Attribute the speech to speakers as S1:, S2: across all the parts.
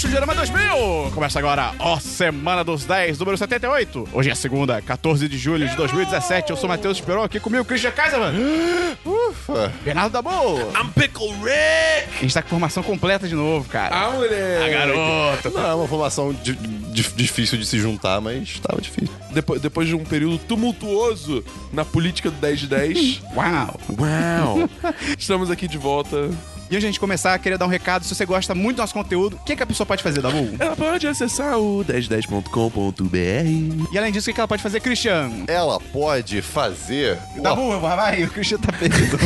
S1: Fliperama 2000. Começa agora, ó, Semana dos 10, número 78. Hoje é segunda, 14 de julho de 2017. Eu sou Matheus Esperon, aqui comigo, Christian Kaiserman.
S2: Ufa!
S1: Bernardo Dabu.
S3: I'm Pickle Rick!
S1: A gente tá com formação completa de novo, cara. Tá,
S2: Ah,
S3: É,
S2: moleque!
S1: garoto.
S2: Não, é uma formação di- di- difícil de se juntar, mas tava difícil.
S3: Depois, depois de um período tumultuoso na política do 10 de 10,
S1: Uau.
S3: uau! Estamos aqui de volta.
S1: E antes de a gente começar, queria dar um recado. Se você gosta muito do nosso conteúdo, o que, que a pessoa pode fazer, Dabu?
S3: Ela pode acessar o 1010.com.br.
S1: E além disso, o que, que ela pode fazer, Christian?
S2: Ela pode fazer. Uma...
S1: Dabu, vai, vai, o Christian tá perdido.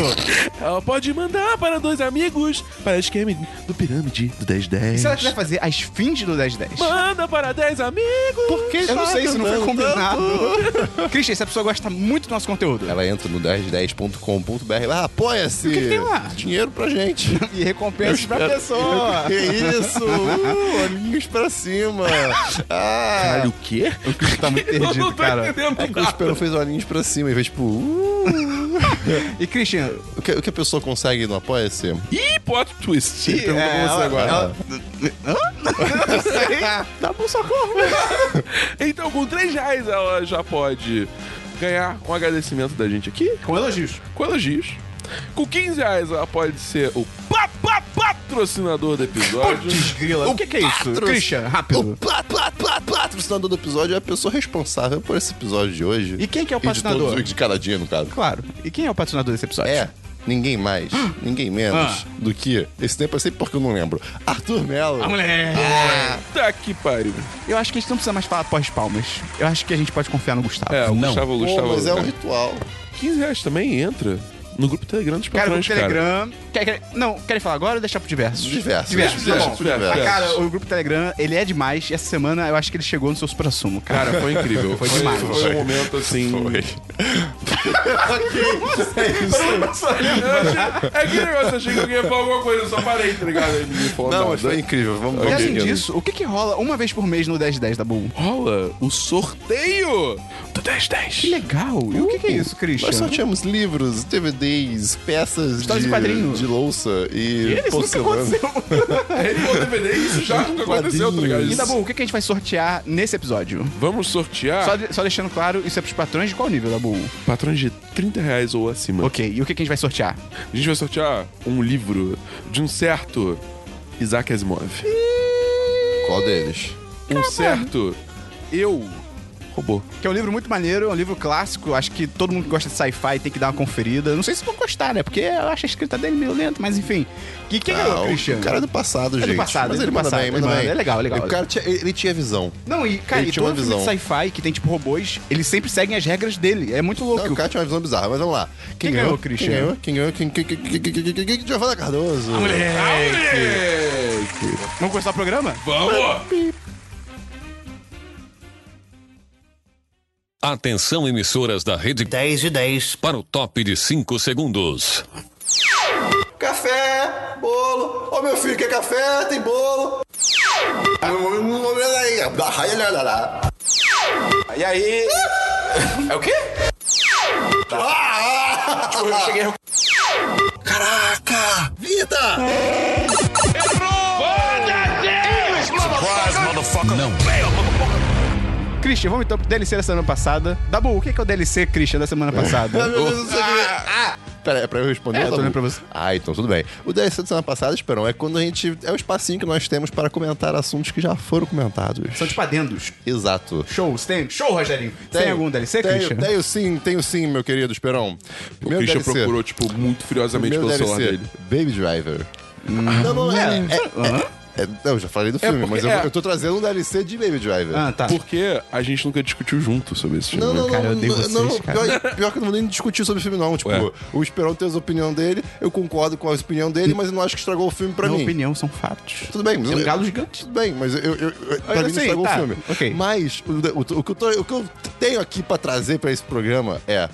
S3: Ela pode mandar para dois amigos para esquema do pirâmide do 1010.
S1: e se ela quiser fazer as fins do 1010?
S3: Manda para 10 amigos!
S1: Por que? Eu não
S2: tá
S1: sei, isso não foi
S2: demandando
S1: combinado. Christian, se a pessoa gosta muito do nosso conteúdo
S2: Ela entra no 1010.com.br lá, apoia-se!
S1: O que que tem lá?
S2: Dinheiro pra gente!
S1: e recompensa pra pessoa.
S2: Que isso! Uh, olhinhos pra cima! Ah!
S3: o quê?
S1: O Christian tá muito
S3: Eu não
S1: perdido,
S3: tô
S1: cara.
S3: entendendo
S2: É que o Esperon fez olhinhos pra cima e fez tipo. uh.
S1: E Christian,
S2: O, que, o que a pessoa consegue no Apoia-se?
S3: Ih, plot twist!
S2: Então,
S1: é,
S2: vamos
S1: ela-
S2: agora.
S1: ela- Não sei. Dá um socorro.
S2: né?
S3: Então, com 3 reais ela já pode ganhar um agradecimento da gente aqui,
S1: Com elogios.
S3: com elogios. Com 15 reais ela pode ser o pa- pa- patrocinador do episódio.
S1: Desgrila. O que, que é isso?
S2: Patro-
S1: Christian,
S2: O
S1: rápido.
S2: plat, plat, plat, patrocinador do episódio é a pessoa responsável por esse episódio de hoje.
S1: E quem que é o
S2: E de todos
S1: patrocinador?
S2: os de cada dia, no caso.
S1: Claro. E quem é o patrocinador desse episódio?
S2: É, ninguém mais, ninguém menos
S1: Ah.
S2: do que. Esse tempo eu sei porque eu não lembro. Arthur Melo.
S1: A mulher.
S3: Tá que pariu.
S1: Ah, Eu acho que a gente não precisa mais falar pós-palmas. Eu acho que a gente pode confiar no Gustavo.
S3: É, o
S2: Não.
S3: Gustavo, o
S2: Pô,
S3: Gustavo.
S2: mas é um
S3: cara.
S2: ritual.
S3: 15 reais também entra no grupo Telegram dos
S1: Cara, o
S3: patrões,
S1: grupo Telegram. Quer, quer- não, querem falar agora ou deixar pro diversos?
S2: Diversos.
S1: Diversos, tá bom.
S2: Diversos. diversos.
S3: Diversos.
S1: Cara, o grupo Telegram, ele é demais. E essa semana eu acho que ele chegou no seu supra-sumo, cara.
S3: Cara, foi incrível.
S1: Foi demais.
S3: Foi um momento assim.
S2: É isso.
S3: Eu achei- É que negócio, achei que alguém ia falar alguma coisa, eu só parei, tá ligado? Aí me falou,
S2: Não, mas foi incrível. Vamos
S1: E
S2: vamos
S1: além
S2: seguindo.
S1: é assim, disso, o que que rola uma vez por mês no 1010 da Bull?
S3: Rola o sorteio do 1010.
S1: Que legal! E o que que é isso, Christian?
S2: Nós sorteamos livros, DVDs, peças
S1: Histórias
S2: de,
S1: em quadrinhos.
S2: de louça e,
S1: Isso nunca
S2: porcelana.
S1: aconteceu.
S3: Ele falou DVD, isso já nunca aconteceu, tá ligado?
S1: E da Bull, o que que a gente vai sortear nesse episódio?
S3: Vamos sortear
S1: Só, de- só deixando claro, isso é pros patrões de qual nível, da Bull?
S3: patrões de 30 reais ou acima.
S1: Ok, e o que que a gente vai sortear?
S3: A gente vai sortear um livro de um certo Isaac Asimov.
S2: Qual deles?
S3: Um certo Eu Robô.
S1: Que é um livro muito maneiro, é um livro clássico. Acho que todo mundo que gosta de sci-fi tem que dar uma conferida. Não sei se vão gostar, né? Porque eu acho a escrita dele meio lenta, mas enfim. Que quem
S2: Ah,
S1: ganhou,
S2: o-
S1: Christian?
S2: O cara é do passado, gente.
S1: passado,
S2: Mas
S1: ele é
S2: ele
S1: do
S2: manda
S1: passado,
S2: bem,
S1: ele
S2: manda
S1: manda
S2: bem.
S1: bem. É legal, é legal.
S2: O cara tinha, ele tinha visão.
S1: Não, e cara,
S2: Ele
S1: e
S2: tinha uma
S1: todo filme de
S2: visão.
S1: sci-fi que tem tipo robôs, eles sempre seguem as regras dele. É muito louco.
S2: Não, o cara tinha uma visão bizarra, mas vamos lá.
S1: Quem ganhou,
S2: Quem
S1: Christian?
S2: ganhou? Quem ganhou? Quem quem- quem- quem- quem- quem- quem- quem- Giovanna Cardoso.
S3: Ah,
S1: Vamos começar o programa?
S3: Vamos!
S4: Atenção, emissoras da rede
S5: 10 de 10.
S4: para o top de 5 segundos.
S2: Café, bolo. Ô meu filho, quer café? Tem bolo. Ah, um,
S6: E aí? É o quê? Tipo, Eu cheguei a
S2: Ah! Caraca, vida!
S1: Christian, vamos então pro DLC da semana passada. Dabu, o que que é o DLC, Christian, da semana
S2: Ah,
S1: passada?
S2: meu Deus, eu sei que- Ah, Pera, é pra eu
S1: É,
S2: responder?
S1: eu tô
S2: Dabu?
S1: olhando pra você.
S2: Ah, então tudo bem. O DLC da semana passada, Esperão, é quando a gente. É o espacinho que nós temos para comentar assuntos que já foram comentados.
S1: São tipo adendos.
S2: Exato.
S1: Show, você tem? Show, Rogerinho. Tem, algum DLC,
S2: tenho,
S1: Christian?
S2: Tenho sim, tenho sim, meu querido Esperão.
S3: O
S2: Primeiro
S3: Christian
S2: DLC.
S3: procurou, tipo, muito furiosamente
S2: Primeiro
S3: pelo
S2: DLC,
S3: celular dele.
S2: Baby Driver.
S1: Hum.
S2: Não, não, é. é, é, é- não, eu já falei do filme,
S3: porque-
S2: mas eu,
S3: é.
S2: eu tô trazendo um DLC de Baby Driver.
S1: Ah, tá.
S3: Porque a gente nunca discutiu junto sobre esse filme.
S2: Não,
S3: né?
S2: não, não.
S1: Cara, eu odeio
S2: não,
S1: vocês,
S2: não,
S1: cara.
S2: Pior, pior que eu não vou nem discutir sobre o filme, não. Tipo,
S3: Ué.
S2: o Esperão tem a opinião dele, eu concordo com a opinião dele, mas eu não acho que estragou o filme pra
S1: Minha
S2: mim.
S1: opinião são fatos.
S2: Tudo bem, mas
S1: É um
S2: eu-
S1: galo gigante.
S2: Tudo bem, mas eu, eu, eu, pra
S1: Mas
S2: mim
S1: assim,
S2: não estragou
S1: tá,
S2: o filme.
S1: ok.
S2: Mas o, o- o que eu tô- o que eu tenho aqui pra trazer pra esse programa é.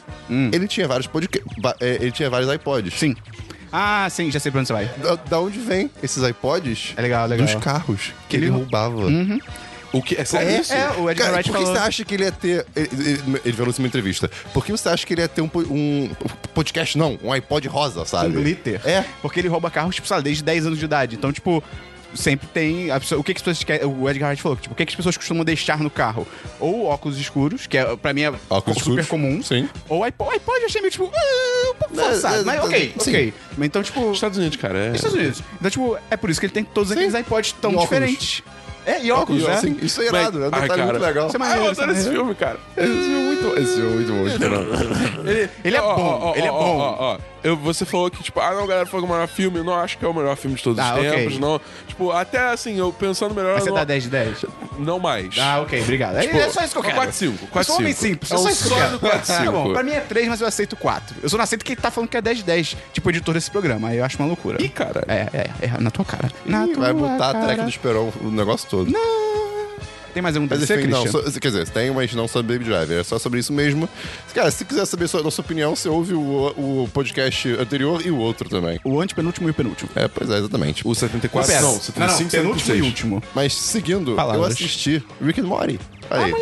S2: Ele tinha vários podcasts. Ele tinha vários iPods.
S1: Hum. Sim. Ah, sim, já sei pra onde você vai.
S2: Da, da onde vem esses iPods?
S1: É legal, é legal. Hum.
S2: Dos carros que ele,
S1: Ele-
S2: roubava.
S3: O que? É sério isso?
S1: é, o Edgar
S2: Cara,
S1: Wright
S2: por que
S1: falou.
S2: você acha que ele ia ter. Ele, ele, ele falou isso numa entrevista. Por que você acha que ele ia ter um, po- um podcast, não? Um iPod rosa, sabe?
S1: Um glitter.
S2: É.
S1: Porque ele rouba carros, tipo, sei lá, desde 10 anos de idade. Então, tipo, sempre tem. a pessoa- o que, que as pessoas querem. O Edgar Wright falou, tipo, o que, que as pessoas costumam deixar no carro? Ou óculos escuros, que é, pra mim é
S2: Óculos
S1: super
S2: escuros,
S1: comum.
S2: sim.
S1: Ou iPod, iPod eu achei meio, tipo, ah, um pouco
S2: Né,
S1: forçado.
S2: né,
S1: mas ok,
S2: sim.
S1: ok. Mas Então, tipo.
S3: Estados Unidos, cara. é-
S1: Estados Unidos. Então, tipo, é por isso que ele tem todos aqueles iPods tão
S2: E óculos.
S1: diferentes. É, e óculos,
S2: Óculos,
S1: né?
S2: assim, isso é
S3: Mas-
S2: irado, é um
S3: Ai,
S2: detalhe
S3: cara.
S2: muito legal.
S1: Isso é
S3: Ah,
S1: maneiro,
S3: eu
S1: isso é
S3: adoro esse
S1: maneiro.
S3: filme, cara.
S2: Esse filme é muito, esse filme é muito bom, Esperão.
S1: Ele é
S3: Ó,
S1: bom,
S3: ó, ó,
S1: ele é
S3: ó,
S1: bom.
S3: ó, ó. Eu- você falou que, tipo, ah, não, galera, foi o melhor filme. Eu não acho que é o melhor filme de todos
S1: Ah,
S3: os
S1: ok.
S3: tempos, não. Tipo, até assim, eu pensando melhor.
S1: Mas você
S3: eu
S1: dá
S3: não,
S1: 10 de 10?
S3: não mais.
S1: Ah, ok, obrigado. É-
S3: Tipo,
S1: é só isso que eu quero.
S3: 4 5, 4
S1: eu sou um homem
S3: 5.
S1: simples,
S3: É
S1: é só
S3: um
S1: isso que eu
S3: só
S1: quero.
S3: no 4
S1: Tá bom,
S3: 5.
S1: pra mim é 3, mas eu aceito 4. Eu só não aceito que ele tá falando que é 10 de 10, tipo o editor desse programa. Aí eu acho uma loucura.
S3: Ih, caralho.
S1: É, é, é, na tua cara. Na tua
S2: Vai botar
S1: cara.
S2: a track do Esperão o negócio todo. Não,
S1: Tem mais algum
S2: mas
S1: DLC,
S2: enfim, não,
S1: Christian?
S2: so- quer dizer, tem, mas não sobre Baby Driver, é só sobre isso mesmo. Cara, se quiser saber a nossa opinião, você ouve o, o podcast anterior e o outro também.
S1: O antepenúltimo e o penúltimo.
S2: É, pois é, exatamente.
S3: O 74,
S1: Pera,
S3: não,
S1: não, não,
S3: 75,
S1: penúltimo e
S3: 76.
S1: último.
S2: Mas seguindo, eu
S1: Palavras. Ah,
S2: assisti Rick and Morty. Aí.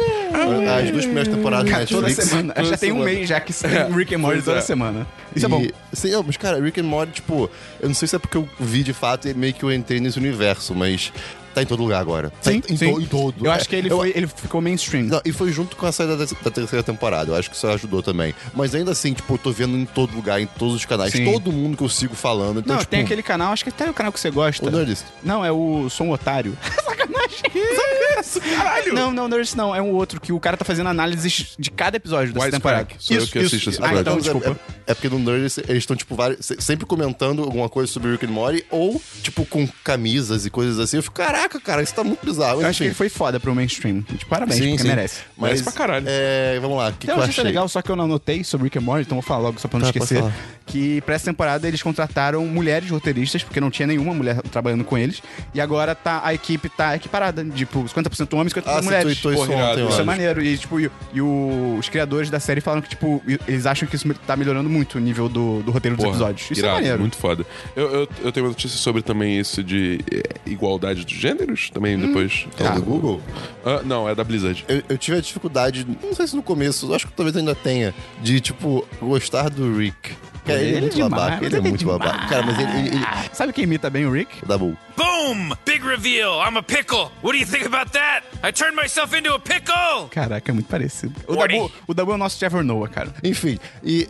S2: As duas primeiras temporadas né?
S1: Cara,
S2: da
S1: toda
S2: Netflix.
S1: semana. Acho que
S3: toda
S1: já tem um
S3: semana.
S1: mês já que tem Rick and Morty
S3: pois
S1: toda
S3: é.
S1: semana.
S2: E,
S1: Isso é bom.
S2: Sim, não, mas cara, Rick and Morty, tipo, eu não sei se é porque eu vi de fato e meio que eu entrei nesse universo, mas tá em todo lugar agora. Tá em, em to- em todo.
S1: Eu
S2: É,
S1: acho que ele, foi, ele ficou mainstream.
S2: Não, e foi junto com a saída da, da terceira temporada. Eu acho que isso ajudou também. Mas ainda assim, tipo, eu tô vendo em todo lugar, em todos os canais,
S1: Sim.
S2: todo mundo que eu sigo falando. Então,
S1: Não,
S2: tipo,
S1: tem aquele canal, acho que até o canal que você gosta.
S2: O Nerdist.
S1: Não, é o Som Otário. Sacanagem. Caralho. Não, não, Nerdist não. É um outro que o cara tá fazendo análises de cada episódio dessa
S3: Wise
S1: temporada.
S3: Crack. Sou eu que assisto esse
S1: Ah,
S2: Mas
S1: então,
S2: é-
S1: desculpa.
S2: É, é porque no Nerdist eles estão, tipo, vários- se- sempre comentando alguma coisa sobre Rick and Morty ou, tipo, com camisas e coisas assim. Eu fico, caraca, cara, isso tá muito bizarro.
S1: Eu acho que
S2: Enfim.
S1: ele foi foda pro mainstream. De parabéns, porque merece.
S3: Merece pra caralho.
S2: É, vamos lá, o que, que
S1: Tem
S2: eu
S1: uma notícia
S2: achei?
S1: legal, só que eu não anotei sobre Rick and Morty, então vou falar logo só pra não
S2: Tá, pode
S1: esquecer.
S2: falar.
S1: Que pra essa temporada eles contrataram mulheres roteiristas, porque não tinha nenhuma mulher trabalhando com eles. E agora tá, a equipe tá equiparada, tipo, 50% homens, 50%
S2: Ah, você
S1: mulheres.
S2: tweetou isso
S3: Pô, irado,
S2: ontem, eu
S1: Isso é
S2: acho.
S1: maneiro. E, tipo, e, e o- os criadores da série falaram que, tipo, e- eles acham que isso me- tá melhorando muito o nível do, do roteiro dos
S3: Porra,
S1: episódios. Isso
S3: irado,
S1: é maneiro.
S3: Muito foda. Eu, eu, eu tenho uma notícia sobre também isso de eh, igualdade dos gêneros, também
S1: Hum.
S3: depois.
S2: É do Google?
S3: Ah, não, é da Blizzard.
S2: Eu, eu tive a dificuldade, não sei se no começo, eu acho que talvez ainda tenha, de, tipo, gostar do Rick. Cara, ele, é muito
S1: demais,
S2: babaca, ele é muito
S1: demais.
S2: babaca. Cara, mas ele... ele, ele...
S1: Sabe quem imita bem o Rick?
S2: Dabu.
S5: Boom! Big reveal. I'm a pickle. What do you think about that? I turned myself into a pickle.
S1: Caraca, é muito parecido. O
S5: Morty.
S1: Dabu, o Dabu é o nosso Trevor Noah, cara.
S2: Enfim, e,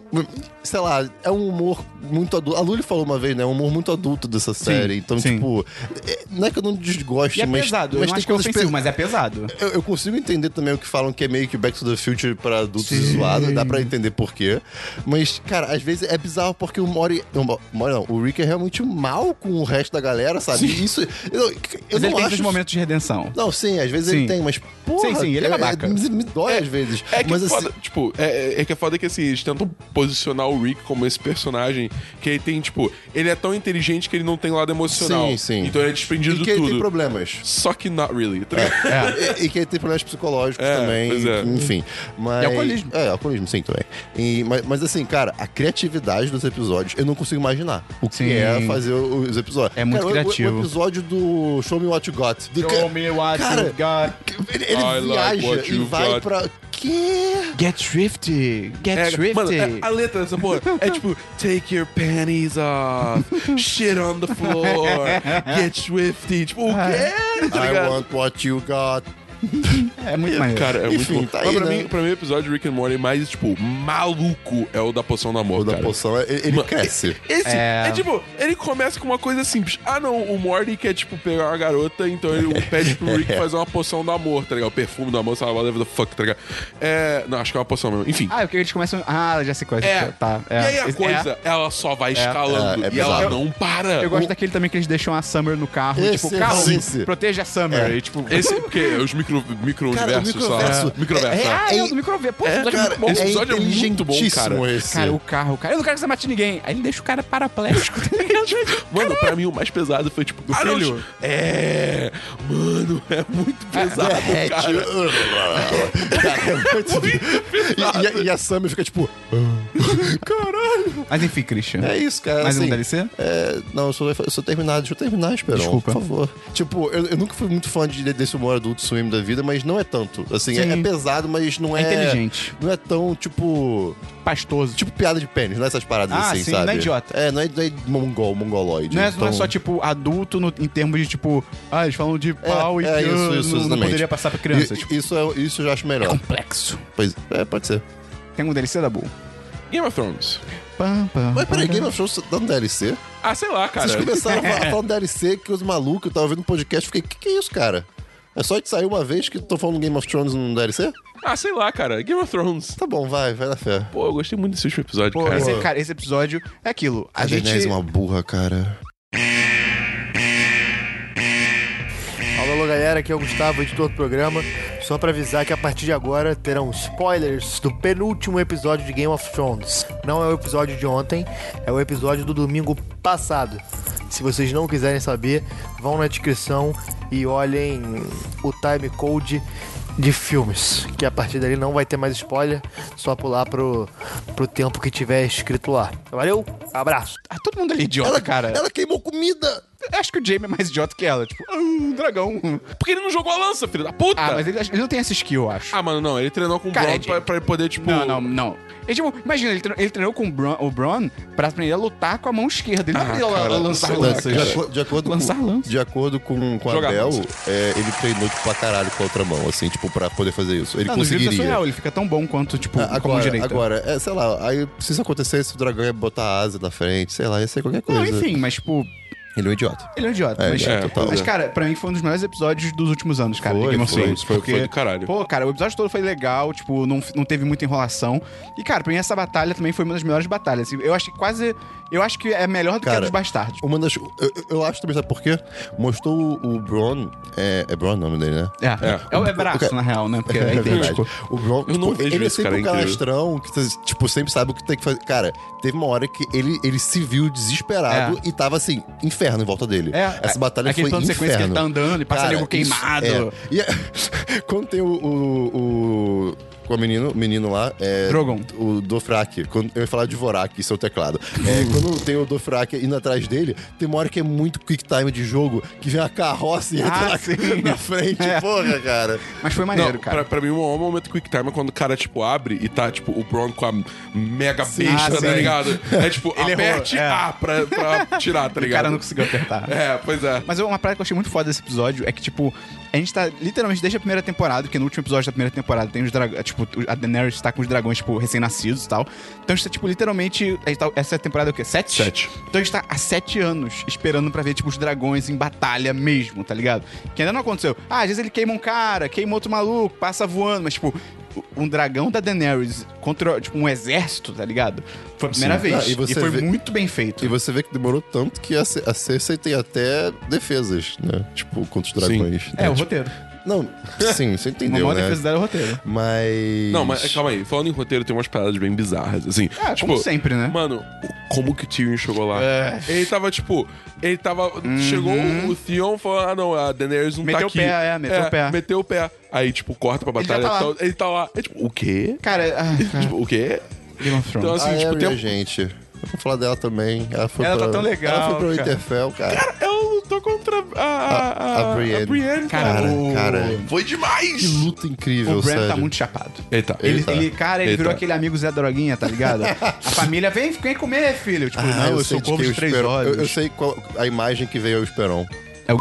S2: sei lá, é um humor muito adulto. A Lully falou uma vez, né? É um humor muito adulto dessa série. então,
S1: sim.
S2: tipo, é- não é que eu não desgoste,
S1: E é
S2: mas.
S1: pesado.
S2: mas
S1: eu não
S2: tem
S1: acho que é
S2: coisas
S1: ofensivo,
S2: pe-
S1: mas é pesado.
S2: Eu, eu consigo entender também o que falam que é meio que Back to the Future pra adultos e zoado, dá pra entender por quê. Mas, cara, às vezes é bizarro porque o Mori. O Mo- Mori não, o Rick é realmente mal com o resto da galera, sabe? Isso. Eu, eu
S1: Mas
S2: não
S1: ele tem
S2: acho.
S1: esses momentos de redenção.
S2: Não, sim, às vezes
S1: Sim.
S2: ele tem, mas porra.
S1: Sim, sim, ele é babaca.
S2: me, me dói às vezes.
S3: É que
S2: mas
S3: é
S2: assim.
S3: foda, tipo, é, é- é que é foda que assim, eles tentam posicionar o Rick como esse personagem que ele tem, tipo, ele é tão inteligente que ele não tem lado emocional.
S2: Sim, sim.
S3: Então ele é desprendido
S2: E
S3: de
S2: que ele
S3: tudo.
S2: tem problemas.
S3: Só que not really, tá ligado?
S2: É. E, e que ele tem problemas psicológicos
S3: É,
S2: também.
S3: pois é.
S2: Enfim. Mas,
S1: E alcoolismo.
S2: É, alcoolismo, sim, também. E, mas, mas assim, cara, a criatividade dos episódios, eu não consigo imaginar o que
S1: Sim.
S2: é fazer o- os episódios.
S1: É muito
S2: Cara, o- o-
S1: criativo.
S2: O, episódio do Show Me What You Got. Do ca- cara,
S1: got.
S2: Ele, ele
S3: I like
S2: viaja
S3: what
S2: e
S3: you
S2: vai
S3: got.
S2: pra. Que?
S1: Get thrifty. Get
S3: É,
S1: thrifty.
S3: mano, é- a letra dessa porra é tipo Take your panties off Shit on the floor Get swifty Tipo, o quê? Tá
S2: I
S3: ligado?
S2: want what you got.
S1: É, muito maneiro.
S3: Cara, é
S2: Enfim,
S3: muito bom.
S2: tá
S3: Mas
S2: aí,
S3: pra,
S2: né?
S3: mim, pra mim, o episódio de Rick and Morty mais, tipo, maluco é o da poção do amor,
S2: O da
S3: cara.
S2: poção, ele, ele
S3: Mano,
S2: cresce.
S3: Esse
S1: É.
S3: é... tipo, ele começa com uma coisa simples. Ah, não, o Morty quer, tipo, pegar uma garota, então ele pede pro
S2: É.
S3: Rick fazer uma poção do amor, tá ligado? O perfume do amor, sabe? Whatever the fuck, tá ligado? É. Não, acho que é uma poção mesmo. Enfim.
S1: Ah, é porque eles começam. Ah, já sei qual é.
S3: É.
S1: Tá. é.
S3: E aí a
S1: Esse-
S3: coisa, ela só vai escalando.
S2: É, é
S3: e ela
S2: bizarro.
S3: não para.
S1: é. Eu gosto daquele também que eles deixam a Summer no carro. e, tipo,
S2: Esse,
S1: carro,
S2: esse.
S1: proteja a Summer.
S2: É.
S1: E, tipo,
S3: Esse, porque é os micro-
S2: Cara, o
S3: micro-universos, sei lá.
S2: microverso.
S3: Microverso,
S2: É,
S3: é.
S2: é,
S1: Ah,
S2: é,
S1: eu do microver. Pô,
S3: é,
S1: já-
S2: Cara,
S3: bom, esse
S2: é
S3: episódio é muito bom, cara.
S2: inteligentíssimo esse.
S1: Cara, o carro, cara. Eu não quero que você mate ninguém. Aí ele deixa o cara
S2: é,
S1: paraplégico. tá ligado?
S2: Ah,
S3: Mano, pra mim o mais pesado foi tipo do
S1: filho?
S3: É. Mano, líquido é muito pesado.
S2: É, tipo- Cara, é muito- E- E, a- e a Sammy fica tipo.
S1: Mas enfim, Christian.
S2: É isso, cara.
S1: Mais um
S2: assim,
S1: DLC?
S2: É, não, eu sou, eu sou terminado. Deixa eu terminar, Esperão.
S1: Desculpa.
S2: Por favor. Tipo, eu, eu nunca fui muito fã de- desse humor adulto swim da vida, mas não é tanto. Assim, é,
S1: Sim.
S2: é pesado, mas não
S1: É
S2: é.
S1: inteligente.
S2: Não é tão, tipo.
S1: Pastoso.
S2: Tipo piada de pênis, não é essas paradas
S1: Ah,
S2: assim,
S1: sim,
S2: sabe?
S1: não é idiota.
S2: É, não é, não é mongol, mongoloide.
S1: Não é, não é
S2: então-
S1: só, tipo, adulto no- em termos de, tipo, ah, eles falam de pau e
S2: é,
S1: que
S2: isso,
S1: eu
S2: isso,
S1: não- não,
S2: exatamente.
S1: poderia passar pra criança.
S2: I-
S1: tipo,
S2: Isso, é, isso eu já acho melhor.
S1: complexo.
S2: Pois é, pode ser.
S1: Tem um DLC da Bull.
S3: Game of Thrones.
S1: Pam, pam,
S2: Mas peraí,
S1: pam.
S2: Game of Thrones tá no DLC?
S3: Ah, sei lá, cara.
S2: Vocês começaram a falar, a falar do DLC, que os malucos, eu tava ouvindo um podcast, fiquei, que que é isso, cara? É só de sair uma vez que tô falando Game of Thrones no DLC?
S3: Ah, sei lá, cara. Game of Thrones.
S2: Tá bom, vai, vai na fé.
S3: Pô, eu gostei muito desse último episódio,
S1: Pô,
S3: cara.
S1: esse, cara, esse episódio é aquilo. A,
S2: A
S1: gente.
S2: Daenerys é uma burra, cara.
S7: Alô, alô, galera, aqui é o Gustavo, editor do programa. Só pra avisar que a partir de agora terão spoilers do penúltimo episódio de Game of Thrones. Não é o episódio de ontem, é o episódio do domingo passado. Se vocês não quiserem saber, vão na descrição e olhem o time code de filmes, que a partir dali não vai ter mais spoiler, só pular pro, pro tempo que tiver escrito lá. Valeu, abraço.
S1: Ah, todo mundo ali é idiota, cara.
S2: Ela queimou comida!
S1: Eu Acho que o Jamie é mais idiota que ela. Tipo, ah, um dragão.
S2: é.
S3: Porque ele não jogou a lança, filho da puta.
S1: Ah, mas ele, ele não tem essa skill, eu acho.
S3: Ah, mano, não. Ele treinou com o
S1: Cara,
S3: Bron
S1: é de-
S3: pra, pra ele poder, tipo...
S1: Não, não, não. Ele, tipo, imagina, ele treinou, ele treinou com o Bron, o Bron pra aprender a lutar com a mão esquerda. Ah, Ele não aprendeu a- a lançar lanças.
S2: de, aco- de acordo
S1: Lançar
S2: com,
S1: lança.
S2: De acordo com, com
S3: Jogar
S2: Abel,
S3: lança.
S2: é, ele treinou tipo, pra caralho com a outra mão, assim, tipo, pra poder fazer isso. Ele
S1: Não, no vídeo é
S2: conseguiria.
S1: surreal, ele fica tão bom quanto, tipo,
S2: Ah,
S1: como
S2: Agora,
S1: direita.
S2: agora é, sei lá, aí se isso acontecesse, o dragão ia botar a asa na frente, sei lá, ia ser qualquer coisa.
S1: Não, enfim, mas, tipo,
S2: Ele é um idiota.
S1: Ele é um idiota,
S2: É,
S1: mas,
S2: é, total.
S1: mas, cara, pra mim foi um dos melhores episódios dos últimos anos, cara, de
S2: Foi,
S1: Game of
S2: foi,
S1: Thrones.
S3: foi- foi do caralho.
S1: Pô, cara, o episódio todo foi legal, tipo, não, não teve muita enrolação. E, cara, pra mim essa batalha também foi uma das melhores batalhas. Eu acho que quase. Eu acho que é melhor do que a
S2: Cara,
S1: dos bastardos.
S2: Uma das. Eu, eu- eu acho também, sabe por quê? Mostrou o, o Bron. É, é Bron o nome dele, né?
S1: É, é, o é braço,
S2: cara-
S1: na real, né? Porque é
S2: verdade.
S1: idêntico.
S2: O Bron,
S3: Eu não
S2: tipo,
S3: vejo
S2: ele é
S3: esse
S2: sempre
S3: cara, é
S2: um
S3: incrível.
S2: canastrão que, tá- tipo, sempre sabe o que tem que fazer. Cara, teve uma hora que ele, ele se viu desesperado e tava assim, inferno em volta dele.
S1: É,
S2: Essa
S1: a-
S2: batalha
S1: aquele
S2: foi
S1: plano de
S2: inferno.
S1: sequência que ele tá andando e passa nego
S2: isso-
S1: queimado.
S2: é. E é- quando tem o... o- o- com o menino, menino lá, é...
S1: Drogon.
S2: O Dofrak. Quando, eu ia falar de Vorak, seu teclado. É, quando tem o Dofrak indo atrás dele, tem uma hora que é muito quick time de jogo, que vem a carroça e entra
S1: Ah,
S2: na-
S1: sim. É.
S2: na frente. Porra, cara.
S1: Mas foi
S3: Não,
S1: maneiro, cara.
S3: pra, pra mim, o maior momento Quick Time é quando o cara, tipo, abre e tá, tipo, o Bron com a mega
S1: Ah,
S3: besta,
S1: sim.
S3: tá ligado? É tipo,
S1: Ele errou,
S3: aperte
S1: é.
S3: A pra, pra tirar, tá
S1: O
S3: ligado?
S1: cara não conseguiu apertar.
S3: É, pois é.
S1: Mas uma parada que eu achei muito foda desse episódio é que, tipo, a gente tá literalmente desde a primeira temporada, porque no último episódio da primeira temporada tem os dragões. Tipo, a Daenerys tá com os dragões, tipo, recém-nascidos e tal. Então a gente tá, tipo, literalmente. a gente tá- essa temporada é o quê? Sete?
S3: Sete.
S1: Então a gente tá há sete anos esperando pra ver, tipo, os dragões em batalha mesmo, tá ligado? Que ainda não aconteceu. Ah, às vezes ele queima um cara, queima outro maluco, passa voando, mas, tipo. Um dragão da Daenerys contra, tipo, um exército, tá ligado? Foi a primeira
S2: Sim.
S1: vez.
S2: Ah, e
S1: e,
S2: você
S1: foi
S2: vê-
S1: muito bem feito.
S2: E você vê que demorou tanto que a Ce- a Cersei tem até defesas, né? Tipo, contra os dragões. né?
S1: É, o
S2: Tipo,
S1: roteiro.
S2: Não, sim, você
S1: Uma
S2: entendeu,
S1: maior
S2: né?
S1: defesa dela é o roteiro.
S2: Mas...
S3: Não, mas calma aí. Falando em roteiro, tem umas paradas bem bizarras, assim.
S1: Ah, como sempre, né? É.
S3: Mano, o- como que o Tyrion chegou lá? Ele tava, tipo... Ele tava... Chegou o Theon e falou, ah, não, a Daenerys não
S1: Uhum. Meteu
S3: tá
S1: o
S3: aqui.
S1: pé, é, meteu o pé.
S3: Meteu o pé. Aí, tipo, corta pra
S1: Ele já tá
S3: batalha
S1: lá.
S3: e tal. Ele tá lá. É tipo, o quê?
S1: Cara, ah, cara,
S3: Tipo, o quê?
S1: Game of
S3: Então,
S1: Thrones.
S2: Ah,
S3: assim, tipo,
S2: Arya,
S3: tem um
S2: gente. Eu vou falar dela também. Ela, foi
S1: Ela
S2: pra...
S1: tá tão legal,
S2: Ela foi pra
S1: cara.
S2: Winterfell, cara.
S3: Eu lutou contra a, a,
S2: a Brienne.
S1: Cara,
S2: Cara,
S1: o-
S2: cara.
S3: Foi
S2: Que
S3: demais!
S2: luta incrível,
S1: o Bran
S2: sério.
S1: tá muito chapado.
S3: Eita,
S1: Ele,
S2: Ele tá.
S1: ele- cara, ele
S3: Ele
S1: virou
S3: tá.
S1: aquele amigo Zé Droguinha, tá ligado? A família, vem, vem comer, filho. Tipo,
S2: Ah,
S1: não, eu,
S2: sei
S1: sou
S2: de
S1: corvo de
S2: quem o
S1: três
S2: Esperon-
S1: olhos.
S2: Eu, eu sei qual a imagem que veio ao Esperon.
S1: É o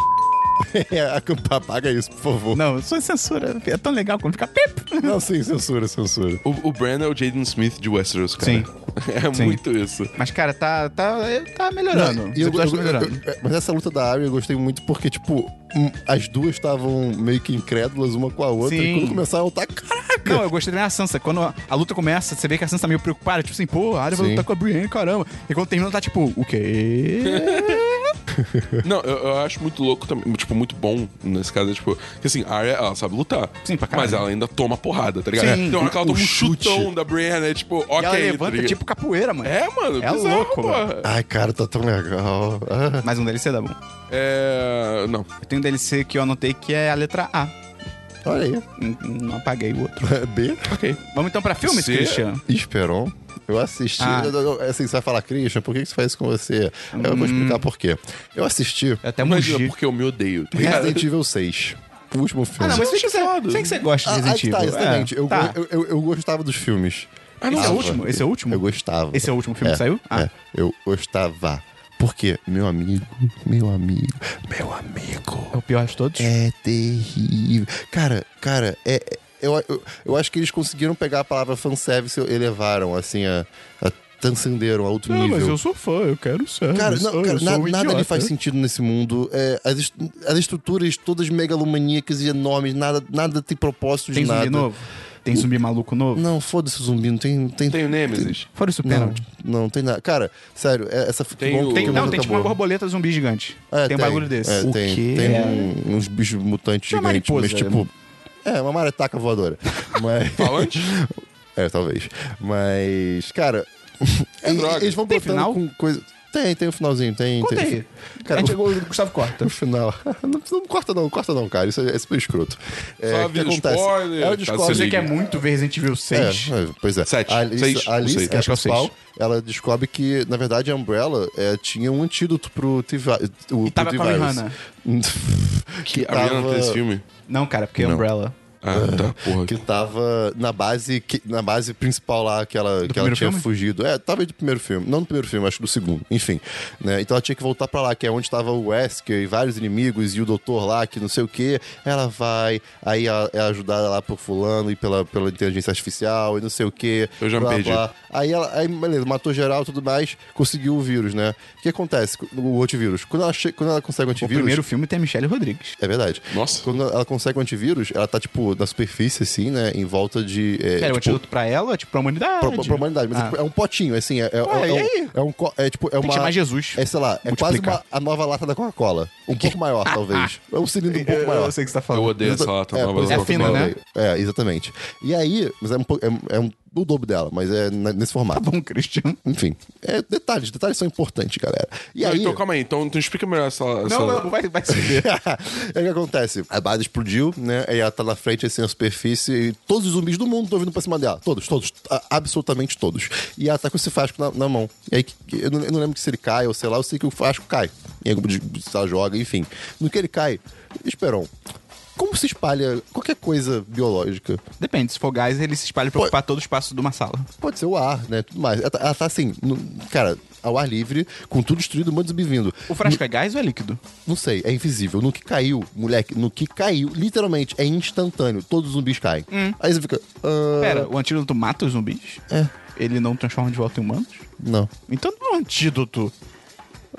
S2: É, acampar, apaga isso, por favor. Não,
S1: Não, sou censura. É tão legal quando fica pip.
S2: sim, censura, censura.
S3: O, o Bran é o Jaden Smith de Westeros, cara.
S1: Sim.
S3: É
S1: Sim.
S3: muito isso.
S1: Mas, cara, tá, tá, tá melhorando.
S2: E eu-
S1: Os episódios
S2: eu-
S1: tão melhorando.
S2: eu- eu- mas essa luta da Arya eu gostei muito porque, tipo, hum, as duas estavam meio que incrédulas uma com a outra.
S1: Sim.
S2: E quando começaram a lutar, caraca!
S1: Não, eu gostei também da Sansa. Quando a, a luta começa, você vê que a Sansa tá meio preocupada. Tipo assim, pô, a Arya vai
S2: Sim.
S1: lutar com a Brienne, caramba. E quando termina, ela tá tipo, o quê?
S3: Não, eu, eu acho muito louco também, tipo, muito bom nesse caso, é, tipo, que assim, a Arya, ela sabe lutar.
S1: Sim, pra caralho.
S3: Mas ela ainda toma porrada, tá ligado?
S1: Sim,
S3: Tem hora que ela
S2: o-
S3: toma um
S2: o chute.
S3: chutão da Brienne, é tipo, ok,
S1: E ela
S3: tá
S1: levanta
S3: ligado?
S1: tipo capoeira, mano.
S3: É, mano,
S1: É
S3: bizarro,
S1: louco,
S3: porra.
S2: Ai, cara, tá tão legal. Ah.
S1: Mais um DLC dá bom.
S3: É. Não.
S1: Eu tenho um DLC que eu anotei que é a letra A.
S2: Olha aí.
S1: Hum, Não apaguei o outro.
S2: B.
S3: Ok.
S1: Vamos então pra filmes,
S3: C.
S1: Christian?
S2: Esperon. Eu assisti.
S1: Ah.
S2: eu- eu- assim, você vai falar, Christian, por que que isso faz isso com você? Eu
S1: Hum.
S2: vou explicar por quê. Eu assisti
S1: Eu até
S3: Imagina,
S1: mugi.
S3: é porque eu me odeio. tá ligado?
S2: Resident Evil 6. O último filme.
S1: Ah, não, mas sei que, você,
S3: Chapado.
S1: sei que você gosta de
S2: Ah, aí
S1: Resident
S2: que
S1: Evil.
S2: tá, exatamente.
S1: É,
S2: Eu,
S1: tá.
S2: eu, eu, eu gostava dos filmes.
S3: Ah,
S1: Esse é o
S2: Gostava.
S1: último? Esse é o último?
S2: Eu gostava.
S1: Esse é o último filme que saiu? Ah.
S2: É, eu gostava. Porque, meu amigo, meu amigo, meu amigo.
S1: É o pior de todos?
S2: É terrível. Cara, cara, é. é- Eu, eu, eu acho que eles conseguiram pegar a palavra fanservice e elevaram, assim, a, a transcenderam a outro nível.
S1: sou fã, eu um quero ser.
S2: Cara, não, cara, na- nada ali faz sentido nesse mundo. É, as, est- as estruturas todas megalomaníacas e enormes, nada, nada tem propósito de
S1: Tem
S2: nada.
S1: zumbi novo? Tem zumbi maluco novo?
S2: Não, foda-se o zumbi, não tem. tem,
S3: Tem o Nemesis.
S1: Fora isso,
S2: não,
S1: pênalti.
S2: não tem nada. Cara, sério, é- essa que
S3: Tem
S2: bom
S3: o-
S2: que
S1: Tem,
S2: todo
S1: não,
S2: mundo
S1: tem tipo uma
S2: acabou.
S1: borboleta zumbi gigante.
S2: É,
S1: tem um bagulho desse.
S2: É,
S1: o
S2: tem
S1: quê?
S2: tem um- uns bichos mutantes
S1: Não é
S2: gigantes, mas
S1: mariposa, né?
S2: tipo. É, uma maretaca voadora. mas.
S3: Falante?
S2: É, talvez. Mas, cara.
S3: É droga.
S2: Eles vão
S1: Tem
S2: botando
S1: final?
S2: com coisa. Tem, tem um finalzinho, tem.
S1: Conta
S2: tem-
S1: aí.
S2: Cara,
S1: a gente
S2: o-
S1: chegou, o Gustavo corta.
S2: No final. Não, não corta não, corta não, cara. Isso é, é super escroto. É,
S3: Só
S2: o que
S3: avisa o
S2: acontece?
S3: spoiler,
S2: Ela
S3: tá
S2: descobre.
S1: Eu sei que é
S3: Liga.
S1: muito ver Resident Evil 6.
S2: É, é, pois é.
S3: Sete.
S2: A Alice,
S3: Seis?
S2: a Alice,
S3: Não sei.
S2: que é a
S1: Acho que é o
S2: principal,
S1: seis.
S2: ela descobre que, na verdade, a Umbrella é, tinha um antídoto pro T-Virus.
S1: E tava com a Rihanna.
S2: que
S3: A Rihanna
S2: tava,
S3: tem esse filme?
S1: Não, cara, porque é Umbrella.
S3: Ah, tá, porra.
S2: que tava na base, que- na base principal lá que ela, que ela
S1: primeiro
S2: tinha
S1: filme?
S2: fugido. É, talvez do primeiro filme. Não do primeiro filme, acho que do segundo. Enfim. né? Então ela tinha que voltar pra lá, que é onde tava o Wesker e vários inimigos e o doutor lá, que não sei o quê. Ela vai, aí ela é ajudada lá por fulano e pela, pela inteligência artificial e não sei o quê.
S3: Eu já me
S2: blá,
S3: perdi.
S2: blá. Aí ela, aí, beleza, matou geral e tudo mais, conseguiu o vírus, né? O que acontece? com O antivírus. Quando ela, che- quando ela consegue o
S1: O
S2: antivírus.
S1: primeiro filme tem a Michelle Rodrigues.
S2: É verdade.
S3: Nossa.
S2: Quando ela consegue o antivírus, ela tá, tipo, na superfície, assim, né? Em volta de. É,
S1: Cara, o
S2: tipo,
S1: antídoto pra ela, tipo, pra humanidade.
S2: pra, pra humanidade. Mas é,
S1: Ah.
S2: tipo, é um potinho, assim. É, é,
S1: e
S2: é, um-
S1: aí?
S2: é um. co- É, tipo, é uma.
S1: que chamar Jesus.
S2: É, sei lá, é quase
S1: Multiplicar.
S2: uma, a nova lata da Coca-Cola. Um pouco maior, talvez. É um cilindro um pouco
S1: Eu,
S2: maior.
S1: eu sei o que você tá
S3: Eu
S1: falando.
S3: odeio essa lata
S2: É,
S3: nova.
S2: pois
S1: é
S3: da
S1: fina,
S3: Coca-Cola.
S1: né?
S2: É, exatamente. E aí, mas é um pouco. É, é um, o dobro dela, mas é na- nesse formato.
S1: Tá Bom, Christian.
S2: Enfim, é, detalhes, detalhes são importantes, galera. E
S3: Não,
S2: aí.
S3: Então, calma aí. Então, então explica melhor essa... essa...
S1: Não, não, vai, vai se ver.
S2: é o que acontece. A base explodiu, né? E ela tá na frente, assim, na superfície. E todos os zumbis do mundo estão vindo pra cima dela. Todos, todos. a- absolutamente todos. E ela tá com esse fasco na, na mão. E aí, que- que- eu não, eu não lembro que se ele cai ou sei lá, eu sei que o fasco cai. E aí, de- se ela joga, enfim. No que ele cai, Esperon. Como se espalha qualquer coisa biológica?
S1: Depende, se for gás, ele se espalha pra
S2: Pô.
S1: ocupar todo o espaço de uma sala.
S2: Pode ser o ar, né? Tudo mais. Ela tá, ela tá assim, no- cara, ao ar livre, com tudo destruído, um monte de zumbi vindo.
S1: O frasco é gás ou é líquido?
S2: Não sei, é invisível. No que caiu, moleque, no que caiu, literalmente, é instantâneo. Todos os zumbis caem. Aí você fica. ah,
S1: Hum. Pera, o antídoto mata os zumbis?
S2: É.
S1: Ele não transforma de volta em humanos?
S2: Não. Tá,
S1: Então não é um antídoto.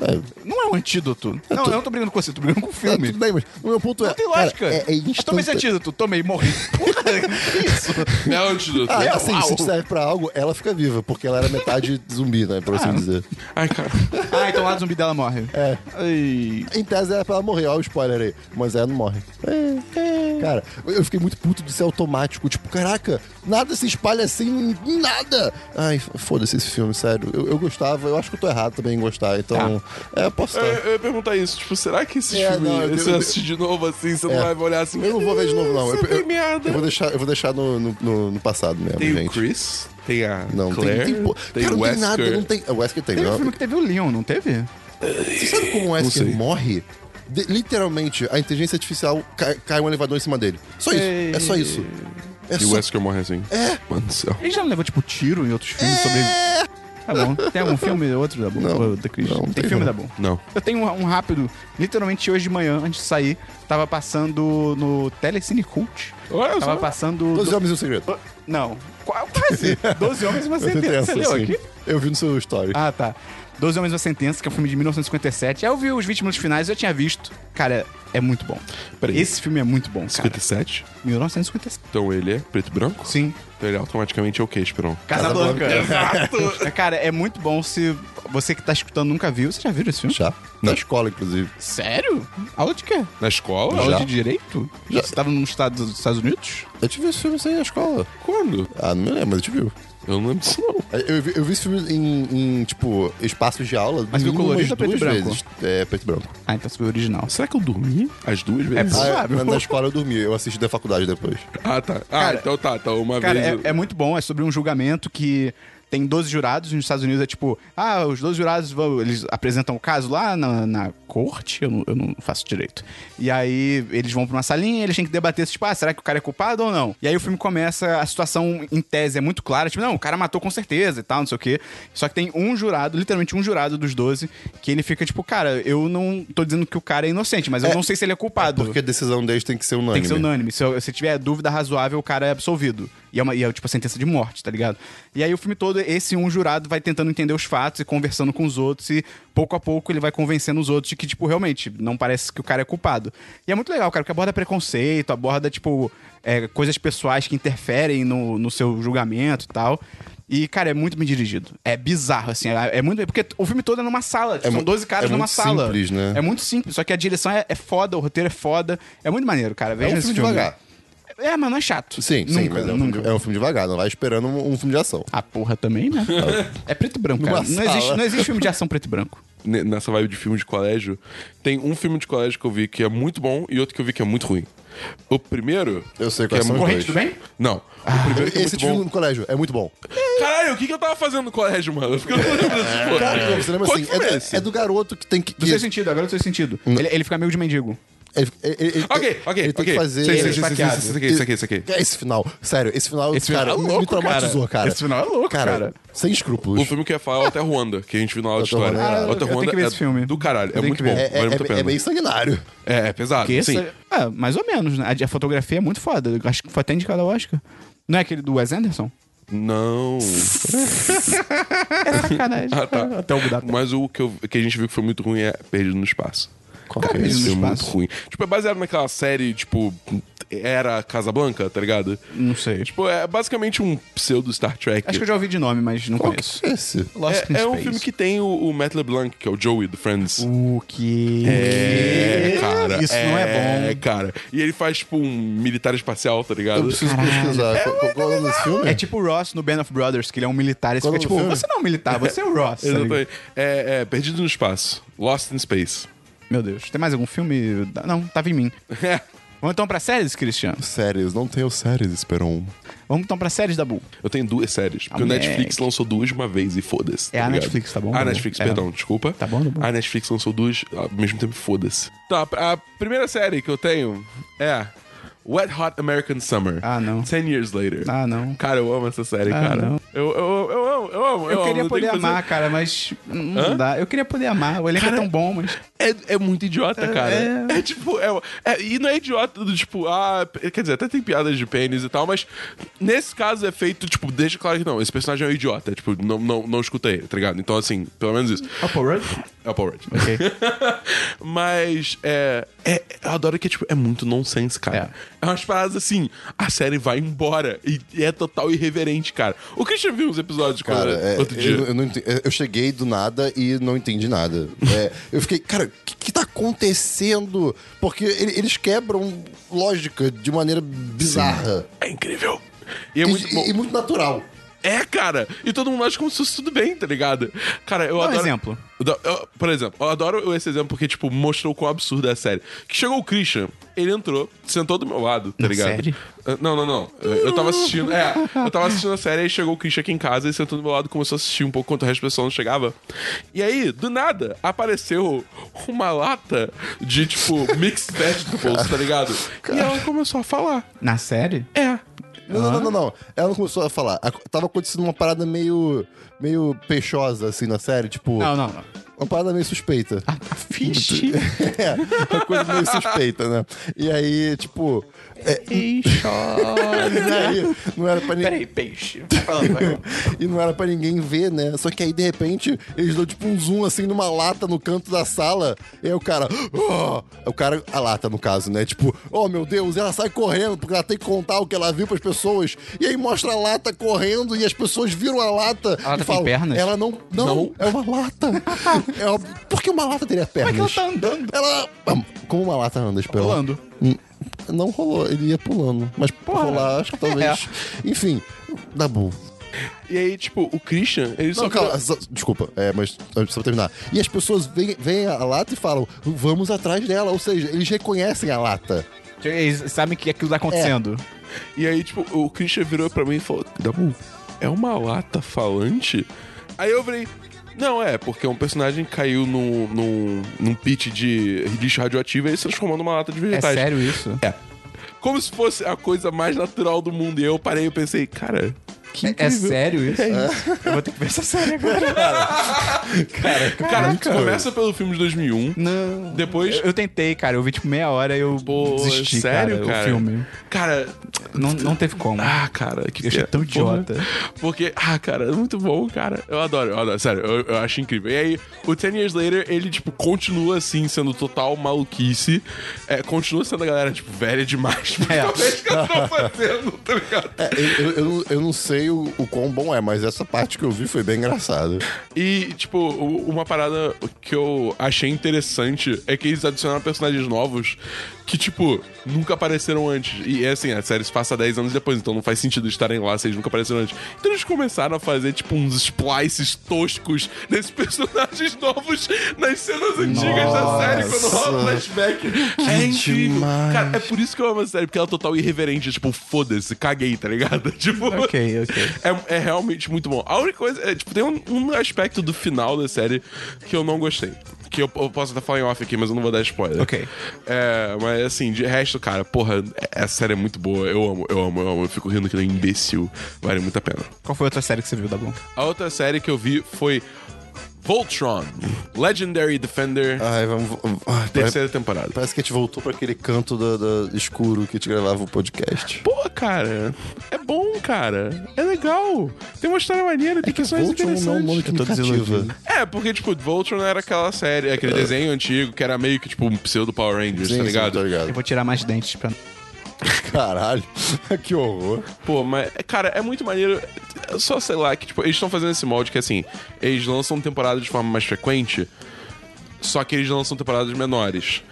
S2: É,
S1: Não é um antídoto. não, eu não tô brigando com você, tô brigando com o
S2: é,
S1: filme.
S2: tudo bem, mas o meu ponto é.
S1: não tem lógica.
S2: Cara, é, é
S1: Eu tomei esse
S2: instantâneo.
S1: antídoto, tomei, morri. Porra, que isso?
S3: Não, antídoto.
S2: Ah,
S1: É,
S2: assim,
S1: uau.
S2: se isso serve pra algo, ela fica viva, porque ela era metade zumbi, né? Pra assim dizer.
S3: Ai, cara.
S1: Ah, então lá o zumbi dela morre. É. Ai.
S2: Em tese era pra ela morrer, olha o spoiler aí. Mas ela não morre. É, é. Cara, eu fiquei muito puto de ser automático. Tipo, caraca, nada se espalha assim, nada. Ai, foda-se esse filme, sério. Eu, eu gostava, eu acho que eu tô errado também em gostar, então.
S1: Tá.
S2: É, eu posso
S3: Eu,
S2: estar.
S3: eu ia perguntar isso. Tipo, será que esse
S2: É,
S3: filme...
S2: não, eu-
S3: se
S2: eu-
S3: eu assistir de novo assim, você
S2: É.
S3: não vai olhar assim...
S2: Eu não vou ver de novo, não.
S3: "Ih,
S2: Eu,
S3: Você tem
S2: eu-
S3: merda.
S2: eu vou deixar, eu vou deixar no, no- no- no passado mesmo,
S3: Tem o
S2: gente.
S3: Chris, tem a
S2: Não, tem-
S3: Claire,
S2: tem, pô- cara, não tem
S3: Wesker.
S2: nada, não tem. é O Wesker tem.
S1: Teve um
S2: não.
S1: filme que teve o Leon, não teve?
S2: Você sabe como o
S3: sei.
S2: Wesker morre? De- literalmente, a inteligência artificial cai, cai um elevador em cima dele. Só isso. É só isso. É
S3: E o
S2: só-
S3: Wesker morre assim.
S2: É.
S3: Mano do céu.
S1: Ele já não levou, tipo, tiro em outros filmes sobre. Tá bom. Tem algum filme outro da bom?
S2: Não,
S1: Ô, da Cris.
S2: não,
S1: tem,
S2: tem
S1: filme
S2: não.
S1: da bom.
S3: Não.
S1: Eu tenho um, um rápido. Literalmente hoje de manhã, antes de sair, tava passando no Telecine Cult.
S3: Olha
S1: Tava
S3: só.
S1: passando.
S2: Doze
S1: do-
S2: Homens e um Segredo.
S1: Não. Qua- Quase. Doze Homens e uma
S2: Eu tentei
S1: Sentença. Você
S2: essa,
S1: leu
S2: assim.
S1: aqui?
S2: Eu vi no seu story.
S1: Ah, tá. Doze Homens e uma Sentença, que é um filme de 1957. Aí eu vi os 20 minutos finais eu tinha visto. Cara, é muito bom.
S3: Peraí.
S1: Esse filme é muito bom, cara.
S3: 57.
S1: 1957.
S3: Então ele é preto e branco?
S1: Sim.
S3: Então ele automaticamente é o quê, Esperão?
S1: Casablanca. Exato. cara, é muito bom se você que tá escutando nunca viu. Você já viu esse filme?
S2: Já. Na escola, inclusive.
S1: Sério? Aula de quê?
S3: Na escola?
S1: Aula
S2: Já.
S1: de direito?
S2: Já.
S1: Você tava nos Estados, nos Estados Unidos?
S2: Eu tive esse filme sem na escola.
S3: Quando?
S2: Ah, não me lembro, mas eu tive.
S3: Eu não lembro disso, não.
S2: Eu vi, eu vi esse filme em, em, tipo, espaços de aula.
S1: Mas viu
S2: umas
S1: colorido ou preto e
S2: duas
S1: branco?
S2: vezes. É, preto e branco.
S1: Ah, então você viu o original.
S3: Será que eu dormi as duas vezes?
S1: possível.
S2: Ah,
S1: Sabe,
S2: na,
S1: pô.
S2: na escola eu dormi, eu assisti da faculdade depois.
S3: Ah, tá. Ah,
S1: Cara,
S3: então tá, tá. Uma
S1: Cara,
S3: vez. eu-
S1: é, é muito bom. É sobre um julgamento que tem 12 jurados. Nos Estados Unidos é tipo, ah, os 12 jurados vão, eles apresentam o caso lá na, na corte. Eu não, eu não faço direito. E aí eles vão pra uma salinha eles têm que debater, tipo, ah, será que o cara é culpado ou não? E aí o filme começa, a situação em tese é muito clara. Tipo, não, o cara matou com certeza e tal, não sei o quê. Só que tem um jurado, literalmente um jurado dos 12, que ele fica tipo, cara, eu não tô dizendo que o cara é inocente, mas eu não sei se ele é culpado.
S2: Porque a decisão deles tem que ser unânime.
S1: Tem que ser unânime. Se, se tiver dúvida razoável, o cara é absolvido. E é, uma, e é tipo a sentença de morte, tá ligado? E aí o filme todo, esse um jurado vai tentando entender os fatos e conversando com os outros, e pouco a pouco ele vai convencendo os outros de que, tipo, realmente, não parece que o cara é culpado. E é muito legal, cara, porque aborda preconceito, aborda, tipo, é, coisas pessoais que interferem no, no seu julgamento e tal. E, cara, é muito bem dirigido. É bizarro, assim. É, é muito. Porque o filme todo é numa sala. tipo, são
S2: mu-
S1: 12 caras
S2: é
S1: numa
S2: muito
S1: sala.
S2: simples, né?
S1: É muito simples. Só que a direção é, é foda, o roteiro é foda. É muito maneiro, cara.
S2: É
S1: Veja
S2: um
S1: esse
S2: filme
S1: filme.
S2: devagar.
S1: É, mas não é chato.
S2: Sim,
S1: nunca,
S2: sim, mas é um,
S1: nunca.
S2: Filme, é um filme devagar, não vai esperando um, um filme de ação.
S1: A porra também, né? é preto e branco, cara.
S2: Numa
S1: Não
S2: sala.
S1: existe, não existe filme de ação preto e branco.
S3: ne- nessa vibe de filme de colégio, tem um filme de colégio que eu vi que é muito bom e outro que eu vi que é muito ruim. O primeiro.
S2: Eu sei
S3: que
S2: quais
S3: é
S2: são os
S3: muito...
S2: dois.
S1: bem?
S3: Não. o primeiro que é
S2: Ah, Esse
S3: muito
S2: filme
S3: bom.
S2: no colégio é muito bom.
S3: Caralho, o que, que eu tava fazendo no colégio, mano? Porque eu não lembro dessas porra.
S2: É, Cara, você lembra
S3: Qual
S2: assim?
S3: que
S2: É,
S3: filme
S2: do-
S3: é esse?
S2: é do garoto que tem que.
S1: Do seu sentido, agora do seu sentido. Ele, ele fica amigo de mendigo.
S2: ele- ele- é, ele-
S3: Ok, ok,
S2: Ele tem
S3: ok.
S2: que fazer.
S3: Sei, sei,
S1: ele
S3: sei, sei,
S1: esfaqueado.
S3: sei, sei, sei, sei, sei, sei, sei.
S2: É Esse final, sério, esse final,
S1: Esse
S2: cara,
S1: final é
S2: me-
S1: louco,
S2: me traumatizou,
S1: cara.
S2: cara.
S1: Esse final é louco, cara.
S2: Sem escrúpulos.
S3: O filme que eu ia falar é o Até Ruanda, que a gente viu na aula de
S2: Até
S3: história.
S1: Ah,
S2: Ruanda.
S1: eu
S3: Até
S1: tenho
S3: Ruanda
S1: que ver
S3: é
S1: esse filme.
S3: do caralho. É
S1: tenho
S3: muito
S1: que
S3: bom.
S1: ver.
S2: é, é,
S3: vale muito a
S2: é,
S3: pena.
S2: é meio sanguinário.
S3: É, é pesado.
S1: Que
S3: sim.
S1: essa- Ah, mais ou menos, né? A, a fotografia é muito foda. Eu Acho que foi até indicada ao Oscar. Não é aquele do Wes Anderson?
S3: Não.
S1: Sacanagem.
S3: Ah, tá.
S1: Até o Budapeste.
S3: Mas o que, eu- que a gente viu que foi muito ruim é Perdido no Espaço. Qual
S1: que é Perdido no
S3: muito
S1: Espaço?
S3: ruim. Tipo, é baseado naquela série, tipo, era Casablanca, tá ligado?
S1: Não sei. Tipo,
S3: Tipo, é basicamente um pseudo Star Trek.
S1: acho que eu já ouvi de nome, mas não
S2: Qual que
S1: conheço.
S2: é esse?
S1: Lost in
S3: é, é um
S1: Space.
S3: filme que tem o, o Matt LeBlanc, que é o Joey do Friends.
S1: O que... É, Isso não é bom.
S3: cara. E ele faz, tipo, um militar espacial, tá
S2: Eu
S3: ligado?
S2: preciso pesquisar. Qual- qual- Qual é o nome desse filme?
S1: É tipo o Ross no Band of Brothers, que ele é um militar. Esse
S2: Qual
S1: fica
S2: o
S1: tipo,
S2: filme?
S1: você não é um militar, você é o Ross. tá ligado?
S3: Exatamente. É, é Perdido no Espaço. Lost in Space.
S1: Meu Deus, tem mais algum filme? Da- Não, tava em mim. Vamos então pra séries, Cristiano?
S2: Séries, não tenho séries, um. Esperon.
S1: Vamos então pra séries da Bull.
S3: Eu tenho duas séries. Porque
S1: Ah,
S3: o Netflix
S1: moleque.
S3: lançou duas de uma vez e foda-se.
S1: É a
S3: ligado?
S1: Netflix, tá bom? Tá
S3: A
S1: bom.
S3: Netflix,
S1: É.
S3: perdão, desculpa.
S1: Tá bom, tá bom.
S3: A Netflix lançou duas ao mesmo tempo, foda-se. Tá, a primeira série que eu tenho é. Wet Hot American Summer.
S1: Ah, não.
S3: Ten Years Later.
S1: Ah, não.
S3: Cara, eu amo essa série,
S1: Ah,
S3: cara.
S1: não.
S3: Eu, eu, eu amo, eu
S1: Eu
S3: amo. amo,
S1: queria
S3: não
S1: poder
S3: tenho o que fazer.
S1: amar, cara, mas não
S3: Hã?
S1: dá. Eu queria poder amar. O elenco é tão bom, mas.
S3: É, é muito idiota, cara. É, tipo, é, é- e não é idiota do tipo, ah, p- quer dizer, até tem piadas de pênis e tal, mas nesse caso é feito, tipo, deixa claro que não, esse personagem é um idiota, tipo, não, não, não escuta ele, tá ligado? Então, assim, pelo menos isso.
S1: Ah, Paul Rudd?
S3: É o Paul Rudd.
S1: Ok.
S3: mas, é, é- Eu adoro que, é, tipo, é muito nonsense, cara. É. umas paradas assim, a série vai embora e, e é total irreverente, cara. O Christian viu uns episódios com-
S2: Cara, é,
S3: outro dia.
S2: eu, eu não ente- eu- eu cheguei do nada e não entendi nada. É, eu fiquei, cara, o que, que tá acontecendo? Porque ele- eles quebram lógica de maneira bizarra.
S3: É incrível. E é
S2: E-
S3: muito
S2: e,
S3: bom.
S2: e muito natural.
S3: É, cara. E todo mundo acha como se fosse tudo bem, tá ligado? Cara, eu
S1: Dá um
S3: adoro...
S1: exemplo.
S3: Eu dou- eu- por exemplo, eu adoro esse exemplo porque, tipo, mostrou quão absurda é a série. Que chegou o Christian, ele entrou, sentou do meu lado, tá
S1: Na
S3: ligado?
S1: série?
S3: Ah, Não, não, não. Eu eu tava assistindo... É, eu tava assistindo a série, aí chegou o Christian aqui em casa e sentou do meu lado, começou a assistir um pouco enquanto o resto do pessoal não chegava. E aí, do nada, apareceu uma lata de, tipo, mixed vegetables, tá ligado? E ela começou a falar.
S1: Na série?
S3: É,
S2: Não, não, não, não, não. Ela não começou a falar. Ac- Tava acontecendo uma parada meio. meio peixosa, assim, na série, tipo.
S1: Não, não, não.
S2: Uma parada meio suspeita.
S3: Ah.
S1: Fiche.
S2: É, uma coisa meio suspeita, né? E aí, tipo. é, e aí, não era pra ninguém.
S6: Peraí, peixe. Vai falando, vai falando.
S2: E não era pra ninguém ver, né? Só que aí, de repente, eles dão tipo um zoom assim numa lata no canto da sala. E aí o cara. "Oh!" O cara. A lata, no caso, né? Tipo, oh meu Deus, ela sai correndo, porque ela tem que contar o que ela viu pras pessoas. E aí mostra a lata correndo e as pessoas viram a lata.
S1: A lata
S2: e
S1: tem
S2: falam,
S1: pernas?
S2: Ela não. Não, é uma lata. é uma- Por que uma lata teria pernas?
S1: Como é que ela tá andando?
S2: Ela. ah, Como uma lata anda, espera.
S1: Rolando.
S2: Hum, Não rolou, ele ia pulando. Mas rolar, acho que talvez.
S1: É.
S2: Enfim, Dabu.
S3: E aí, tipo, o Christian, ele
S2: Não,
S3: só.
S2: calma, só- desculpa, é, mas antes, só pra terminar. E as pessoas veem, veem a lata e falam, vamos atrás dela. Ou seja, eles reconhecem a lata.
S1: Eles sabem que aquilo tá acontecendo.
S3: E aí, tipo, o Christian virou pra mim e falou: Dabu, é uma lata falante? Aí eu virei. Não, é, porque um personagem caiu num, num, num pit de lixo radioativo e ele se transformou numa lata de
S1: É
S3: vegetais.
S1: sério isso?
S3: É. Como se fosse a coisa mais natural do mundo. E eu parei e pensei, cara, que
S1: É, é
S3: incrível.
S1: sério isso? Eu vou ter que ver essa série agora.
S3: Cara, começa pelo filme de 2001.
S1: Não.
S3: Depois-
S1: Eu, eu tentei, cara. Eu vi tipo meia hora e eu
S3: Pô, é
S1: desisti,
S3: sério,
S1: cara,
S3: cara?
S1: O filme.
S3: Cara,
S1: Não, não teve como.
S3: ah, cara, que
S1: né? Eu achei
S3: pena.
S1: tão
S3: Porra.
S1: idiota.
S3: Porque, ah, cara, é muito bom, cara. Eu adoro, eu adoro, sério, eu, eu acho incrível. E aí, o 10 Years Later, ele, tipo, continua assim, sendo total maluquice. É, continua sendo a galera, tipo, velha demais.
S1: É.
S3: Principalmente que eles estão fazendo, tá ligado?
S2: É, Eu, eu- eu não- eu não sei o, o quão bom é, mas essa parte que eu vi foi bem engraçada.
S3: E, tipo, u- uma parada que eu achei interessante é que eles adicionaram personagens novos que, tipo, nunca apareceram antes. E é assim, a série se passa 10 anos depois, então não faz sentido estarem lá se eles nunca apareceram antes. Então eles começaram a fazer, tipo, uns splices toscos desses personagens novos nas cenas antigas da série, quando rola flashback. é incrível.
S2: demais.
S3: Cara, é por isso que eu amo a série, porque ela é total irreverente, tipo, foda-se, caguei, tá ligado? Tipo.
S1: Ok, ok.
S3: É, é realmente muito bom. A única coisa. É, tipo, tem um, um aspecto do final da série que eu não gostei. Que eu, eu posso até falar em off aqui, mas eu não vou dar spoiler.
S1: Ok.
S3: É, mas assim, de resto, cara, porra, é- essa série é muito boa. Eu amo, eu amo, eu amo. Eu fico rindo que nem um imbecil. Vale muito a pena.
S1: Qual foi a outra série que você viu, Dabu?
S3: A outra série que eu vi foi Voltron Legendary Defender,
S2: Ai, vamos. ai, parece,
S3: terceira temporada.
S2: parece que a gente voltou pra aquele canto da- da escuro que a gente gravava o podcast.
S3: Pô, cara, é bom, cara. É legal. Tem uma história maneira, tem personagens
S2: Voltron não é um
S3: interessantes.
S2: nome que me cativa.
S3: É, porque, tipo, Voltron era aquela série, aquele desenho antigo que era meio que, tipo, um pseudo Power Rangers,
S2: Sim,
S3: tá
S2: sim,
S3: ligado?
S2: Tá
S1: Eu
S2: ligado?
S1: vou tirar mais dentes pra.
S2: Caralho, que horror.
S3: Pô, mas, cara, é muito maneiro. É Só sei lá, que, tipo, eles estão fazendo esse molde que, assim, eles lançam temporada de forma mais frequente, só que eles lançam temporadas menores.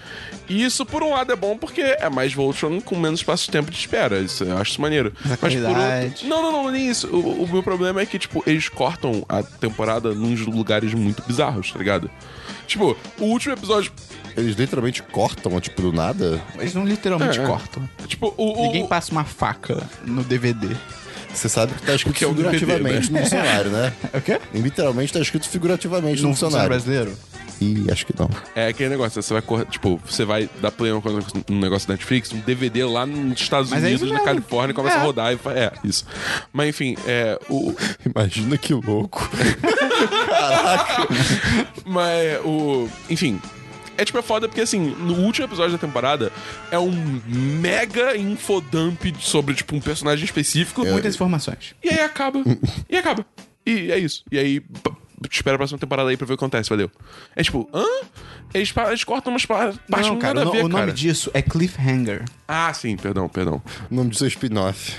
S3: E isso, por um lado, é bom porque é mais Voltron com menos espaço de tempo de espera. Isso, eu acho isso maneiro.
S1: Mas a
S3: por
S1: qualidade.
S3: outro. Não, não, não, nem isso. O, o meu problema é que, tipo, eles cortam a temporada nos lugares muito bizarros, tá ligado? Tipo, o último episódio
S2: Eles literalmente cortam, tipo, do nada.
S1: Eles não literalmente
S3: É, é.
S1: cortam.
S3: Tipo, o. o-
S1: Ninguém passa uma faca no DVD.
S2: Você sabe que tá escrito
S3: que é um DVD,
S2: figurativamente no dicionário, né?
S1: É O quê?
S2: E Literalmente tá escrito figurativamente no
S1: No funcionário
S2: dicionário.
S1: brasileiro?
S2: Ih, acho que não.
S3: É aquele negócio, você vai correr, tipo, você vai dar play num negócio- num negócio da Netflix, um DVD lá nos Estados
S1: Mas é
S3: Unidos,
S1: isso
S3: na
S1: mesmo.
S3: Califórnia, e começa a
S1: É.
S3: rodar e fa... É, isso. Mas enfim, é. O,
S2: Imagina que louco.
S3: mas é, o. Enfim. É tipo, é foda porque assim, no último episódio da temporada é um mega infodump sobre, tipo, um personagem específico.
S1: Muitas informações.
S3: E aí acaba. e acaba. E é isso. E aí. p- Espera a próxima temporada aí pra ver o que acontece, valeu. É tipo, hã? Eles, pa- eles cortam umas pa- partes
S1: não,
S3: que
S1: cara,
S3: nada
S1: o,
S3: a ver,
S1: no- o nome
S3: cara.
S1: disso é Cliffhanger.
S3: Ah, sim, perdão, perdão.
S2: O nome disso é spin-off.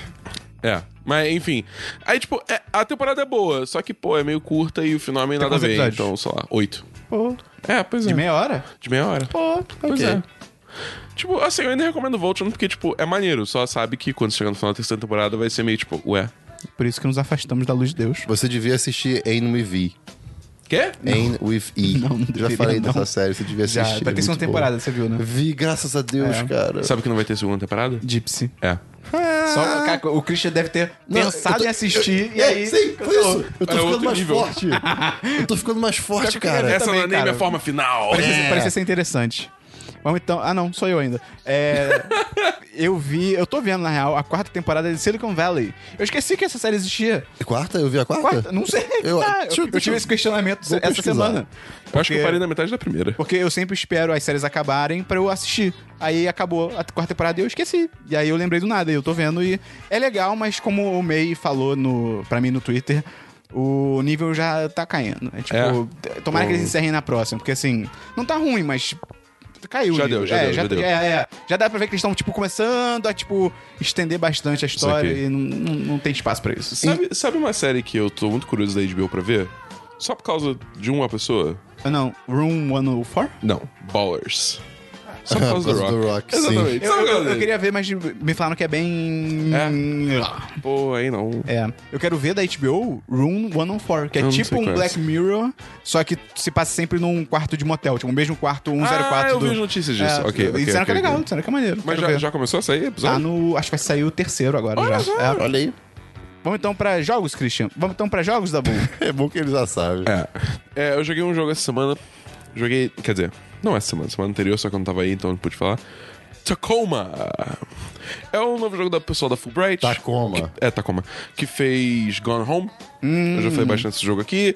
S3: É, mas enfim. Aí, tipo, é- a temporada é boa, só que, pô, é meio curta e o final é meio nada a
S1: quantos
S3: ver.
S1: episódios?
S3: Então, sei lá, oito.
S1: Pô.
S3: É, pois é.
S1: De meia hora?
S3: De meia hora.
S1: Pô,
S3: pois
S1: ok.
S3: é. Tipo, assim, eu ainda recomendo o Voltron porque, tipo, é maneiro. Só sabe que quando chegar no final da terceira temporada vai ser meio tipo, ué.
S1: Por isso que nos afastamos da luz de Deus.
S2: Você devia assistir Ain with E.
S3: Quê?
S1: É.
S2: Ain with E.
S1: Não, não
S2: Já
S1: deveria,
S2: falei
S1: não.
S2: dessa série, você devia
S1: Já,
S2: assistir.
S1: vai ter
S2: é
S1: segunda
S2: muito
S1: temporada,
S2: boa.
S1: você viu, né? É.
S2: Vi, graças a Deus, cara.
S3: Sabe que não vai ter segunda temporada?
S1: Gypsy.
S3: É.
S1: Só, cara, o Christian deve ter
S2: Não, eu
S1: pensado
S2: tô-
S1: em assistir e
S2: É,
S1: aí.
S2: sim, foi isso. Eu tô
S3: É
S2: ficando
S3: outro
S2: mais
S3: nível.
S2: forte. Eu tô ficando mais forte,
S1: que
S2: cara.
S1: eu
S3: Essa
S1: também,
S3: não é nem
S1: cara.
S3: minha forma final.
S2: É.
S1: Parecia, parecia ser interessante. Vamos então. Ah, não, sou eu ainda. É, eu vi, eu tô vendo, na real, a quarta temporada de Silicon Valley. Eu esqueci que essa série existia.
S2: É Quarta? Eu vi a quarta?
S1: Quarta? Não sei.
S2: Eu-
S1: Ah,
S2: deixa eu-
S1: eu tive esse questionamento
S2: Vou
S1: essa
S2: pesquisar.
S1: semana.
S3: Eu acho que eu
S1: Porque-
S3: parei na metade da primeira.
S1: porque eu sempre espero as séries acabarem pra eu assistir. Aí acabou a quarta temporada e eu esqueci. E aí eu lembrei do nada, e eu tô vendo e é legal, mas como o May falou no para mim no Twitter, o nível já tá caindo. É tipo, tomara que eles encerrem na próxima, porque assim, não tá ruim, mas caiu.
S3: Já
S1: o nível.
S3: deu, já
S1: é,
S3: deu, já deu.
S1: É, é. já dá pra ver que eles estão tipo começando a tipo estender bastante a história
S3: aqui.
S1: e não, não, não tem espaço pra isso.
S3: Sabe, sabe uma série que eu tô muito curioso da HBO pra ver? Só por causa de uma pessoa?
S1: E- não, Room 104?
S3: Não, Ballers. Só por causa do
S2: Por
S3: Rock.
S2: causa do Rock, sim.
S3: Exatamente.
S1: Eu,
S3: Só por
S1: eu-
S3: causa
S1: eu
S3: dele.
S1: queria ver, mas me falaram que é bem
S3: É. Pô, aí não.
S1: É. Eu quero ver da HBO Room 104, que é
S3: Eu não
S1: tipo
S3: sei
S1: um
S3: qual é
S1: Black
S3: essa.
S1: Mirror, só que se passa sempre num quarto de motel, tipo, o mesmo quarto 104
S3: ah, eu
S1: do.
S3: vi as notícias disso.
S1: É,
S3: ok,
S1: e
S3: ok.
S1: disseram que
S3: ok,
S1: é legal,
S3: ok.
S1: disseram que é maneiro.
S3: Mas
S1: quero
S3: já,
S1: ver.
S3: já começou a sair
S1: Tá
S3: episódio?
S1: no. Acho que vai sair o terceiro agora já.
S3: Olha só.
S1: É.
S2: Olha aí.
S1: Vamos então pra jogos, Christian. Vamos então pra jogos, Dabu.
S2: É bom que ele já sabe.
S1: Ah,
S3: É. É, eu joguei um jogo essa semana. Joguei. Quer dizer, não essa semana, semana anterior, só que eu não tava aí, então eu não pude falar. Tacoma! É um novo jogo da pessoal da Fulbright.
S2: Tacoma.
S3: É, Tacoma. Que fez Gone Home. Eu já falei
S1: Hum.
S3: bastante desse jogo aqui.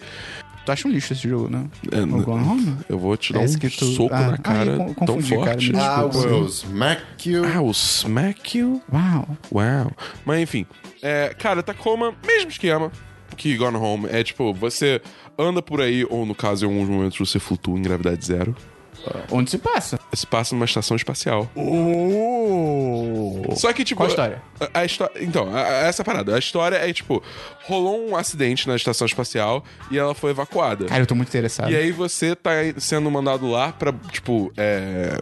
S1: tu acha um lixo esse jogo, né?
S3: É,
S1: O
S3: n-
S1: Gone Home?
S3: Eu vou te dar
S1: Esse
S3: um
S1: que tu-
S3: soco
S1: ah,
S3: na
S1: ah, eu
S3: cara
S1: con-
S3: tão
S1: confundi, cara,
S3: forte.
S1: me
S2: I
S1: desculpa.
S2: will smack you.
S3: Ah, o Smack You.
S1: Uau.
S3: Uau. Mas enfim, é, cara, Tacoma, mesmo esquema que Gone Home. É tipo, você anda por aí, ou no caso, em alguns momentos você flutua em gravidade zero.
S1: Onde se passa?
S3: Se passa numa estação espacial.
S1: Oh.
S3: Só que, tipo.
S1: Qual a história?
S3: a- a histó- Então, a- a- essa parada. A história é, tipo, rolou um acidente na estação espacial e ela foi evacuada.
S1: Cara, eu tô muito interessado.
S3: E aí você tá sendo mandado lá pra, tipo, é,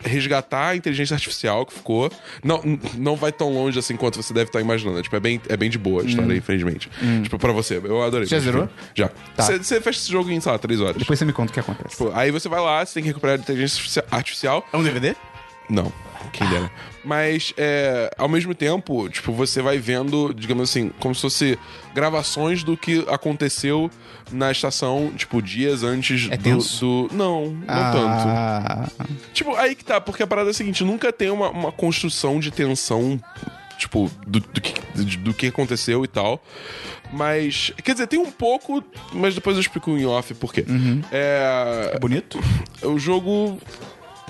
S3: resgatar a inteligência artificial que ficou. Não, n- não vai tão longe assim quanto você deve estar imaginando. É, Tipo, é bem, é bem de boa a história, infelizmente. Tipo, pra você. Eu adorei.
S1: Hum. Já
S3: Mas,
S1: zerou? Tá.
S3: enfim, Já. Você você fecha esse jogo em, sei lá, três horas.
S1: Depois você me conta o que acontece.
S3: Tipo, Aí você vai lá, você tem que recuperar a inteligência artifici- artificial.
S1: É um DVD?
S3: Não, quem dera. Mas, é, ao mesmo tempo, tipo, você vai vendo, digamos assim, como se fosse gravações do que aconteceu na estação, tipo, dias antes
S1: É
S3: do-
S1: tenso?
S3: do, Não, não tanto.
S1: ah,
S3: Tipo, aí que tá, porque a parada é a seguinte, nunca tem uma, uma construção de tensão, tipo, do, do, que, de- do que aconteceu e tal. Mas, quer dizer, tem um pouco, mas depois eu explico em off por quê.
S1: Uhum.
S3: É,
S1: É bonito?
S3: o jogo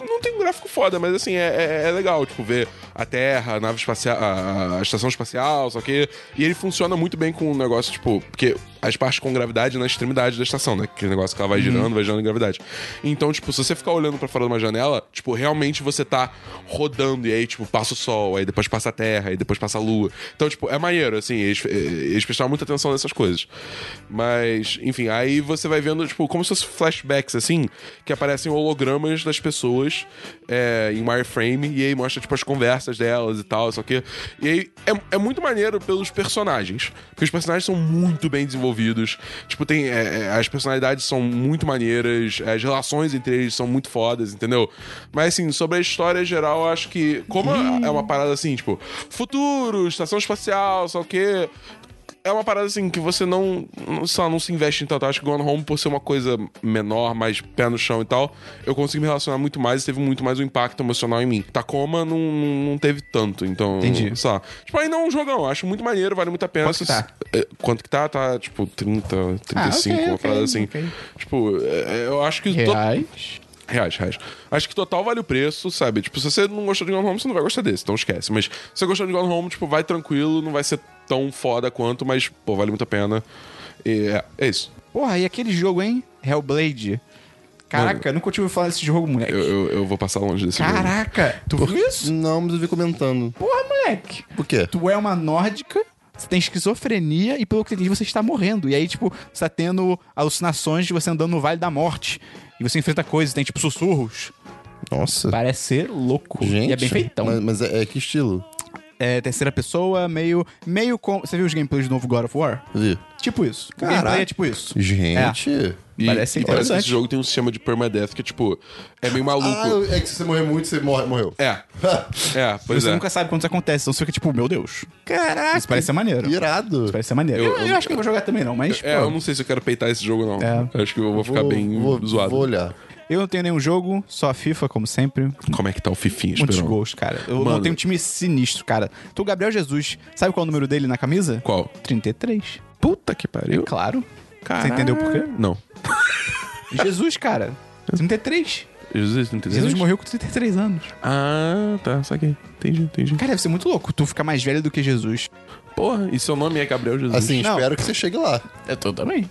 S3: não tem um gráfico foda, mas assim, é, é- é legal, tipo, ver a Terra, a nave espacial, a, a estação espacial, só que. E ele funciona muito bem com um negócio, tipo, porque as partes com gravidade na extremidade da estação, né? Aquele negócio que ela vai girando, vai girando em gravidade. Então, tipo, se você ficar olhando pra fora de uma janela, tipo, realmente você tá rodando, e aí, tipo, passa o sol, aí depois passa a terra, aí depois passa a lua. Então, tipo, é maneiro, assim, eles, eh, eles prestaram muita atenção nessas coisas. Mas, enfim, aí você vai vendo, tipo, como se fosse flashbacks, assim, que aparecem hologramas das pessoas eh, em wireframe, e aí mostra, tipo, as conversas delas e tal, só que. E aí é, é muito maneiro pelos personagens. Porque os personagens são muito bem desenvolvidos. Tipo, tem. eh, eh, as personalidades são muito maneiras, as relações entre eles são muito fodas, entendeu? Mas assim, sobre a história geral, eu acho que. Como é uma parada assim, tipo, futuro, estação espacial, só que. É uma parada assim que você não. não sei lá, não se investe em tanto. Eu Acho que Gone Home, por ser uma coisa menor, mais pé no chão e tal, eu consegui me relacionar muito mais e teve muito mais um impacto emocional em mim. Tacoma não, não, não teve tanto, então.
S1: Entendi.
S3: Só. Tipo, ainda é um jogão. eu Acho muito maneiro, vale muito a pena.
S1: Quanto que tá? Ah,
S3: É, Quanto que tá? Tá, tipo, 30, 35,
S1: ok,
S3: uma
S1: ok,
S3: parada assim.
S1: ok.
S3: Tipo, é, eu acho que. to-
S1: Reais.
S3: Reais, reais. Acho que total vale o preço, sabe? Tipo, se você não gostou de Gone Home, você não vai gostar desse, então esquece. Mas se você gostou de Gone Home, tipo, vai tranquilo, não vai ser tão foda quanto, mas, pô, vale muito a pena. E é, é isso.
S1: Porra, e aquele jogo, hein? Hellblade. Caraca, nunca tive ouvido falar desse jogo, moleque.
S3: Eu, eu, eu vou passar longe desse jogo.
S1: Caraca, tu viu isso?
S2: Não, mas eu vi comentando.
S1: Porra, moleque.
S2: Por quê?
S1: Tu é uma nórdica, você tem esquizofrenia e pelo que eu entendi você está morrendo. E aí, tipo, você tá tendo alucinações de você andando no Vale da Morte. E você enfrenta coisas, tem tipo sussurros.
S2: Nossa.
S1: Parece ser louco.
S2: Gente.
S1: E é bem feitão.
S2: Mas, mas é, é que estilo?
S1: É terceira pessoa, meio. meio com. Você viu os gameplays do novo God of War?
S2: Vi.
S1: Tipo isso. O
S2: Caraca.
S1: gameplay é tipo isso. É.
S2: Gente.
S1: Parece
S3: E, e parece que
S1: interessante.
S3: esse jogo tem um sistema de permadeath que, tipo, é meio
S2: Ah,
S3: maluco.
S2: é que se você morrer muito, você morre, morreu.
S3: É. É, pois
S1: você
S3: é.
S1: nunca sabe quando isso acontece, então você fica tipo, meu Deus.
S2: Caraca.
S1: Isso parece ser maneiro.
S2: Irado.
S1: Isso parece ser maneiro. Ah,
S3: Eu-
S1: Eu,
S3: eu-
S1: eu acho que eu vou jogar também, não, mas.
S3: É,
S1: pô,
S3: eu não sei se eu quero peitar esse jogo, não.
S1: É.
S3: Acho que eu vou ficar bem
S2: vou,
S3: zoado.
S2: Vou olhar.
S1: Eu não tenho nenhum jogo, só FIFA, como sempre.
S3: Como é que tá o Fifinha,
S1: Muitos
S3: Esperon?
S1: gols, cara. Eu
S3: Mano.
S1: montei um time sinistro, cara. Então o Gabriel Jesus, sabe qual é o número dele na camisa?
S3: Qual?
S1: 33.
S3: Puta que pariu.
S1: Claro.
S3: Caralho.
S1: Você entendeu por quê?
S3: Não.
S1: Jesus, cara. 33.
S3: Jesus, não entendeu?
S1: Jesus morreu com 33 anos.
S3: Ah, tá, saquei. Entendi, entendi.
S1: Cara, deve ser muito louco tu ficar mais velho do que Jesus.
S3: Porra, e seu nome é Gabriel Jesus.
S2: Assim,
S1: Não. É
S2: espero que você chegue lá.
S1: Eu tô também.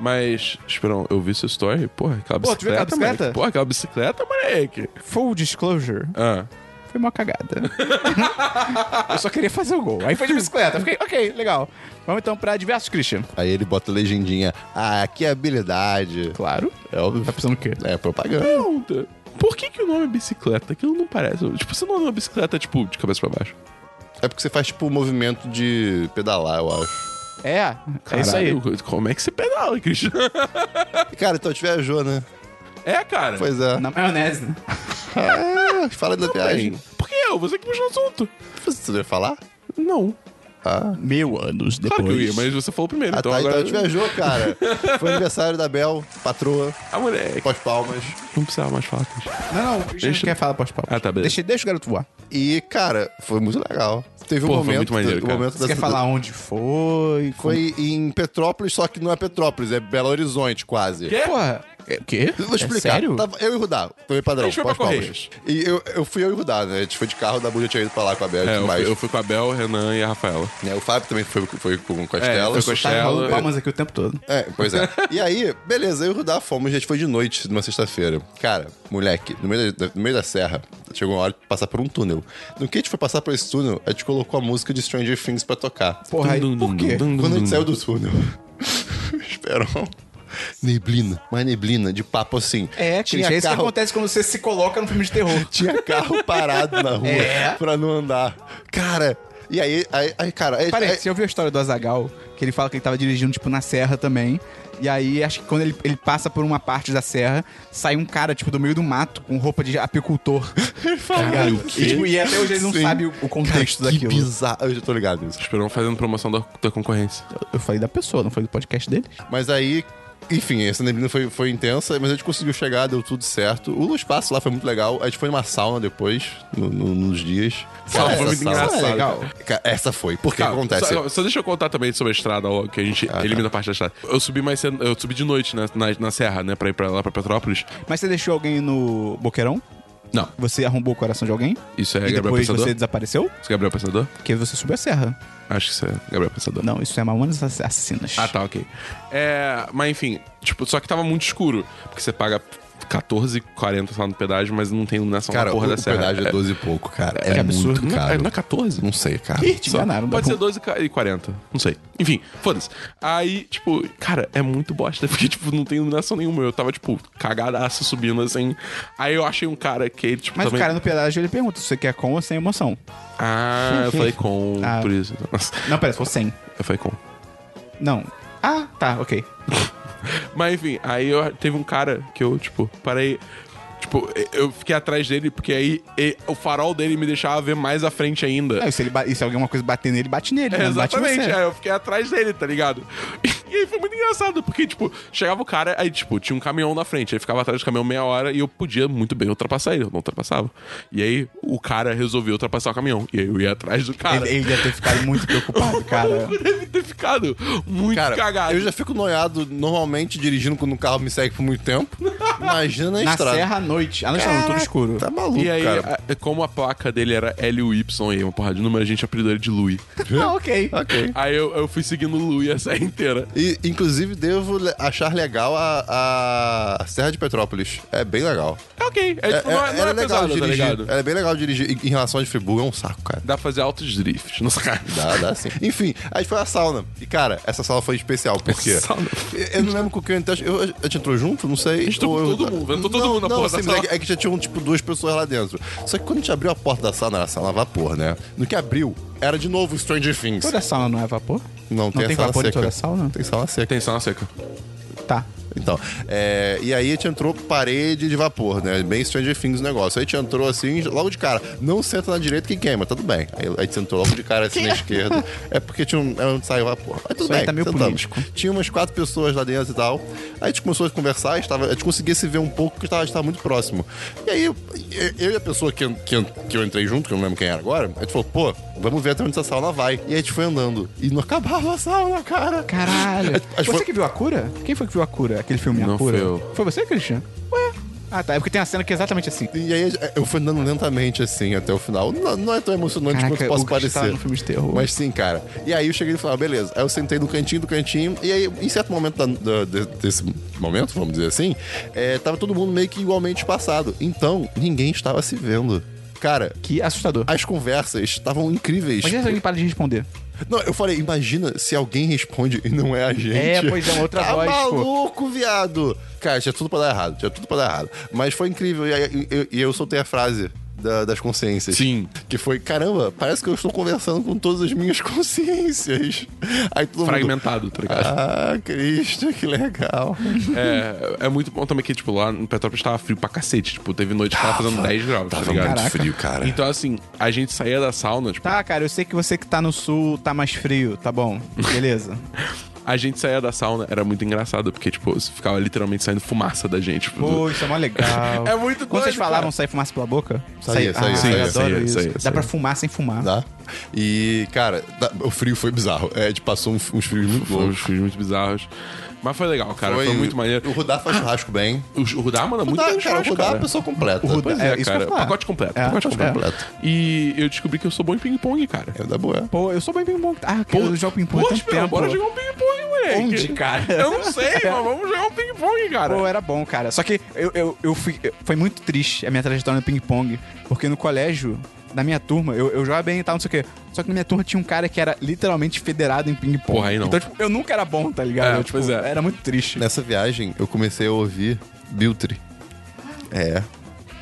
S3: Mas, Esperão, eu vi sua story. Porra, aquela
S1: Pô, tu viu aquela
S3: bicicleta,
S1: bicicleta?
S3: moleque. Porra, aquela bicicleta, moleque.
S1: Full disclosure,
S3: Ah.
S1: foi uma cagada. eu só queria fazer o gol. Aí foi de bicicleta. Fiquei, ok, legal. Vamos então pra diversos, Christian.
S2: Aí ele bota legendinha. Ah, que habilidade.
S1: Claro.
S2: É óbvio.
S1: Tá pensando o quê?
S2: É propaganda.
S3: Pergunta. Por que, que o nome é bicicleta? Aquilo não parece. Tipo, você não anda uma bicicleta, tipo, de cabeça pra baixo.
S2: É porque você faz, tipo, um movimento de pedalar, eu acho.
S1: É, é isso aí.
S3: Caralho, Como é que você pedala, Christian?
S2: Cara, então te viajou, né?
S3: É, cara.
S2: Pois é.
S1: Na maionese, né?
S2: Ah, fala da viagem.
S3: Por que eu? Você que puxou o assunto.
S2: Você vai falar?
S1: Então
S3: Não.
S2: Ah,
S1: Mil anos depois.
S3: Claro que eu ia, mas você falou primeiro.
S2: ah
S3: então
S2: tá,
S3: agora.
S2: então te viajou, cara. Foi aniversário da Bel, patroa,
S3: Ah, moleque.
S2: pós-palmas.
S3: Não precisava mais falar, Christian.
S1: Não, não, o Christian
S3: Deixa-
S1: quer falar pós palmas.
S3: Ah, tá, beleza.
S1: Deixa, deixa o garoto voar.
S2: E, cara, foi muito legal. Teve um
S3: Pô, foi
S2: momento.
S3: muito maneiro,
S2: o
S3: cara.
S2: momento
S1: Você quer
S2: dessa-
S1: falar onde foi? como-
S2: Foi em Petrópolis, só que não é Petrópolis, é Belo Horizonte, quase.
S1: Porra. É, o quê?
S2: Eu vou
S1: É
S2: explicar.
S1: sério?
S2: Tava eu e o Rudá, também padrão,
S3: A gente foi pra
S2: pós-palmas. E eu, eu fui eu e o Rudá, né? A gente foi de carro, o Dabu já tinha ido pra lá com a Bel
S3: É,
S2: e tudo
S3: eu, fui-
S2: mais.
S3: eu fui com a Bel, Renan e a Rafaela.
S2: né? O Fábio também foi, foi com com as
S3: É, foi
S2: telas.
S3: com as
S1: Tá
S3: Ela-
S1: rolando palmas aqui o tempo todo.
S2: É, pois é. E aí, beleza, eu e o Rudá fomos, a gente foi de noite, numa sexta-feira. Cara, moleque, no meio, da, no meio da serra, chegou uma hora de passar por um túnel. No que a gente foi passar por esse túnel, a gente colocou a música de Stranger Things pra tocar.
S1: Porra, aí, por quê?
S2: Quando a gente saiu do túnel, esperam. Neblina, mais neblina, de papo assim.
S1: É,
S2: Tinha
S1: Christian, é isso que
S2: carro-
S1: acontece quando você se coloca no filme de terror.
S2: Tinha carro parado na rua
S1: É.
S2: pra não andar. Cara, e aí, aí, aí, cara. Aí,
S1: Peraí,
S2: aí-
S1: você já ouviu a história do Azagal? Que ele fala que ele tava dirigindo, tipo, na serra também. E aí, acho que quando ele, ele passa por uma parte da serra, sai um cara, tipo, do meio do mato, com roupa de apicultor. Caralho,
S2: o quê?
S1: e, tipo, e até hoje ele não
S2: Sim.
S1: sabe o, o contexto
S2: Cara, que
S1: daquilo.
S2: bizarro. Eu já tô ligado nisso.
S3: Esperão fazendo promoção da, da concorrência.
S1: Eu falei da pessoa, não falei do podcast dele.
S2: Mas aí, enfim, essa neblina foi, foi intensa, mas a gente conseguiu chegar, deu tudo certo. O espaço lá foi muito legal. A gente foi numa sauna depois, no- no- nos dias.
S3: Sauna foi muito
S2: sauna-
S3: engraçado,
S1: legal.
S2: Cara, Essa foi. Por que que
S3: Tá,
S2: acontece? Ah, tá.
S3: Só, só deixa eu contar também sobre a estrada, logo, que a gente elimina a parte da estrada. Eu subi mais cedo, eu subi de noite né, na, na serra, né, pra ir pra, lá pra Petrópolis.
S1: Mas você deixou alguém no boqueirão?
S3: Não,
S1: Você arrombou o coração de alguém?
S3: isso é
S1: e
S3: Gabriel
S1: depois
S3: Pensador?
S1: você desapareceu?
S3: Isso é Gabriel Pensador?
S1: Porque você subiu a serra.
S3: Acho que isso é Gabriel Pensador.
S1: Não, isso é Mamonas Assassinas.
S3: Ah, tá, ok. É, mas enfim, tipo, só que tava muito escuro, porque você paga 14,40 lá no pedágio, mas não tem iluminação
S2: Cara,
S3: na porra
S2: o,
S3: da
S2: o
S3: serra.
S2: pedágio é 12 e pouco, cara. É,
S1: absurdo.
S3: Não
S2: muito
S3: é,
S2: caro.
S3: não é 14?
S2: Não sei, cara.
S1: Ih, te enganaram.
S3: Pode
S1: Dabu.
S3: ser 12 e 40, não sei. Enfim, foda-se. Aí, tipo, cara, é muito bosta, porque, tipo, não tem iluminação nenhuma. Eu tava, tipo, cagadaço subindo assim. Aí eu achei um cara que, tipo,
S1: Mas
S3: também.
S1: o cara no pedágio, ele pergunta se você quer com ou sem emoção.
S3: Ah, eu falei com.
S1: Ah.
S3: Por isso. Nossa,
S1: Não, pera, se for sem.
S3: eu falei com.
S1: Não. Ah, tá, ok.
S3: Mas enfim, aí eu, teve um cara que eu, tipo, parei. Tipo, eu fiquei atrás dele, porque aí e- o farol dele me deixava ver mais à frente ainda.
S1: É, se, ele ba- e se alguma coisa bater nele, bate nele.
S3: É,
S1: né? Não bate em
S3: exatamente,
S1: você.
S3: é, eu fiquei atrás dele, tá ligado? E aí foi muito engraçado, porque, tipo, chegava o cara, aí, tipo, tinha um caminhão na frente, aí ficava atrás do caminhão meia hora e eu podia muito bem ultrapassar ele, eu não ultrapassava. E aí o cara resolveu ultrapassar o caminhão, e aí eu ia atrás do
S2: é,
S3: cara.
S1: Ele, ele ia ter ficado muito preocupado, cara.
S3: Eu deve ter ficado muito
S2: Cara,
S3: cagado.
S2: eu já fico noiado normalmente dirigindo quando um carro me segue por muito tempo. Imagina na,
S1: Na
S2: estrada.
S1: serra à noite. À noite não, tudo escuro.
S2: Tá maluco,
S3: E aí,
S2: cara.
S3: a- como a placa dele era LUY, e uma porrada de número, a gente apelidou ele de Lui.
S1: Ah, ok.
S2: Ok.
S3: Aí eu, eu fui seguindo o Lui a série inteira.
S2: E, inclusive, devo le- achar legal a, a Serra de Petrópolis. É bem legal.
S3: É ok, é, tipo, não, é, não
S2: era
S3: é pesado, tá
S2: dirigir.
S3: ligado?
S2: Era bem legal dirigir. E Em relação a de Friburgo, é um saco, cara.
S3: Dá pra fazer altos drifts, não sacanagem.
S2: Dá, dá sim. Enfim, aí foi a sauna. E, cara, essa sauna foi especial, porque...
S3: Essa sauna
S2: Eu não lembro com quem eu entrei. Eu, a gente entrou junto? Não sei.
S3: entrou
S2: Ou eu-
S3: todo mundo, entrou todo
S2: Não,
S3: mundo na
S2: não,
S3: porra
S2: sim,
S3: da
S2: mas é
S3: sala.
S2: que- É que já tinham, tipo, duas pessoas lá dentro. Só que quando a gente abriu a porta da sauna, era a sauna a vapor, né? No que abriu, era de novo Stranger Things.
S1: Toda sauna não é vapor?
S2: Não, tem, a
S1: tem
S2: sauna
S1: vapor em
S2: seca.
S1: toda a sauna?
S2: Tem sauna seca.
S3: Tem sauna seca.
S1: Tá.
S2: Então, é, e aí a gente entrou parede de vapor, né? Bem Stranger Things o negócio. Aí a gente entrou assim, logo de cara. Não senta na direita que queima, tudo bem. Aí a gente sentou logo de cara assim na esquerda. É porque tinha um, é onde saiu vapor. Mas tudo
S1: Isso aí
S2: bem,
S1: tá meio
S2: sentamos.
S1: político.
S2: Tinha umas quatro pessoas lá dentro e tal. Aí a gente começou a conversar, estava, a gente conseguia se ver um pouco, porque estava, a gente estava muito próximo. E aí, eu, eu e a pessoa que, que, eu- que eu entrei junto, que eu não lembro quem era agora, a gente falou, pô, vamos ver até onde essa sauna vai. E aí a gente foi andando. E não acabava a sauna, cara.
S1: Caralho.
S2: Acho que
S1: Você
S2: foi-
S1: que viu a cura? Quem foi que viu a cura? Aquele filme
S3: Não
S1: A Cura?
S3: fui eu.
S1: Foi você, Christian? Ué. Ah, tá. É porque tem uma cena que é exatamente assim.
S2: E aí é, eu fui andando lentamente, assim, até o final. Não, não é tão emocionante
S1: Caraca,
S2: quanto posso
S1: o Christian
S2: parecer.
S1: tá no filme de terror.
S2: Mas sim, cara. E aí eu cheguei no final, beleza. Aí eu sentei no cantinho do cantinho. E aí, em certo momento da- da- de- desse momento, vamos dizer assim, é, tava todo mundo meio que igualmente espaçado. Então, ninguém estava se vendo. Cara,
S1: Que assustador.
S2: as conversas estavam incríveis.
S1: Imagina se alguém para de responder.
S2: Não, eu falei, imagina se alguém responde e não é a gente.
S1: É, pois é, uma outra
S2: tá
S1: voz,
S3: tipo,
S1: pô.
S2: maluco, viado. Cara, tinha tudo pra dar errado, tinha tudo pra dar errado. Mas foi incrível, e aí- e eu, e eu soltei a frase da- das consciências.
S3: Sim.
S2: Que foi, caramba, parece que eu estou conversando com todas as minhas consciências. Aí todo mundo,
S3: Fragmentado, tá ligado?
S2: Ah, Cristo, que legal.
S3: É, é muito bom também que, tipo, lá no Petrópolis tava frio pra cacete. Tipo, teve noite que tava fazendo 10 graus, tá
S2: Tava
S3: ligado?
S2: muito frio, cara.
S3: Então, assim, a gente saía da sauna, tipo,
S1: Tá, cara, eu sei que você que tá no sul tá mais frio, tá bom. Beleza.
S3: a gente saía da sauna, era muito engraçado, porque, tipo, ficava literalmente saindo fumaça da gente. Tipo,
S1: Pô,
S3: do-
S1: isso é mó legal.
S3: É muito doido,
S1: Quando vocês falavam
S3: cara.
S1: sair fumaça pela boca?
S2: Saía,
S1: Sai-
S2: saía,
S1: ah,
S2: saía,
S1: eu adoro
S3: saía,
S1: isso.
S3: saía,
S1: Dá
S3: saía.
S1: pra fumar sem fumar.
S2: Tá? E, cara, tá- o frio foi bizarro. É, a gente passou uns, uns frios muito
S3: tipo, Foi
S2: bons.
S3: uns filmes muito bizarros. Mas foi legal, cara. Foi, muito maneiro.
S2: O Rudá faz churrasco bem.
S3: O, o Rudá manda muito
S2: Rudá,
S3: bem
S2: cara, o
S3: churrasco,
S2: Rudá é
S3: cara.
S2: uma pessoa completa.
S1: O Rudá-
S2: Pois
S1: é,
S3: É,
S1: isso que eu
S3: cara,
S1: ia falar.
S3: pacote completo.
S1: É,
S3: pacote
S2: é.
S3: completo. E eu descobri que eu sou bom em ping-pong, cara.
S2: É da boa.
S1: Pô, eu sou bem ping-pong. Ah, cara, eu jogo ping-pong há
S3: Poxa,
S1: tanto
S3: meu,
S1: tempo.
S3: bora jogar um ping-pong, moleque.
S1: Onde, cara?
S3: Eu não sei, mas vamos jogar um ping-pong, cara.
S1: Pô, era bom, cara. Só que eu, eu, eu fui. eu- Foi muito triste a minha trajetória no ping-pong. Porque no colégio, na minha turma, eu, eu jogava bem e tal, não sei o quê. Só que na minha turma tinha um cara que era literalmente federado em ping-pong.
S3: Porra, aí não.
S1: Então, tipo, eu nunca era bom, tá ligado?
S3: É,
S1: Eu, tipo,
S3: pois é.
S1: Era muito triste.
S2: Nessa viagem, eu comecei a ouvir Biltre. É.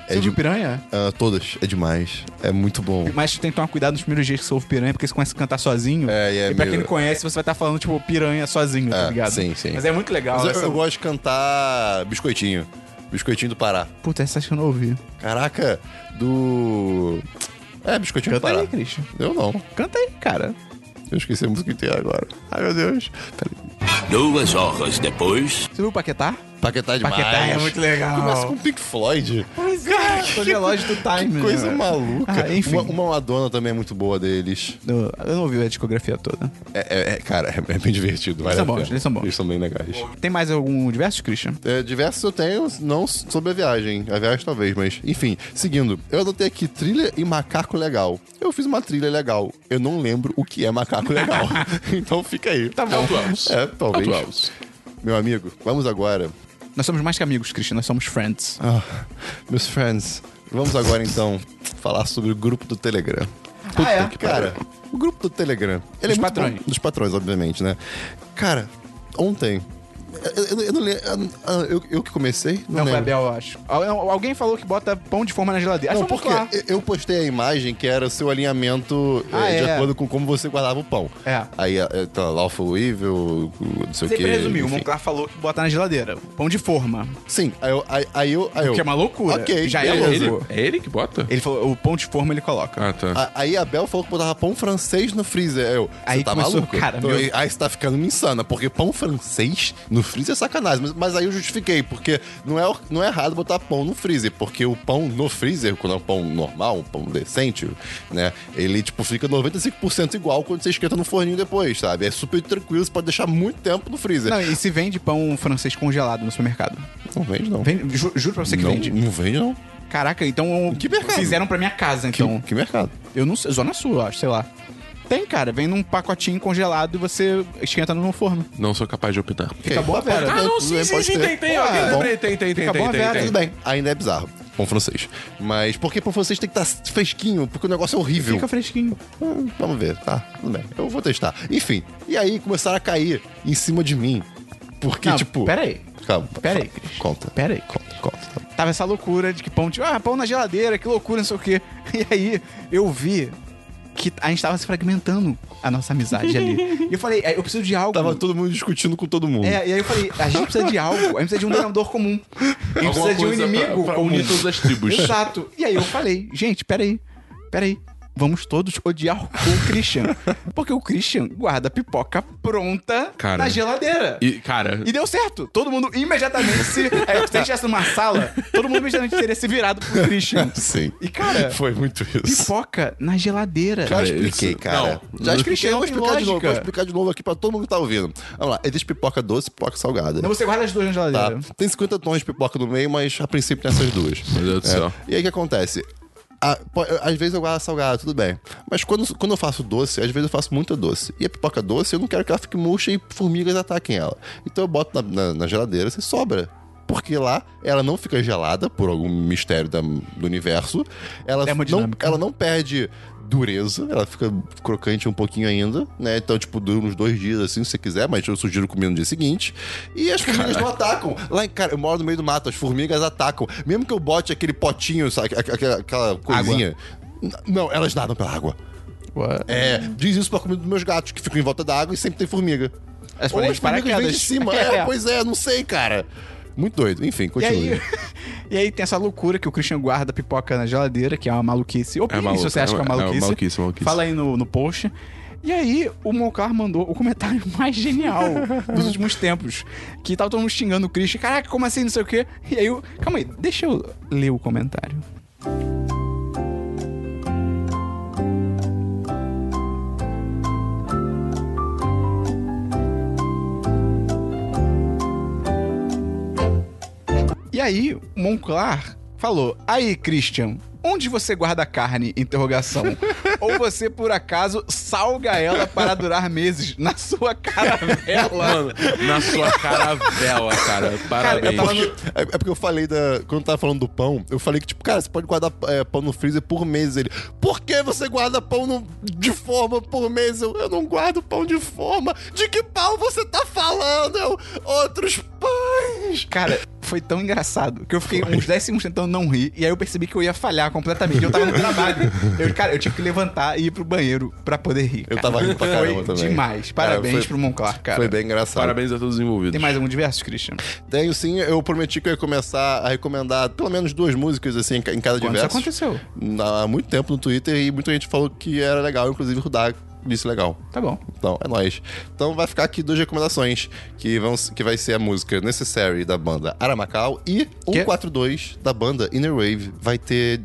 S2: É de,
S1: Silvio Piranha?
S2: Ah, todas. É demais. É muito bom.
S1: Mas tu tem que tomar cuidado nos primeiros dias que você ouve piranha, porque você começa a cantar sozinho.
S2: É, e é
S1: e pra
S2: meio-
S1: quem não conhece, você vai estar falando, tipo, piranha sozinho, tá
S2: É,
S1: ligado?
S2: sim, sim.
S1: Mas é muito legal.
S2: Mas eu,
S1: essa-
S2: eu gosto de cantar Biscoitinho. Biscoitinho do Pará.
S1: Puta, essa acho que eu não ouvi.
S2: Caraca, do. É, Biscoitinho do
S1: Canta
S2: Pará.
S1: aí, Christian.
S2: Eu não.
S1: Canta aí, cara.
S2: Eu esqueci a música inteira agora. Ai, meu Deus. Peraí.
S8: Duas horas depois.
S1: Você viu o Paquetá?
S2: Paquetá é demais.
S1: Paquetá é muito legal.
S2: Começa com Pink Floyd.
S1: Pois é, o relógio do time.
S2: Que coisa
S1: né?
S2: maluca.
S1: Ah, enfim.
S2: Uma, uma Madonna também é muito boa deles.
S1: Eu, eu não ouvi a discografia toda.
S2: É, é- é, cara, é, bem divertido. vale
S1: são
S2: a pena.
S1: bons, eles são bons.
S2: Eles são bem legais.
S1: Tem mais algum diverso, Christian?
S2: É, diversos eu tenho, não sobre a viagem. A viagem talvez, mas enfim. Seguindo, eu anotei aqui trilha e macaco legal. Eu fiz uma trilha legal. Eu não lembro o que é macaco legal. então fica aí. Tá
S3: bom. Atuals.
S2: É, talvez.
S3: Atuals.
S2: Meu amigo, vamos agora.
S1: Nós somos mais que amigos, Christian, nós somos friends.
S2: Ah, meus friends, vamos agora então falar sobre o grupo do Telegram. Puta
S1: é?
S2: que cara, o grupo do Telegram. Ele
S1: Dos
S2: é muito
S1: patrões.
S2: bom- dos patrões, obviamente, né? Cara, ontem. Eu, eu- eu não lembro. Eu, eu que comecei? Não,
S1: Não, foi
S2: lembro.
S1: a Bel, É um eu acho. Al- é um, alguém falou que bota pão de forma na geladeira. Acho
S2: Não,
S1: que vamos
S2: porque
S1: lá.
S2: eu- eu postei a imagem que era o seu alinhamento eh,
S1: Ah,
S2: de
S1: é.
S2: acordo com como você guardava o pão.
S1: É.
S2: Aí eh, tá, Lawful Evil, não sei o
S1: Sempre
S2: quê.
S1: resumiu, o
S2: enfim.
S1: Monclar falou que bota na geladeira. Pão de forma.
S2: Sim, aí eu. Aí, aí eu, aí eu
S1: Que é uma loucura.
S2: Ok,
S1: Já é
S2: beleza.
S1: louco.
S3: Ele- é ele que bota?
S1: Ele falou, o pão de forma ele coloca.
S3: Ah, tá.
S2: A- Aí a Bel falou que botava pão francês no freezer. Aí Eu, "Cê
S1: Aí
S2: tá
S1: começou,
S2: maluco?
S1: cara,
S2: Então,
S1: meu-
S2: aí- Aí você tá ficando insana, porque pão francês no freezer é sacanagem. Mas, mas aí eu justifiquei, porque não é, não é errado botar pão no freezer, porque o pão no freezer, quando é um pão normal, um pão decente, né? Ele, tipo, fica 95% igual quando você esquenta no forninho depois, sabe? É super tranquilo, você pode deixar muito tempo no freezer.
S1: Não, e se vende pão francês congelado no supermercado?
S2: Não vende, não.
S1: Vende- ju- juro pra você que
S2: não,
S1: vende.
S2: Não vende, não.
S1: Caraca, então
S2: Que mercado?
S1: fizeram pra minha casa,
S2: Que,
S1: então.
S2: que mercado?
S1: Eu não sei, Zona Sul, eu acho, sei lá. Tem, cara, vem num pacotinho congelado e você esquenta no forno.
S3: Não sou capaz de opinar.
S1: Fica né? boa, Vera.
S3: Ah, não,
S2: tá Tudo
S3: sim,
S2: bem,
S3: sim,
S2: pode
S3: sim,
S2: ter.
S3: tem, tem. um
S2: Ah,
S3: ok,
S2: bom.
S3: lembrei, tem, tem, tem,
S1: Fica
S3: tem,
S1: bom,
S3: tem,
S1: velho,
S3: tem.
S2: Tudo bem, ainda é bizarro. Pão francês. Mas por que pão francês tem que estar fresquinho? Porque o negócio é horrível.
S1: Fica fresquinho.
S2: Hum, Vamos ver, tá? Tudo bem. Eu vou testar. Enfim, e aí começaram a cair em cima de mim. Porque,
S1: Não,
S2: tipo.
S1: peraí.
S2: Calma.
S1: Pera aí,
S2: fala.
S1: Cris.
S2: Conta.
S1: Pera aí.
S2: Conta, conta. tá.
S1: Tava essa loucura de que pão, tipo, ah, pão na geladeira, que loucura, não sei o quê. E aí, eu vi que a gente tava se fragmentando a nossa amizade ali. E eu falei, é, eu preciso de algo.
S2: Tava todo mundo discutindo com todo mundo.
S1: É, e aí eu falei, a gente precisa de algo, a gente precisa de um denominador comum. A gente precisa de um
S3: coisa pra-
S1: inimigo
S3: pra
S1: comum.
S3: unir todas as tribos.
S1: Exato. E aí eu falei, gente, peraí, peraí. Vamos todos odiar o Christian. Porque o Christian guarda a pipoca pronta
S3: Cara.
S1: na geladeira.
S3: E, cara,
S1: E deu certo. Todo mundo imediatamente se. É, se a gente estivesse numa sala, todo mundo imediatamente teria se virado pro Christian.
S2: Sim.
S1: E, cara,
S2: Foi muito isso. é
S1: pipoca na geladeira.
S2: Já
S3: Cara,
S2: expliquei,
S3: isso-
S2: cara.
S3: não.
S2: Já expliquei, eu
S1: Não
S2: vou
S1: tem
S2: explicar de novo.
S1: lógica.
S2: Vou explicar de novo aqui pra todo mundo que tá ouvindo. Vamos lá, existe pipoca doce e pipoca salgada.
S1: Não, você guarda as duas na
S2: Tá.
S1: geladeira.
S2: Tem 50 tons de pipoca no meio, mas a princípio tem essas duas. É.
S3: Meu Deus do céu.
S2: E aí o que acontece? A- po- eu- às vezes eu guardo salgada, tudo bem. Mas quando, quando eu faço doce, às vezes eu faço muita doce. E a pipoca doce, eu não quero que ela fique murcha e formigas ataquem ela. Então eu boto na, na- na geladeira, você sobra. Porque lá ela não fica gelada por algum mistério da- do universo. Ela não,
S1: Termodinâmica.
S2: ela não perde dureza, ela fica crocante um pouquinho ainda, né? Então, tipo, dura uns dois dias assim, se você quiser, mas eu sugiro comer no dia seguinte. E as formigas não atacam. Lá em cara, eu moro no meio do mato, as formigas atacam. Mesmo que eu bote aquele potinho, sabe? Aqu- aqu- Aquela coisinha. N- Não, elas nadam pela água.
S3: tá.
S1: Hum.
S2: É, diz isso pra comida dos meus gatos, que ficam em volta da água e sempre tem formiga.
S1: Elas
S2: Ou
S1: podem
S2: as
S1: de
S2: formigas vêm de
S1: paraquedas.
S2: cima.
S1: É.
S2: É, pois é, não sei, cara. Muito doido. Enfim,
S1: E
S2: continua.
S1: aí, e aí tem essa loucura que o Christian guarda pipoca na geladeira, que é uma maluquice. Opine
S3: maluco,
S1: se você acha
S3: é
S1: que é uma
S3: uma- é uma
S1: maluquice.
S3: maluquice, maluquice.
S1: Fala aí no, no post. E aí, o Moncar mandou o comentário mais genial dos últimos tempos. Que tava todo mundo xingando o Christian. Caraca, como assim, não sei o quê. E aí, eu, calma aí, deixa eu ler o comentário. E aí, o Monclar falou: Aí, Christian, onde você guarda a carne? Interrogação. Ou você, por acaso, salga ela para durar meses na sua caravela?
S3: é, mano, na sua caravela, cara. Parabéns.
S1: tava
S2: Porque- é, é porque eu falei da. Quando eu tava falando do pão, eu falei que, tipo, cara, você pode guardar é, pão no freezer por meses. Ele, por que você guarda pão no- de forma por mês? Eu, eu não guardo pão de forma. De que pão você tá falando? Eu, outros pães.
S1: Cara, foi tão engraçado que eu fiquei uns 10 segundos tentando não rir, e aí eu percebi que eu ia falhar completamente. Eu tava no trabalho. Eu, cara, eu tive que levantar e ir pro banheiro pra poder rir.
S2: Eu
S1: cara.
S2: tava rindo pra
S1: Foi
S2: caramba também.
S1: Demais.
S2: Cara,
S1: Parabéns
S2: foi-
S1: pro Monclar, cara.
S2: Foi bem engraçado.
S3: Parabéns a todos os envolvidos.
S1: Tem mais algum diverso, Christian?
S2: Tenho sim, eu prometi que eu ia começar a recomendar pelo menos duas músicas assim em ca- em cada
S1: Quando
S2: diverso.
S1: isso aconteceu?
S2: Na- Há muito tempo no Twitter e muita gente falou que era legal, inclusive o Dag disse legal.
S1: Tá bom.
S2: Então, é nóis. Então vai ficar aqui duas recomendações, que, vão, que vai ser a música Necessary da banda Aramacau e 142 da banda Inner Wave. Vai ter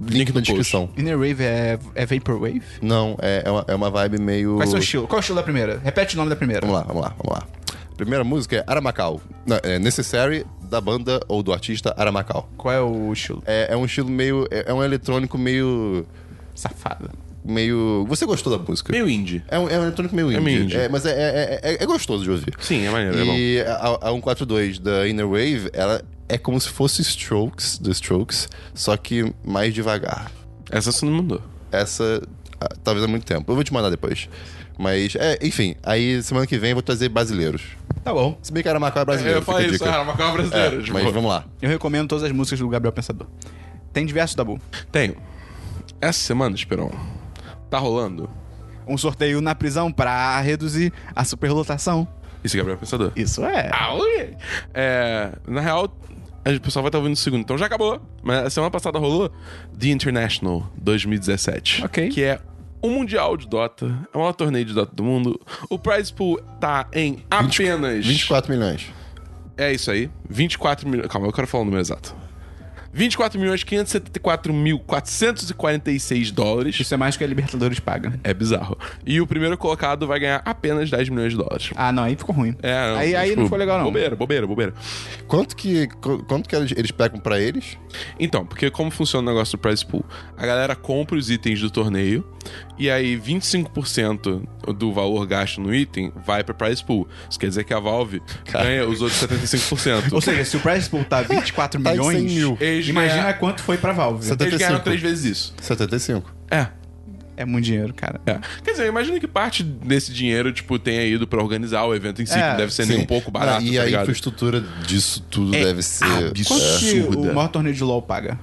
S2: link,
S3: Link
S2: na
S3: no
S2: descrição.
S1: Inner Wave é, é Vaporwave?
S2: Não, é, é, uma, é uma vibe meio...
S1: Qual é o seu
S3: um
S1: estilo? Qual é o estilo da primeira? Repete o nome da primeira.
S2: Vamos lá, vamos lá, vamos lá. Primeira música é Aramacau. Não, é Necessary da banda ou do artista Aramacau.
S1: Qual é o estilo?
S2: É, é um estilo meio... É, é um eletrônico meio...
S1: Safada.
S2: Meio... Você gostou da música?
S3: Meio indie.
S2: É um, é um eletrônico meio indie.
S3: meio indie.
S2: É, mas é, é- é- é- é gostoso de ouvir.
S3: Sim, é maneiro, é bom.
S2: E a, a 142 da Inner Wave, ela é como se fosse Strokes, do Strokes, só que mais devagar.
S3: Essa você não mandou.
S2: Essa, ah, talvez há muito tempo. Eu vou te mandar depois. Mas, é, enfim, aí semana que vem eu vou trazer brasileiros.
S1: Tá bom.
S2: Se bem que Aramacó é brasileiro.
S3: eu falei
S2: fica a
S3: isso,
S2: dica.
S3: era uma cobra brasileira.
S2: É,
S3: tipo.
S2: mas vamos lá.
S1: Eu recomendo todas as músicas do Gabriel Pensador. Tem diversos, Dabu.
S3: Tenho. Essa semana, Esperão, tá rolando.
S1: Um sorteio na prisão pra reduzir a superlotação.
S3: Isso, Gabriel Pensador.
S1: Isso é.
S3: Ah, ui. É, na real, a gente- o pessoal vai estar ouvindo o segundo. Então já acabou. Mas a semana passada rolou The International 2017.
S1: Ok.
S3: Que é um mundial de Dota. É o maior torneio de Dota do mundo. O prize pool tá em apenas...
S2: 24 milhões.
S3: É isso aí. 24 milhões... Calma, eu quero falar o número exato. 24 milhões 574.446 dólares.
S1: Isso é mais que a Libertadores paga. né?
S3: É bizarro. E o primeiro colocado vai ganhar apenas 10 milhões de dólares.
S1: Ah, não, aí ficou ruim.
S3: É,
S1: aí aí
S3: tipo,
S1: não foi legal, não.
S3: Bobeira, bobeira, bobeira.
S2: Quanto que, qu- quanto que eles, eles pegam pra eles?
S3: Então, porque como funciona o negócio do prize pool? A galera compra os itens do torneio e aí 25% do valor gasto no item vai pra prize pool. Isso quer dizer que a Valve ganha os outros 75%.
S1: Ou seja, se o Price Pool tá 24
S2: Tá em
S1: milhões,
S2: 100 mil.
S3: Eles
S1: imagina
S3: ganham-
S1: quanto foi pra Valve.
S2: Você tá-
S3: eles ganharam
S2: 75.
S3: três vezes isso.
S2: 75.
S3: É.
S1: É muito dinheiro, cara.
S3: É. Quer dizer, imagina que parte desse dinheiro, tipo, tenha ido pra organizar o evento em si,
S1: É,
S3: que deve ser nem um pouco barato,
S2: Ah, e
S3: tá
S2: a
S3: ligado? É
S2: infraestrutura disso tudo deve ser...
S1: Quanto que
S3: absurda.
S1: o maior torneio de LoL paga?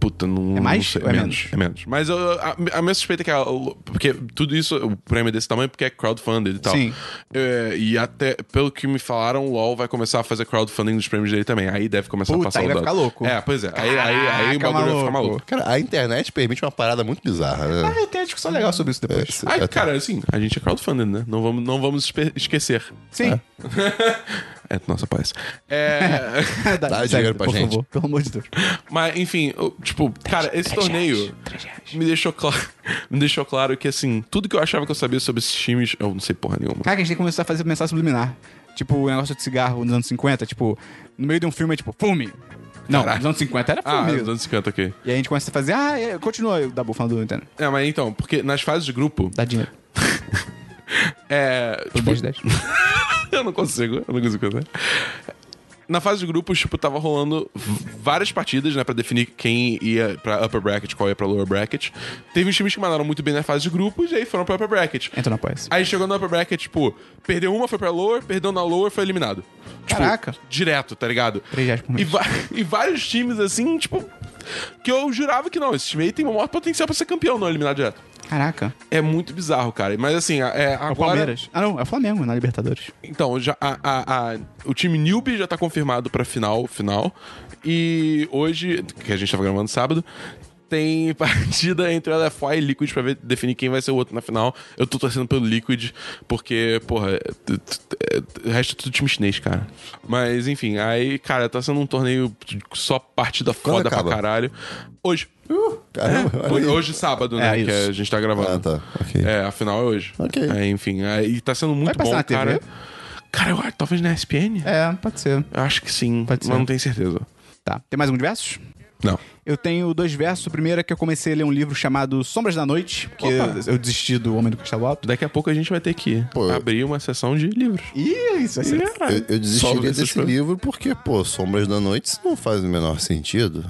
S3: Puta, não.
S1: É mais
S3: não sei,
S1: ou é menos?
S3: É menos. Mas eu- a, a minha suspeita é que. a- porque tudo isso, o prêmio é desse tamanho, porque é crowdfunded e tal.
S1: Sim.
S3: É, e até, pelo que me falaram, o LoL vai começar a fazer crowdfunding dos prêmios dele também. Aí deve começar
S1: Puta,
S3: a passar
S1: aí
S3: o
S1: vai
S3: dado.
S1: ficar louco.
S3: É, pois é. Aí, aí, aí o
S1: Caraca,
S3: bagulho vai ficar
S1: maluco.
S3: maluco.
S2: Cara, a internet permite uma parada muito bizarra, né?
S1: Ah, eu tenho uma discussão legal sobre isso depois.
S2: Esse-
S3: Ai,
S2: até-
S3: cara, assim, a gente é crowdfunding, né? Não vamos, não vamos espe- esquecer.
S1: Sim.
S3: É, nossa, paz. É,
S1: Dá,
S2: dinheiro pra
S1: por
S2: gente.
S1: favor, pelo amor de Deus.
S3: mas, enfim, eu, tipo, cara, esse torneio me deixou, claro, me deixou claro que, assim, tudo que eu achava que eu sabia sobre esses times, eu não sei porra nenhuma.
S1: Cara, que a gente tem que começar a fazer mensagem subliminar. Tipo, o negócio de cigarro nos anos 50, tipo, no meio de um filme é tipo, fume. Não,
S3: Caraca.
S1: nos anos 50 era
S3: Ah,
S1: fume.
S3: dos anos 50, ok.
S1: E aí a gente começa a fazer, ah, é, continua o Dabu falando do Nintendo.
S3: É, mas então, porque nas fases de grupo,
S1: Dá dinheiro.
S3: é.
S1: Por
S3: tipo,
S1: 10 10.
S3: eu não consigo, eu não consigo fazer. Na fase de grupos, tipo, tava rolando v- várias partidas, né, pra definir quem ia pra upper bracket, qual ia pra lower bracket. Teve uns times que mandaram muito bem na fase de grupos e aí foram pra upper bracket.
S1: Entra na poesia.
S3: Aí chegou no upper bracket, tipo, perdeu uma, foi pra lower, perdeu na lower, foi eliminado. Tipo,
S1: Caraca.
S3: direto, tá ligado?
S1: Três reais por mês.
S3: E, va- e vários times, assim, tipo, que eu jurava que não, esse time aí tem o maior potencial pra ser campeão, não eliminar direto.
S1: Caraca.
S3: É muito bizarro, cara. Mas assim, a- é,
S1: É o
S3: agora.
S1: Palmeiras. Ah, não, é o Flamengo na Libertadores.
S3: Então, já, a- a- a- o time Newbie já tá confirmado pra final, final. E hoje, que a gente tava gravando sábado, tem partida entre o LFY e Liquid pra ver- definir quem vai ser o outro na final. Eu tô torcendo pelo Liquid, porque, porra, é- t- t- é- o resto é tudo time chinês, cara. Mas, enfim, aí, cara, tá sendo um torneio de- só partida foda
S2: acaba?
S3: pra caralho. Hoje.
S2: Caramba, É. olha
S3: Hoje,
S2: aí.
S3: hoje sábado, né?
S1: É,
S3: que
S1: isso.
S3: a gente tá gravando.
S2: Ah, tá. Ok.
S3: É, a final é hoje.
S2: Ok.
S3: É, enfim, é, e tá sendo muito
S1: Vai passar
S3: bom,
S1: na TV?
S3: cara. Cara, eu, acho- talvez na SPN?
S1: É, pode ser.
S3: Eu acho que sim,
S1: Pode ser.
S3: mas não tenho certeza.
S1: Tá. Tem mais um de versos?
S3: Não.
S1: Eu tenho dois versos. O primeiro é que eu comecei a ler um livro chamado Sombras da Noite, porque eu desisti do Homem do Castelo Alto.
S3: Daqui a pouco a gente vai ter que
S2: Pô, eu-
S3: abrir uma sessão de livros.
S1: Ih, isso vai ser.
S2: Eu, eu
S3: Só
S2: desistiria
S3: essas
S2: desse
S3: coisas.
S2: livro porque, pô, Sombras da Noite isso não faz o menor sentido.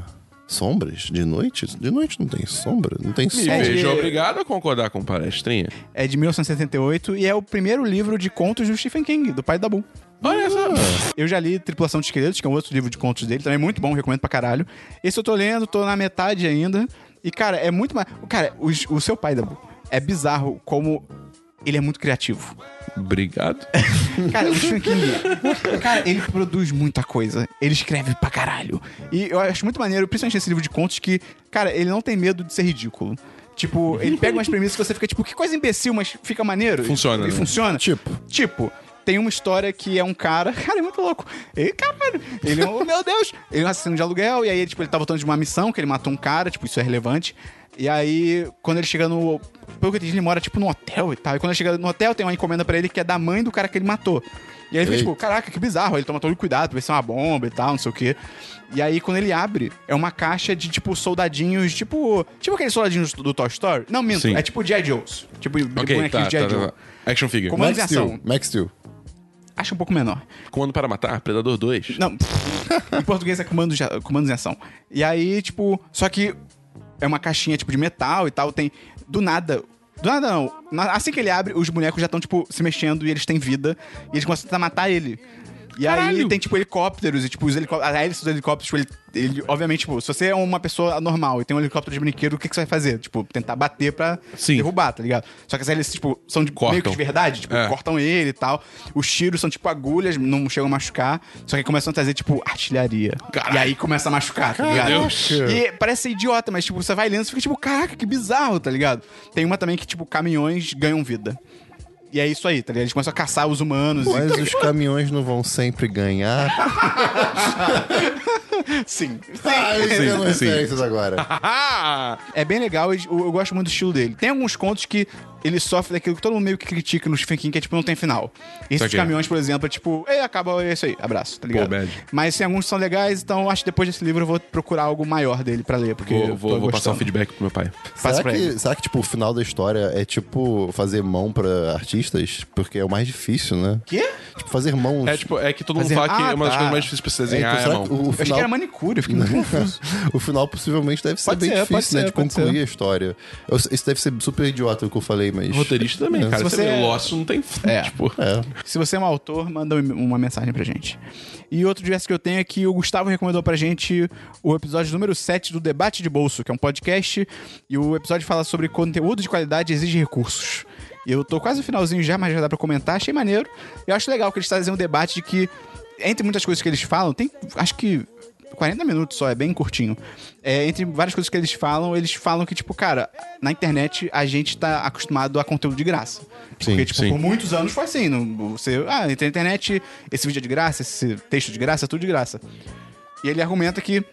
S2: Sombras? De noite? De noite não tem sombra? Não tem
S3: Me
S2: sol.
S3: vejo
S1: que-
S3: obrigado a concordar com palestrinha.
S1: É de 1978 e é o primeiro livro de contos do Stephen King, do pai da Bull.
S3: Olha só.
S1: Eu já li Tripulação de Esqueletos, que é um outro livro de contos dele, também muito bom, recomendo pra caralho. Esse eu tô lendo, tô na metade ainda. E, cara, é muito mais. Cara, os- o, seu pai da Bull é bizarro como ele é muito criativo.
S3: Obrigado.
S1: Cara, o Stephen King, cara, ele produz muita coisa. Ele escreve pra caralho. E eu acho muito maneiro, principalmente nesse livro de contos, que, cara, ele não tem medo de ser ridículo. Tipo, ele pega umas premissas que você fica tipo, que coisa imbecil, mas fica maneiro.
S3: Funciona,
S1: E, e
S3: né?
S1: funciona.
S2: Tipo?
S1: Tipo, tem uma história que é um cara. Cara, é muito louco. Ele, caralho, ele é um. meu Deus! Ele é um assassino de aluguel, e aí, tipo, ele tá voltando de uma missão, que ele matou um cara, tipo, isso é relevante. E aí, quando ele chega no. Pelo que eu entendi, ele mora, tipo, num hotel e tal. E quando ele chega no hotel, tem uma encomenda pra ele que é da mãe do cara que ele matou. E aí ele fica, tipo, caraca, que bizarro. Aí Ele toma todo cuidado, vai ser é uma bomba e tal, não sei o quê. E aí, quando ele abre, é uma caixa de, tipo, soldadinhos, tipo. Tipo aqueles soldadinhos do, do Toy Story. Não, minto.
S3: Sim.
S1: É tipo G.I. Joe's. Tipo,
S3: ok,
S1: bonequinhos
S3: tá,
S1: de G.I.
S3: tá,
S1: Joe.
S3: tá, tá. Action figure.
S1: Como-
S2: Max
S1: Mano de
S2: Steel.
S1: ação.
S2: Max Steel.
S1: Acho um pouco menor.
S3: Comando para matar, Predador 2.
S1: Não, em português é comandos, de, comandos em ação. E aí, tipo, só que é uma caixinha, tipo, de metal e tal, tem... Do nada... Do nada, não. Na- Assim que ele abre, os bonecos já estão, tipo, se mexendo e eles têm vida. E eles começam a tentar matar ele. E aí tem, tipo, helicópteros e, tipo, os helicópteros... A hélice dos helicópteros, tipo, ele, ele- Obviamente, tipo, se você é uma pessoa normal e tem um helicóptero de brinquedo, o que, que você vai fazer? Tipo, tentar bater pra
S3: Sim.
S1: derrubar, tá ligado? Só que as hélices, tipo, são de, meio que
S3: Cortam.
S1: de verdade. Tipo,
S3: É.
S1: cortam cortam ele e tal. Os tiros são tipo agulhas, não chegam a machucar. Só que começam a trazer, tipo, artilharia. E aí começa a machucar, tá ligado? E parece ser idiota, mas tipo, você vai lendo e fica tipo, caraca, que bizarro, tá ligado? Tem uma também que, tipo, caminhões ganham vida. E é isso aí, tá ligado? Eles começam a caçar os humanos
S2: Mas
S1: e.
S2: os caminhões não vão sempre ganhar.
S1: Sim.
S2: Ah, eu entendo
S3: Sim, sim.
S2: referências agora.
S3: Ah!
S1: É bem legal, eu, eu gosto muito do estilo dele. Tem alguns contos que ele sofre daquilo que todo mundo meio que critica no Stephen King, que é tipo, não tem final. Esses
S3: Saquei.
S1: caminhões, por exemplo, é tipo, "Ei, acaba, é isso aí, abraço, tá ligado?
S3: bad.
S1: Mas tem alguns que são legais, então eu acho que depois desse livro eu vou procurar algo maior dele pra ler, porque
S3: Vou,
S1: eu
S3: vou-
S1: tô
S3: vou passar o
S1: gostando.
S3: feedback pro meu pai.
S1: Passa
S2: Será
S1: pra ele.
S2: que, será que, tipo, o final da história é, tipo, fazer mão pra artistas? Porque é o mais difícil, né?
S1: Quê?
S2: Tipo, fazer mãos.
S3: É tipo, é que todo mundo
S1: Fazer-
S3: fala que
S1: Ah,
S3: é uma das
S1: tá.
S3: coisas mais difíceis pra você
S2: É, então,
S3: desenhar é, a
S2: será
S3: mão.
S2: que o, o
S1: Eu achei que
S2: final,
S1: era manicure, eu fiquei muito confuso.
S2: o final possivelmente deve ser
S1: Pode
S2: bem
S1: ser, pode
S2: difícil, né?
S1: ser,
S2: de
S1: pode
S2: concluir a história. Eu- Isso deve ser super idiota o que eu falei, mas.
S3: Roteirista também,
S2: É.
S3: cara.
S1: Se
S3: Se você
S1: você
S3: é meio
S1: é-
S3: lost, não tem.
S1: É.
S3: Tipo,
S2: É.
S1: Se você é um autor, manda um e- uma mensagem pra gente. E outro diverso que eu tenho é que o Gustavo recomendou pra gente o episódio número 7 do Debate de Bolso, que é um podcast, e o episódio fala sobre conteúdo de qualidade exige recursos. E eu tô quase no finalzinho já, mas já dá pra comentar, achei maneiro. Eu acho legal que eles trazem um debate de que, entre muitas coisas que eles falam, tem, acho que 40 minutos só, é bem curtinho. É, entre várias coisas que eles falam, eles falam que, tipo, cara, na internet a gente tá acostumado a conteúdo de graça. Porque, tipo,
S3: sim.
S1: por muitos anos foi assim. Não, você, ah, entra na internet, esse vídeo é de graça, esse texto é de graça, é tudo de graça. E ele argumenta que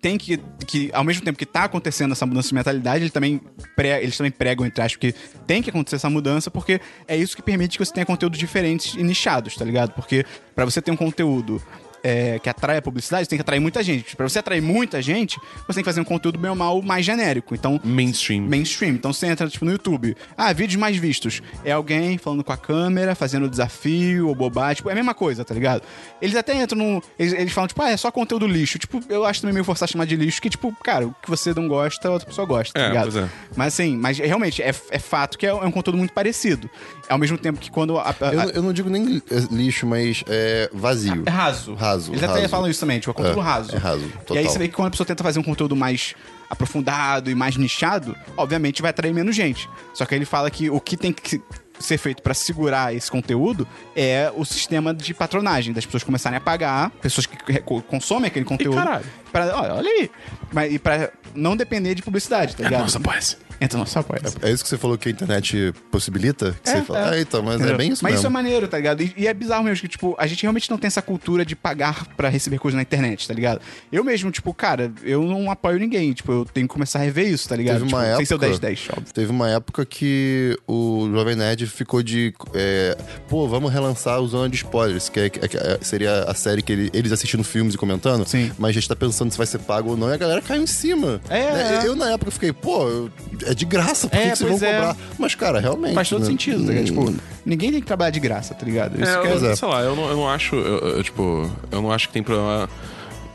S1: tem que, que ao mesmo tempo que tá acontecendo essa mudança de mentalidade, ele também pre- eles também pregam, entre aspas, que tem que acontecer essa mudança, porque é isso que permite que você tenha conteúdos diferentes e nichados, tá ligado? Porque pra você ter um conteúdo é, que atrai a publicidade, você tem que atrair muita gente. Pra você atrair muita gente, você tem que fazer um conteúdo bem ou mal mais genérico. Então,
S3: mainstream.
S1: mainstream. Então você entra, tipo, no YouTube. Ah, vídeos mais vistos. É alguém falando com a câmera, fazendo desafio ou bobagem. Tipo, é a mesma coisa, tá ligado? Eles até entram num. Eles, eles falam, tipo, ah, é só conteúdo lixo. Tipo, eu acho também meio forçado chamar de lixo, que, tipo, cara, o que você não gosta, a outra pessoa gosta, tá
S3: É,
S1: ligado?
S3: pois é.
S1: Mas assim, mas realmente, é, é fato que é, um é um conteúdo muito parecido. Ao mesmo tempo que quando. a- a-
S2: Eu, não- eu não digo nem li- eh, lixo, mas é vazio.
S1: Ah, é raso.
S2: Raso,
S1: Eles até
S2: raso.
S1: falam isso também, tipo, é conteúdo
S2: É,
S1: raso.
S2: é raso,
S1: E aí
S2: total.
S1: você vê que quando a pessoa tenta fazer um conteúdo mais aprofundado e mais nichado, obviamente vai atrair menos gente. Só que aí ele fala que o que tem que ser feito pra segurar esse conteúdo é o sistema de patronagem, das pessoas começarem a pagar, pessoas que reco- consomem aquele conteúdo.
S3: caralho.
S1: pra- olha, olha aí. Mas, e pra não depender de publicidade, tá ligado?
S3: Nossa, pois.
S1: Entra no nosso apoio.
S2: É isso que você falou que a internet possibilita? Que
S1: É,
S2: você fala,
S1: é.
S2: ah, então, mas é
S1: Entendeu?
S2: bem isso
S1: Mas
S2: mesmo.
S1: isso é maneiro, tá ligado? E, e é bizarro mesmo que, tipo, a gente realmente não tem essa cultura de pagar pra receber coisa na internet, tá ligado? Eu mesmo, tipo, cara, eu não apoio ninguém. Tipo, eu tenho que começar a rever isso, tá ligado?
S2: Teve
S1: tipo,
S2: uma
S1: Sem ser o
S2: época-
S1: 10-10, óbvio.
S2: Teve uma época que o Jovem Nerd ficou de. é, Pô, vamos relançar o Zona de Spoilers, que, é- que é- seria a série que ele- eles assistindo filmes e comentando.
S1: Sim.
S2: Mas a gente tá pensando se vai ser pago ou não, e a galera caiu em cima.
S1: É,
S2: Né?
S1: é.
S2: Eu, na época, fiquei, pô, eu- é de graça, por que
S1: É,
S2: que vocês vão
S1: pois é.
S2: cobrar? Mas, cara, realmente.
S1: Faz todo
S2: né?
S1: sentido, tá ligado? Tipo, ninguém tem que trabalhar de graça, tá ligado? Isso
S3: É,
S1: que é-
S3: eu,
S2: é.
S3: sei lá, eu não, eu não acho, eu- eu, tipo, eu não acho que tem problema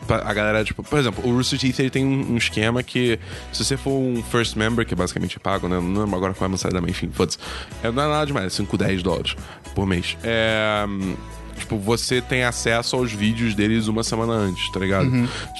S3: pra a galera, tipo, por exemplo, o Rooster Teeth ele tem um, um esquema que se você for um first member, que basicamente é pago, né, não lembro agora qual é a mensalidade, mas enfim, foda-se, é, não é nada demais, 5, 10 dólares por mês. É... hum, Tipo, você tem acesso aos vídeos deles uma semana antes, tá ligado?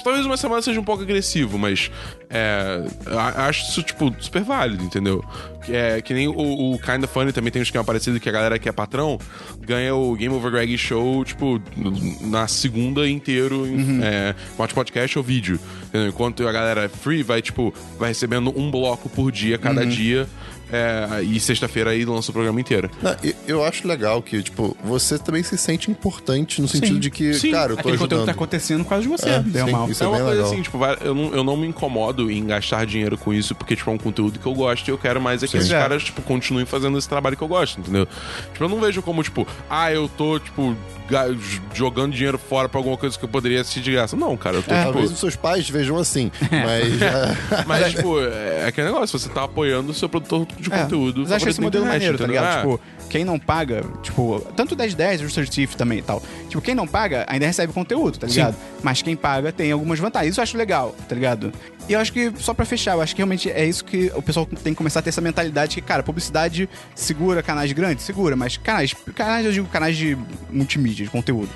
S3: Talvez uma semana seja um pouco agressivo, mas é, a- acho isso, tipo, super válido, entendeu? Que É, que nem o, o Kinda Funny também tem um esquema parecido que a galera que é patrão ganha o Game Over Greg Show, tipo, n- na segunda inteiro, em, é, com áudio podcast ou vídeo. entendeu? Enquanto a galera free vai, tipo, vai recebendo um bloco por dia, cada dia. é, e sexta-feira aí lança o programa inteiro.
S2: Não, e- eu acho legal que, tipo, você também se sente importante no sentido de que,
S3: Sim.
S2: cara, eu tô
S1: Aquele conteúdo
S2: ajudando.
S1: que tá acontecendo por causa de você,
S2: É,
S1: bem ou
S2: sim,
S1: mal.
S2: isso
S3: é
S2: é
S3: uma
S2: bem
S3: coisa
S2: legal.
S3: assim, tipo, vai- eu não, eu não me incomodo em gastar dinheiro com isso, porque, tipo, é um conteúdo que eu gosto e eu quero mais é que esses
S1: é.
S3: caras, tipo, continuem fazendo esse trabalho que eu gosto, entendeu? Tipo, eu não vejo como, tipo, ah, eu tô, tipo, ga- j- jogando dinheiro fora pra alguma coisa que eu poderia assistir de graça. Não, cara, eu
S1: É,
S3: tô, tipo...
S2: Talvez os seus pais vejam assim, mas. ah,
S3: Mas, tipo, é aquele negócio, você tá apoiando o seu produtor de
S1: É,
S3: conteúdo.
S1: Mas eu acho
S3: favorito
S1: esse
S3: na
S1: modelo
S3: internet,
S1: maneiro, tá
S3: entendeu?
S1: ligado?
S3: Ah,
S1: Tipo, quem não paga, tipo, tanto o 1010, o Rooster Teeth também e tal. Tipo, quem não paga ainda recebe conteúdo, tá ligado? Mas quem paga tem algumas vantagens. Isso eu acho legal, tá ligado? E eu acho que, só pra fechar, eu acho que realmente é isso que o pessoal tem que começar a ter essa mentalidade que, cara, publicidade segura canais grandes? Segura, mas canais, canais eu digo canais de multimídia, de conteúdo.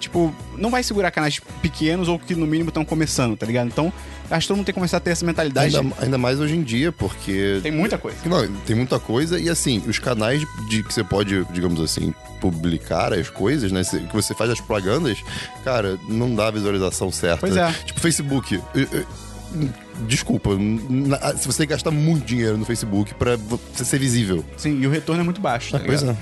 S1: Tipo, não vai segurar canais pequenos ou que no mínimo estão começando, tá ligado? Então, acho que todo mundo tem que começar a ter essa mentalidade.
S2: ainda, ainda mais hoje em dia, porque.
S1: Tem muita coisa.
S2: Que Não, tem muita coisa e assim, os canais de que você pode, digamos assim, publicar as coisas, né? se- Que você faz as propagandas, cara, não dá a visualização certa.
S1: Pois é.
S2: Tipo, Facebook. eu- eu- Desculpa, na- se você gastar muito dinheiro no Facebook pra você ser visível.
S1: Sim, e o retorno é muito baixo, tá ligado?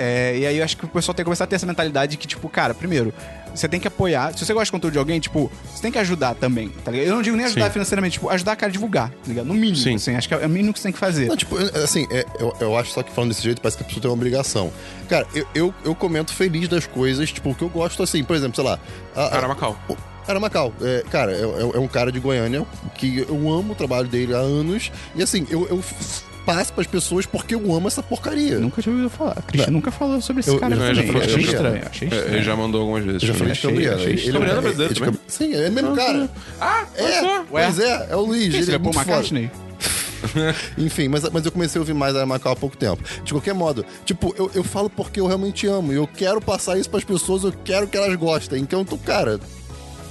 S1: É, e aí eu acho que o pessoal tem que começar a ter essa mentalidade que, tipo, cara, primeiro, você tem que apoiar. Se você gosta de conteúdo de alguém, tipo, você tem que ajudar também, tá ligado? Eu não digo nem ajudar
S3: Sim.
S1: financeiramente, tipo, ajudar a cara a divulgar, tá ligado? No mínimo,
S3: Sim.
S1: assim, acho que é o mínimo que você tem que fazer.
S2: Não, tipo, eu- assim, é, eu, eu acho só que falando desse jeito parece que a pessoa tem uma obrigação. Cara, eu, eu, eu comento feliz das coisas, tipo, o que eu gosto, assim, por exemplo, sei lá. a- a-
S3: Caramacal.
S2: O Aramacau, é, cara, é, é- é um cara de Goiânia que eu amo o trabalho dele há anos. E assim, eu, eu f- passe pras pessoas porque eu amo essa porcaria.
S1: Nunca tinha ouvido falar. A Cristian nunca falou sobre esse
S2: Eu-
S1: cara
S2: eu-
S3: eu já
S1: também.
S3: falei-
S1: achei
S3: eu já-
S1: estranho. Achei
S3: É, Ele
S1: estranho.
S3: já mandou algumas vezes.
S2: Eu já
S3: também.
S2: falei isso sobre ela.
S1: achei.
S2: Ele
S3: Gabriel
S2: é-
S3: é brasileiro
S2: ele-
S3: também?
S2: Sim, é o mesmo cara.
S3: Ah,
S2: É,
S3: olha só.
S2: pois é, é o Luiz.
S1: Quem
S2: Ele é
S1: seria Paul
S2: muito foda.
S1: McCartney?
S2: Enfim, mas, mas eu comecei a ouvir mais a Macau há pouco tempo. De qualquer modo, tipo, eu, eu falo porque eu realmente amo. E eu quero passar isso pras pessoas, eu quero que elas gostem. Então, tu, cara,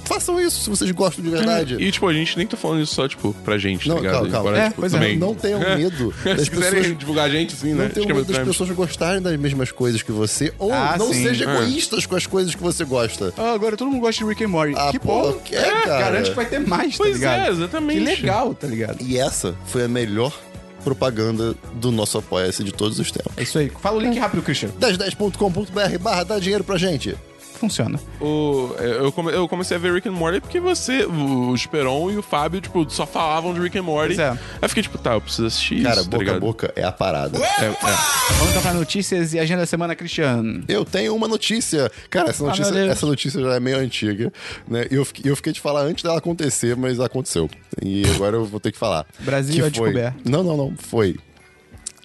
S2: façam isso se vocês gostam de verdade.
S3: E, tipo, a gente nem tá falando isso só, tipo, pra gente,
S2: Não,
S3: tá ligado?
S2: calma, calma.
S3: Embora,
S2: É,
S3: tipo,
S1: pois é,
S3: também.
S2: Não tenham medo das
S3: Se quiserem
S2: pessoas.
S3: divulgar a gente, sim, né?
S2: Não tenham
S3: Acho que é
S2: medo
S3: muito
S2: das
S3: grande.
S2: pessoas gostarem das mesmas coisas que você, ou
S1: Ah,
S2: não
S1: sim.
S2: seja
S3: É.
S2: egoístas com as coisas que você gosta.
S1: Ah, agora todo mundo gosta de Rick and Morty.
S2: Ah,
S1: que
S2: pô,
S1: bom.
S2: que é, cara.
S1: Garante que vai ter mais, tá
S3: Pois
S1: ligado?
S3: é, exatamente.
S1: Que legal, tá ligado?
S2: E essa foi a melhor propaganda do nosso Apoia-se de todos os
S1: É
S2: tempos.
S1: isso aí. Fala o link rápido, Cristian.
S2: 1010.com.br barra dá dinheiro pra gente.
S1: Funciona.
S3: O, é, eu, come- eu comecei a ver Rick and Morty porque você, o Esperon e o Fábio, tipo, só falavam de Rick and Morty.
S1: Pois é.
S3: Aí eu fiquei tipo, tá, eu preciso assistir
S2: Cara,
S3: isso, tá
S2: boca a
S3: ligado?
S2: boca é a parada.
S3: É, é.
S1: Vamos então pra notícias e agenda da semana, Cristian.
S2: Eu tenho uma notícia. Cara, essa notícia,
S1: Ah, meu Deus.
S2: essa notícia já é meio antiga, né? E eu, fiquei- eu fiquei de falar antes dela acontecer, mas aconteceu. E agora eu vou ter que falar.
S1: Brasil
S2: que
S1: é descoberto.
S2: Não, não, não. Foi.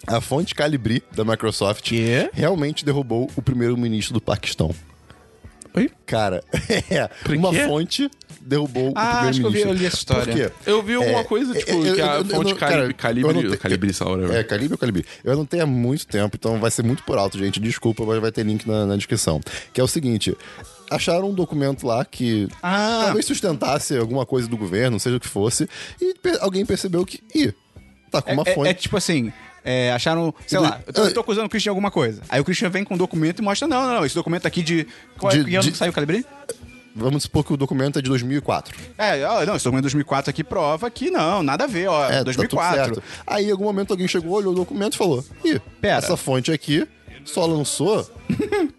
S2: A fonte Calibri da Microsoft
S1: Quê?
S2: realmente derrubou o primeiro-ministro do Paquistão.
S1: Oi?
S2: Cara, é.
S3: Por
S2: Uma
S3: quê?
S2: fonte derrubou
S1: Ah,
S2: o
S1: acho que eu vi-
S2: primeiro-ministro.
S1: eu li essa história.
S2: Por quê?
S3: Eu vi alguma
S2: É,
S3: coisa, tipo,
S2: eu-
S3: que
S2: eu-
S3: a
S2: eu-
S3: fonte
S2: eu- cara,
S3: Calibre, Calibre,
S2: eu não te-
S3: Calibre, sei lá, whatever.
S2: É, Calibre ou Calibre? Eu não tenho há muito tempo, então vai ser muito por alto, gente. Desculpa, mas vai ter link na, na descrição. Que é o seguinte: acharam um documento lá que
S1: Ah.
S2: talvez sustentasse alguma coisa do governo, seja o que fosse, e pe- alguém percebeu que. Ih, tá com uma
S1: é,
S2: fonte.
S1: é tipo assim, é, acharam, sei lá, eu tô, eu tô acusando o Christian de alguma coisa. Aí o Christian vem com um documento e mostra, não, não, não, esse documento aqui de... Qual é
S2: De-
S1: que ano
S2: de-
S1: que saiu o Calibri?
S2: Vamos supor que o documento é de 2004.
S1: É, ó, não, esse documento de 2004 aqui prova que não, nada a ver, ó,
S2: É, tá tudo
S1: 2004.
S2: certo. Aí, em algum momento, alguém chegou, olhou o documento e falou: Ih,
S1: Pera.
S2: essa fonte aqui só lançou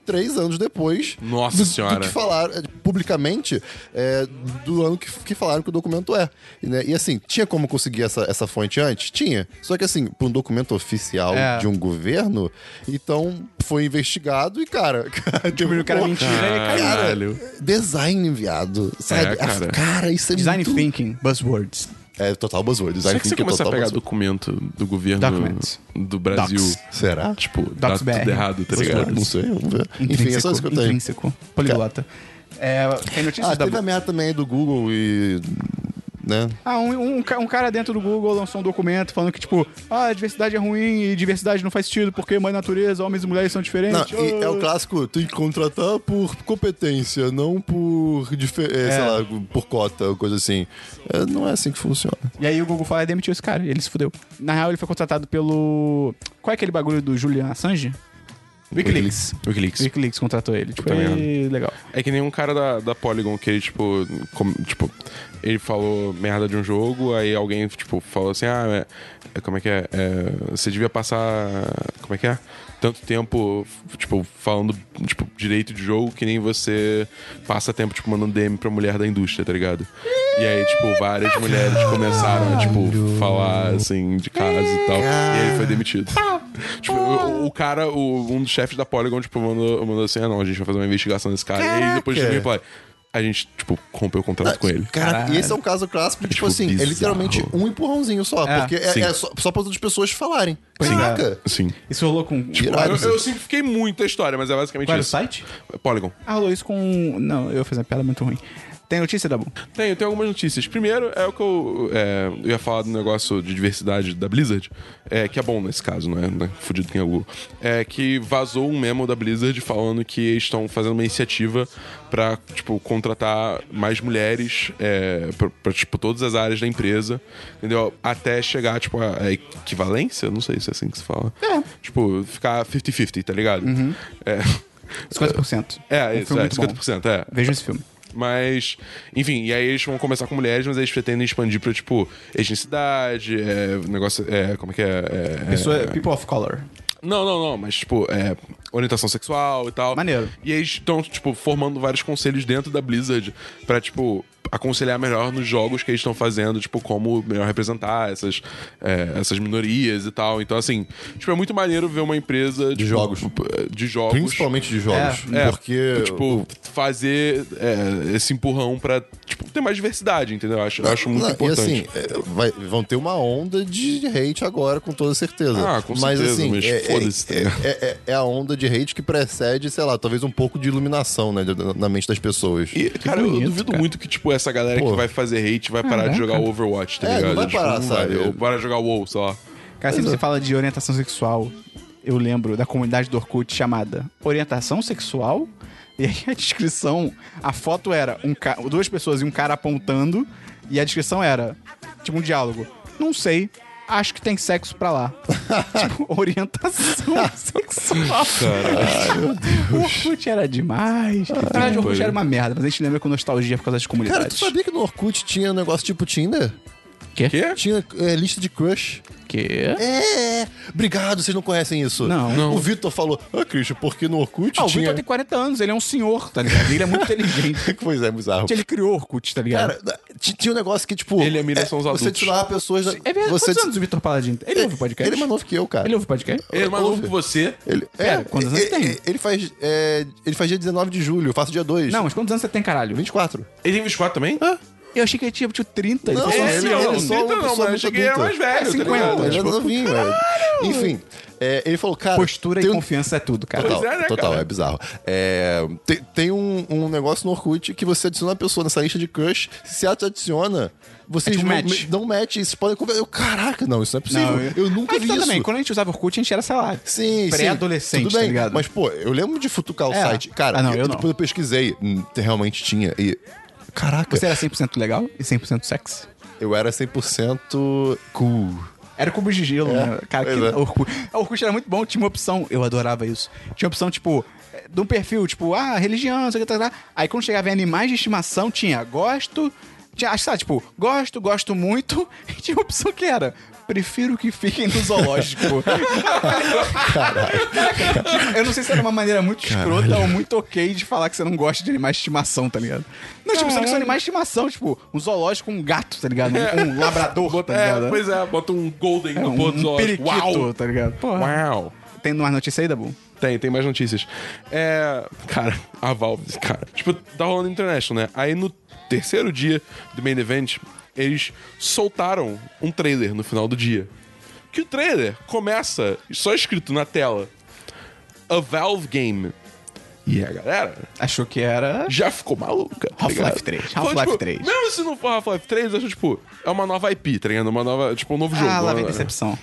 S2: três anos depois
S3: Nossa
S2: do, do
S3: Senhora.
S2: que falaram eh, publicamente eh, do ano que, que falaram que o documento é. E, né, e, assim, tinha como conseguir essa, essa fonte antes? Tinha. Só que assim, para um documento oficial
S1: É.
S2: de um governo, então foi investigado e, cara,
S1: Descobriu que era mentira e
S2: Cara,
S1: caiu.
S2: design, viado. Sabe?
S3: É, cara.
S2: Ah, cara, isso é
S1: Design
S2: muito...
S1: thinking, buzzwords.
S2: É total buzzword. Design
S3: Será que você
S2: thinking é
S3: começar a
S2: total
S3: pegar
S2: buzzword.
S3: documento do governo
S1: Documents.
S3: do Brasil?
S1: Docs.
S2: Será?
S3: Tipo, dá tudo
S1: BR.
S3: errado, tá
S2: Pois é,
S3: ligado?
S2: Não sei, vamos ver. Enfim, é
S1: Intrínseco,
S2: só isso que eu tenho.
S1: intrínseco, poliglota. É, tem notícia
S2: Ah,
S1: da...
S2: teve a merda também do Google e. né?
S1: Ah, um, um ca- um cara dentro do Google lançou um documento falando que, tipo, ah, a diversidade é ruim e diversidade não faz sentido porque mãe natureza, homens e mulheres são
S2: Não,
S1: diferentes.
S2: e é o clássico, tem que contratar por competência, não por, dife- é, sei lá, por cota ou coisa assim. É, não é assim que funciona.
S1: E aí o Google Fire demitiu esse cara, e ele se fudeu. Na real, ele foi contratado pelo. Qual é aquele bagulho do Julian Assange? Wikileaks.
S3: Wikileaks.
S1: Wikileaks contratou ele. Tipo,
S3: Puta
S1: e... legal.
S3: É que nem um cara da, da Polygon que ele, tipo, com- tipo, ele falou merda de um jogo, aí alguém, tipo, falou assim, ah, é- é, como é que é? É, Você devia passar. Como é que é? Tanto tempo, f- tipo, falando, tipo, direito de jogo que nem você passa tempo, tipo, mandando DM pra mulher da indústria, tá ligado? E aí, tipo, várias mulheres começaram a, tipo, falar, assim, de casa e tal. E ele foi demitido. Tipo, o, o cara, o- um dos chefes da Polygon, tipo, mandou, mandou assim, ah, não, a gente vai fazer uma investigação desse cara. E aí, depois de
S2: Caraca.
S3: reply, a gente, tipo, rompeu o contrato com ele.
S2: Cara, e esse é um caso clássico de, tipo
S3: Tipo,
S2: assim, é
S3: bizarro.
S2: literalmente um empurrãozinho só,
S1: É,
S2: porque é,
S3: sim.
S2: é só, só para outras pessoas falarem.
S1: é.
S2: Caraca!
S3: Sim.
S1: Isso rolou com. tipo,
S2: Irado.
S3: Eu, eu simplifiquei muito a história, mas é basicamente
S1: Qual era o
S3: isso.
S1: site?
S3: Polygon.
S1: Ah, rolou isso com. Não, eu ia fazer uma piada muito ruim. Tem notícia, Dabu?
S3: Tenho, tenho algumas notícias. Primeiro é o que eu, é, eu ia falar do negócio de diversidade da Blizzard, é, que é bom nesse caso, não é? Não é fudido quem é o Google. É que vazou um memo da Blizzard falando que eles estão fazendo uma iniciativa pra, tipo, contratar mais mulheres é, pra, pra, tipo, todas as áreas da empresa, entendeu? Até chegar, tipo, a, a equivalência, não sei se é assim que se fala. É. Tipo, ficar 50-50, tá ligado? É,
S1: 50%.
S3: é,
S1: Uhum. Um
S3: isso,
S1: filme
S3: é,
S1: muito bom.
S3: 50%, é.
S1: Vejam esse filme.
S3: Mas, enfim, e aí eles vão começar com mulheres, mas eles pretendem expandir pra, tipo, etnicidade, é, negócio. É, como é que é? É,
S1: Pessoa,
S3: é-
S1: People of Color.
S3: Não, não, não, mas, tipo, é, orientação sexual e tal.
S1: Maneiro.
S3: E eles estão, tipo, formando vários conselhos dentro da Blizzard pra, tipo, aconselhar melhor nos jogos que eles estão fazendo, tipo, como melhor representar essas, é, essas minorias e tal. Então, assim, tipo, é muito maneiro ver uma empresa. De
S2: jogos.
S3: De jogos.
S2: Principalmente de jogos.
S3: É,
S2: porque.
S3: tipo, fazer é, esse empurrão pra, tipo, ter mais diversidade, entendeu? Eu acho, eu acho Tipo, muito
S2: Não,
S3: importante.
S2: E assim, é, vai- vão ter uma onda de hate agora, com toda certeza.
S3: Ah, com
S2: mas,
S3: certeza,
S2: assim,
S3: mas
S2: é,
S3: foda-se,
S2: é,
S3: tá
S2: é- é- é a onda de hate que precede, sei lá, talvez um pouco de iluminação né, na- na mente das pessoas.
S3: E, cara, eu
S1: bonito,
S3: duvido
S1: cara.
S3: muito que, tipo, essa galera
S2: Pô.
S3: que vai fazer hate vai parar de jogar o Overwatch, tá
S2: É,
S3: ligado?
S2: não vai
S3: Tipo,
S2: parar,
S3: vai,
S2: sabe?
S3: Ou parar de jogar WoW, sei lá.
S1: Cara, sempre
S2: é.
S1: você fala de orientação sexual, eu lembro da comunidade do Orkut chamada Orientação Sexual. E aí a descrição, a foto era um ca- duas pessoas e um cara apontando, e a descrição era tipo um diálogo. Não sei, acho que tem sexo pra lá. tipo, orientação sexual. o Orkut era demais. Na verdade, o Orkut era uma merda, mas a gente lembra com nostalgia por causa das
S2: Cara, tu
S1: comunidades.
S2: sabia que no Orkut tinha um negócio tipo Tinder?
S3: Quê?
S2: Tinha é, lista de crush.
S1: que...
S2: É! Obrigado, vocês não conhecem isso.
S1: Não. Não.
S2: O Vitor falou, ah, Christian, porque no Orkut
S1: Ah, o
S2: tinha...
S1: Victor tem 40 anos, ele é um senhor, tá ligado? Ele é muito inteligente.
S2: pois é, bizarro.
S1: Ele criou o Orkut, tá ligado?
S2: Cara, t- tinha um negócio que, tipo...
S3: Ele e a mina são os
S2: Você
S3: adultos.
S2: tirava pessoas... Da...
S1: é verdade.
S2: Você...
S1: Quantos anos o Vitor Paladino? tem? Ele ouve podcast?
S2: Ele é mais novo que eu, cara.
S1: Ele ouve podcast?
S3: Ele é mais novo
S2: Ouve.
S3: que você.
S2: Ele,
S1: Pera,
S2: é,
S1: quantos anos
S2: ele,
S1: você tem?
S2: ele- Ele faz, é, ele faz dia 19 de julho, eu faço dia 2.
S1: Não, mas quantos anos você tem, caralho?
S2: 24.
S3: Ele tem 24 também? é
S1: Eu achei que ele tinha, tipo, 30. Ele
S2: Não,
S1: falou,
S2: ele-
S1: "Esse
S2: ele-
S1: ano."
S2: ele- só uma
S3: não,
S2: pessoa
S3: mas eu
S2: muito
S3: cheguei
S2: adulta.
S3: mais velho,
S1: É, 50.
S3: tá
S2: Ele
S3: ligado?
S2: é novinho, velho. Enfim, é, ele falou, cara...
S1: Postura e
S2: tem um-
S1: confiança é tudo, cara.
S2: Total,
S3: Pois é, né,
S2: total,
S3: cara?
S2: é bizarro. É, tem tem um, um negócio no Orkut que você adiciona uma pessoa nessa lista de crush, se ela te adiciona, vocês
S1: É tipo
S2: não-
S1: match.
S2: me- dão match e vocês podem conversar. Eu, caraca, não, isso não é possível.
S1: Não,
S2: eu... nunca
S1: Aí que
S2: vi
S1: tá
S2: isso.
S1: também, quando a gente usava Orkut, a gente era, sei lá,
S2: Sim,
S1: pré-adolescente,
S2: sim. Tudo
S1: tá
S2: bem,
S1: ligado?
S2: Mas, pô, eu lembro de futucar o
S1: É.
S2: site. Cara,
S1: Ah, não, eu não.
S2: depois eu pesquisei, hum, realmente tinha. E, caraca,
S1: Você era 100% legal e 100% sexy.
S2: eu era 100% cool.
S1: Era cubo de gelo, né? Cara, que
S2: pois é.
S1: Orkut. A Orkut era muito bom, tinha uma opção, eu adorava isso. Tinha uma opção, tipo, eh, de um perfil, tipo, ah, religião, não sei o que, tá, tá. Aí quando chegava em animais de estimação, tinha gosto, tinha, ah, sabe, tipo, gosto, gosto muito, e tinha uma opção que era. Prefiro que fiquem no zoológico. Caraca. Eu não sei se era uma maneira muito escrota ou muito ok de falar que você não gosta de animais de estimação, tá ligado? Não, tipo, só que são animais de estimação, tipo, um zoológico, um gato, tá ligado? Um, um
S2: É.
S1: labrador, tá ligado?
S3: É, pois é, bota um Golden
S1: É,
S3: no
S1: um,
S3: ponto
S1: um
S3: do
S1: periquito,
S3: Uau!
S1: tá ligado? Porra.
S3: Uau!
S1: Tem mais notícia aí, Dabu?
S3: Tem, tem mais notícias. É. Cara, a Valve, cara. Tipo, tá rolando International, né? Aí no terceiro dia do main event, eles soltaram um trailer no final do dia. Que o trailer começa só escrito na tela: A Valve Game. E a galera
S1: Achou que era...
S3: já ficou maluca. tá
S1: Half-Life
S3: ligado?
S1: 3,
S3: Foi,
S1: Half-Life
S3: tipo,
S1: 3.
S3: Mesmo se não for Half-Life 3, eu acho, tipo, é uma nova IP, tá ligado? Uma nova. Tipo, um novo jogo.
S1: Ah, lá
S3: uma-
S1: vem decepção.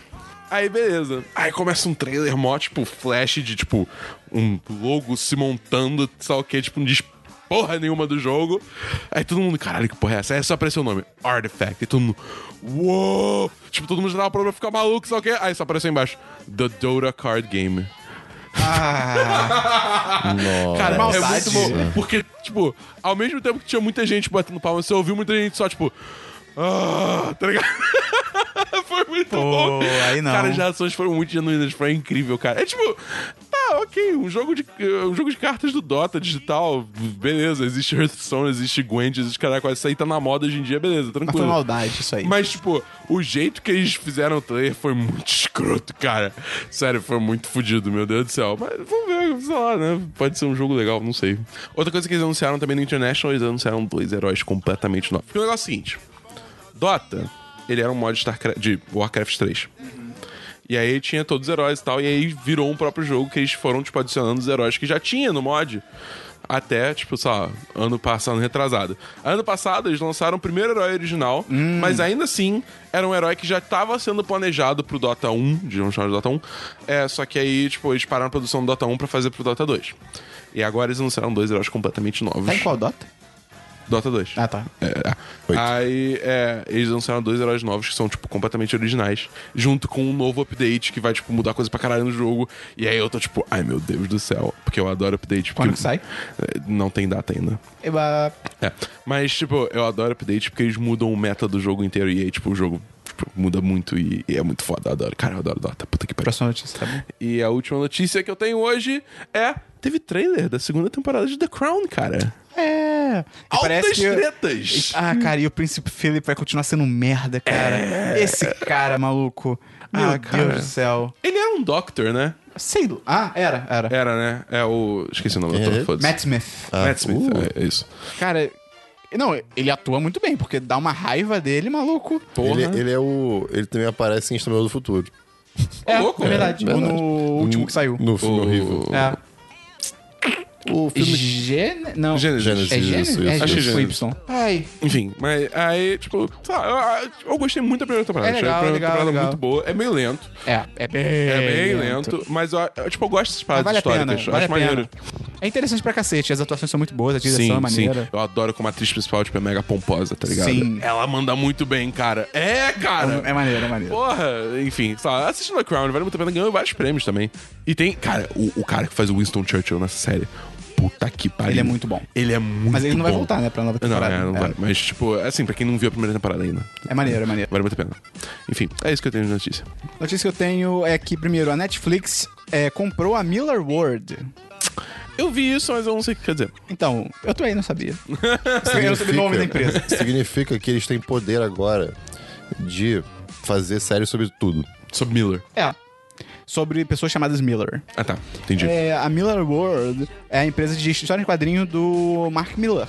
S3: Aí, beleza. Aí começa um trailer mó, tipo, flash de, tipo, um logo se montando, sei lá o quê, tipo, não diz porra nenhuma do jogo. Aí todo mundo, caralho, que porra é essa? Aí só apareceu o nome, Artifact. E todo mundo, uou! Tipo, todo mundo já tava pronto pra ficar maluco, sei lá o quê. Aí só apareceu aí embaixo, The Dota Card Game. Cara, é
S1: maldade.
S3: muito bom. Porque, tipo, ao mesmo tempo que tinha muita gente batendo palma, você ouviu muita gente só, tipo... Ah, tá ligado? Foi muito bom.
S1: aí não.
S3: Cara, as reações foram muito genuínas, foi incrível, cara. É tipo, tá, ok, um jogo de, um jogo de cartas do Dota digital, beleza, existe Hearthstone, existe Gwent, existe caraca, isso aí tá na moda hoje em dia, beleza,
S1: Mas foi
S3: tranquilo.
S1: maldade isso aí.
S3: Mas, tipo, o jeito que eles fizeram o trailer foi muito escroto, cara. Sério, foi muito fodido, meu Deus do céu. Mas vamos ver, sei lá, né? Pode ser um jogo legal, não sei. Outra coisa que eles anunciaram também no International, eles anunciaram dois heróis completamente novos. Porque o negócio é o seguinte: Dota, ele era um mod de Starcraft- de Warcraft 3. E aí tinha todos os heróis e tal, e aí virou um próprio jogo que eles foram, tipo, adicionando os heróis que já tinha no mod. Até, tipo, sei lá, ano passado, ano retrasado. Ano passado, eles lançaram o primeiro herói original,
S1: Hum.
S3: mas ainda assim, era um herói que já tava sendo planejado pro Dota 1, de não chamar de Dota 1. É, só que aí, tipo, eles pararam a produção do Dota 1 pra fazer pro Dota 2. E agora eles anunciaram dois heróis completamente novos.
S1: Tá em qual Dota?
S3: Dota 2.
S1: Ah, tá.
S2: Oito.
S3: É, Aí, é, eles lançaram dois heróis novos que são, tipo, completamente originais, junto com um novo update que vai, tipo, mudar coisa pra caralho no jogo. E aí eu tô tipo, ai meu Deus do céu, porque eu adoro update.
S1: Quando
S3: porque-
S1: que sai?
S3: É, Não tem data ainda.
S1: Eba.
S3: É. Mas, tipo, eu adoro update porque eles mudam o meta do jogo inteiro e aí, tipo, o jogo tipo, muda muito e, e é muito foda. Eu adoro, cara, eu adoro Dota, puta que pariu.
S1: Próxima notícia, tá bom?
S3: E a última notícia que eu tenho hoje é. Teve trailer da segunda temporada de The Crown, cara.
S1: É. E
S3: Altas
S1: que-
S3: tretas!
S1: Ah, cara, e o Príncipe Philip vai continuar sendo um merda, cara. Esse cara, maluco. Meu
S3: Ah, cara.
S1: Deus do céu.
S3: Ele era um Doctor, né?
S1: Sei lá. Ah, era, era.
S3: Era, né? É o. Esqueci o nome do
S2: É
S3: ator,
S2: ele?
S3: foda-se.
S1: Matt Smith.
S3: Matt Smith, é, é isso.
S1: Cara, Não, ele atua muito bem, porque dá uma raiva dele, maluco.
S2: Ele, ele é o. Ele também aparece em Exterminador do Futuro.
S3: Ô, louco.
S9: é verdade.
S1: Ou no último que saiu.
S2: No filme
S3: O-
S2: horrível.
S1: É.
S2: O filme.
S1: Gene... Não.
S3: Gênesis.
S2: Gênesis,
S1: É Gênesis?
S2: isso, isso.
S1: É
S3: Achei
S1: Gênesis.
S3: Gênesis.
S1: Y.
S9: Ai,
S3: Enfim, mas aí, tipo, sei lá, eu, eu gostei muito da primeira temporada.
S1: É
S3: Achei
S1: legal,
S3: a primeira
S1: legal,
S3: temporada
S1: legal.
S3: muito boa. É meio lento.
S1: É, é bem,
S3: É, bem lento. mas eu, eu, tipo, eu gosto dessas
S1: Mas
S3: paradas
S1: vale a pena.
S3: históricas. Eu
S1: Vale a
S3: acho maneiro.
S1: pena. É interessante pra cacete. As atuações são muito boas, a direção é maneira.
S3: Eu adoro como a atriz principal, tipo, é mega pomposa, tá ligado?
S1: Sim.
S3: Ela manda muito bem, cara. É, cara!
S1: É maneiro, é maneiro.
S3: Porra, enfim, sei lá, assistindo a Crown, vale muito a pena, ganhou vários prêmios também. E tem, cara, o, o cara que faz o Winston Churchill nessa série. Puta que pariu.
S1: Ele é muito bom.
S3: Ele é muito
S1: Mas ele não vai
S3: bom.
S1: voltar, né, pra nova temporada.
S3: Não, é, não
S1: É.
S3: vai. Mas, tipo, assim, pra quem não viu a primeira temporada ainda,
S1: É maneiro, é maneiro.
S3: vale muito a pena. Enfim, é isso que eu tenho de notícia.
S1: Notícia que eu tenho é que, primeiro, a Netflix é, comprou a Miller World.
S3: Eu vi isso, mas eu não sei o que quer dizer.
S1: Então, eu também não sabia. eu não sabia o nome da empresa.
S2: Significa que eles têm poder agora de fazer série sobre tudo.
S3: Sobre Miller.
S1: É. Sobre pessoas chamadas Miller.
S3: Ah, tá. Entendi.
S1: É, a Miller World é a empresa de história em quadrinho do Mark Miller.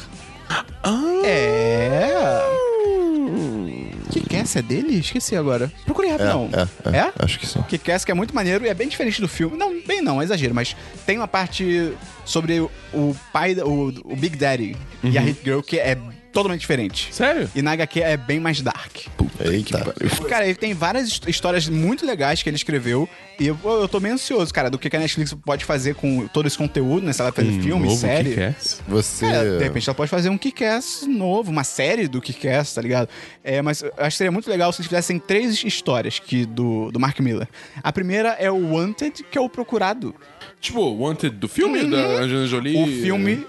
S2: Ah!
S1: É.
S3: Hum,
S1: O que que é? Essa é dele? Esqueci agora. Procurei rapidão.
S2: É, é,
S1: É?
S2: Acho que sim.
S1: Que Cass, que é muito maneiro e é bem diferente do filme. Não, bem não, é exagero, mas tem uma parte sobre o- o pai, da- o, o Big Daddy e a
S2: Uhum.
S1: Hit Girl que é totalmente diferente.
S3: Sério?
S1: E na HQ é bem mais dark.
S2: Eita.
S1: Cara, ele tem várias his- histórias muito legais que ele escreveu. E eu, eu tô meio ansioso, cara, do que que a Netflix pode fazer com todo esse conteúdo, né? Se ela vai fazer filme,
S3: Hum, Novo
S1: série.
S3: Kick-Ass?
S2: Você.
S1: É, de repente ela pode fazer um Kick-Ass novo, uma série do Kick-Ass, tá ligado? É, mas eu acho que seria muito legal se eles fizessem três histórias que do, do Mark Miller. A primeira é o Wanted, que é o procurado.
S3: Tipo, Wanted do filme da Angelina Jolie?
S1: Uhum. O filme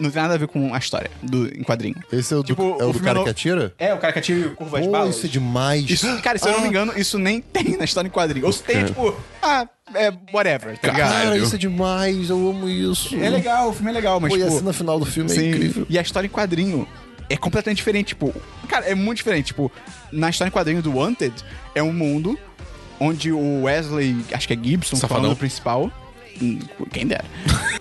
S1: não tem nada a ver com a história do, em quadrinho.
S2: Esse é o,
S1: Tipo,
S2: do, é o
S1: o
S2: do
S1: filme
S2: cara
S1: no-
S2: que atira?
S1: É, o cara que atira e curva as
S2: Pô,
S1: balas.
S2: isso é demais.
S1: Isso, cara, se eu não me engano, isso nem tem na história em quadrinho. Ou se tem, tipo, ah, é whatever, tá ligado?
S2: Cara, isso é demais. Eu amo isso.
S1: É legal, o filme é legal, mas,
S2: Pô, e a
S1: tipo...
S2: cena final do filme
S1: Sim,
S2: é incrível.
S1: E a história em quadrinho é completamente diferente. Tipo, cara, é muito diferente. Tipo, na história em quadrinho do Wanted, é um mundo onde o Wesley, acho que é Gibson,
S3: Safadão.
S1: falando o principal. hum, Quem dera.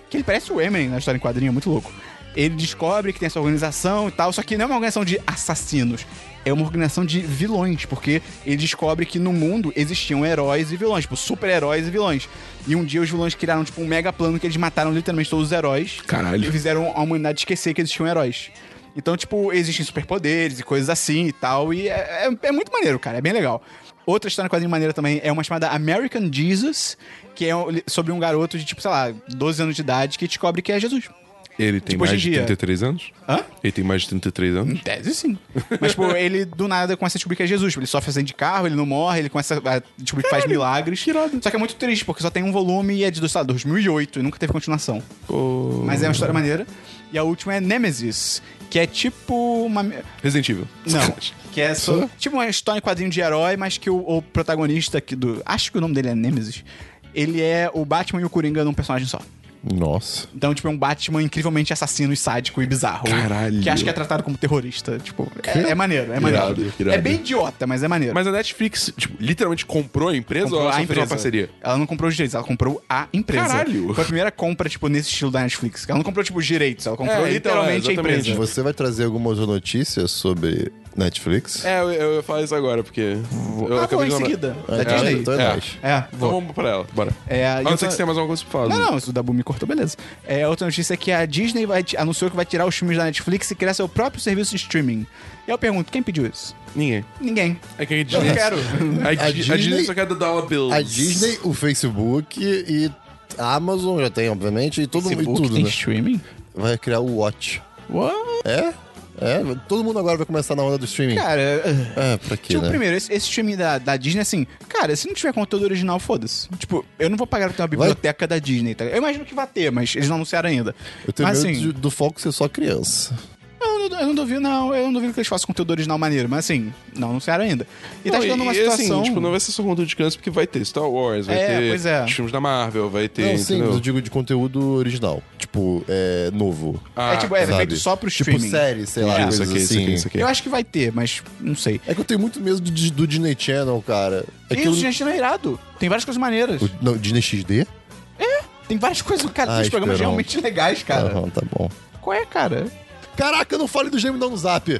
S1: que ele parece o Emen na história em quadrinho, é muito louco. Ele descobre que tem essa organização e tal, só que não é uma organização de assassinos. É uma organização de vilões, porque ele descobre que no mundo existiam heróis e vilões, tipo, super-heróis e vilões. E um dia os vilões criaram, tipo, um mega plano que eles mataram literalmente todos os heróis.
S3: Caralho.
S1: E fizeram a humanidade esquecer que existiam heróis. Então, tipo, existem superpoderes e coisas assim e tal. E é, é- é muito maneiro, cara. É bem legal. Outra história em quadrinho maneira também é uma chamada American Jesus, que é um- sobre um garoto de, tipo, sei lá, 12 anos de idade que descobre que é Jesus.
S3: Ele tem
S1: Tipo, hoje
S3: mais
S1: em
S3: de
S1: dia.
S3: 33 anos?
S1: Hã?
S3: Ele tem mais de 33
S1: Em
S3: anos?
S1: tese, sim. Mas, tipo, ele do nada começa a descobrir que é Jesus. Ele sofre acidente de carro, ele não morre, ele começa a descobrir que faz milagres. Só que é muito triste, porque só tem um volume e é de, sei lá, 2008 e nunca teve continuação.
S3: Pô.
S1: Mas é uma história maneira. E a última é Nemesis, que é tipo uma. Não.
S3: Resident Evil.
S1: Que é só, tipo uma história em quadrinho de herói, mas que o, o protagonista aqui do. Acho que o nome dele é Nemesis. Ele é o Batman e o Coringa num personagem só.
S2: Nossa.
S1: Então, tipo, é um Batman incrivelmente assassino e sádico e bizarro.
S3: Caralho.
S1: Que acho que é tratado como terrorista. Tipo, é, é maneiro, é maneiro.
S3: Irado, irado.
S1: É bem idiota, mas é maneiro.
S3: Mas a Netflix, tipo, literalmente comprou a empresa
S1: Comprou
S3: ou ela
S1: a
S3: só fez uma
S1: empresa.
S3: parceria?
S1: Ela não comprou os direitos, ela comprou a empresa.
S3: Caralho.
S1: Foi a primeira compra, tipo, nesse estilo da Netflix. Ela não comprou, tipo, os direitos, ela comprou
S3: É, então, é,
S1: literalmente a
S3: exatamente.
S1: empresa.
S2: Você vai trazer alguma outra notícia sobre Netflix?
S3: É, eu, eu ia falar isso agora, porque. Eu
S1: Ah, vou em
S3: de lembrar.
S1: seguida. Da
S2: É,
S1: Disney.
S2: Então é,
S3: É.
S2: nóis.
S1: É,
S3: Então
S1: vou.
S3: vamos pra ela, bora.
S1: É,
S3: a
S1: e
S3: não
S1: eu
S3: ser
S1: tô-
S3: que você tem mais alguma coisa pra falar.
S1: Não,
S3: né?
S1: não, isso o Dabu me cortou, beleza. É, outra notícia é que a Disney vai ti- anunciou que vai tirar os filmes da Netflix e criar seu próprio serviço de streaming. E eu pergunto, quem pediu isso?
S3: Ninguém.
S1: Ninguém.
S3: É que a Disney.
S1: não quero.
S3: A, Di- a Disney...
S2: Disney
S3: só quer dar dollar bills.
S2: A Disney, o Facebook e a Amazon já tem, obviamente, e todo mundo e tudo, né?
S1: streaming?
S2: Vai criar o Watch.
S1: What?
S2: É? É, todo mundo agora vai começar na onda do streaming.
S1: Cara,
S2: é, pra quê,
S1: Tipo,
S2: né?
S1: primeiro, esse, esse time da, da Disney, assim, cara, se não tiver conteúdo original, foda-se. Tipo, eu não vou pagar pra ter uma biblioteca da Disney, tá? Eu imagino que vai ter, mas eles não anunciaram ainda.
S2: Eu tenho
S1: mas,
S2: medo
S1: assim,
S2: de- do foco ser só criança.
S1: eu, não, eu não duvido, não. Eu não duvido que eles façam conteúdo original maneiro, mas assim, não anunciaram ainda. E tá
S3: Não,
S1: chegando uma
S3: e, assim,
S1: situação.
S3: tipo, não vai ser só conteúdo de criança, porque vai ter Star Wars, vai
S1: É,
S3: ter
S1: pois é.
S3: os filmes da Marvel, vai ter.
S2: não, sim,
S3: entendeu?
S2: mas eu digo de conteúdo original. Tipo, é novo.
S3: Ah,
S1: É tipo, é
S2: sabe?
S1: feito só pro
S2: tipo
S1: streaming.
S2: série, sei lá,
S3: isso
S2: coisas
S3: aqui, isso
S2: assim.
S3: aqui, isso aqui.
S1: Eu acho que vai ter, mas não sei.
S2: É que eu tenho muito medo do, do Disney Channel, cara. É
S1: E
S2: que eu-
S1: o gente não é irado. Tem várias coisas maneiras.
S2: o- não, Disney XD?
S1: Tem várias coisas, cara.
S2: Ah,
S1: tem uns programas
S2: Esperão.
S1: realmente legais, cara.
S2: Aham, tá bom.
S1: Qual é, cara?
S2: Caraca, não fale do gemidão no zap.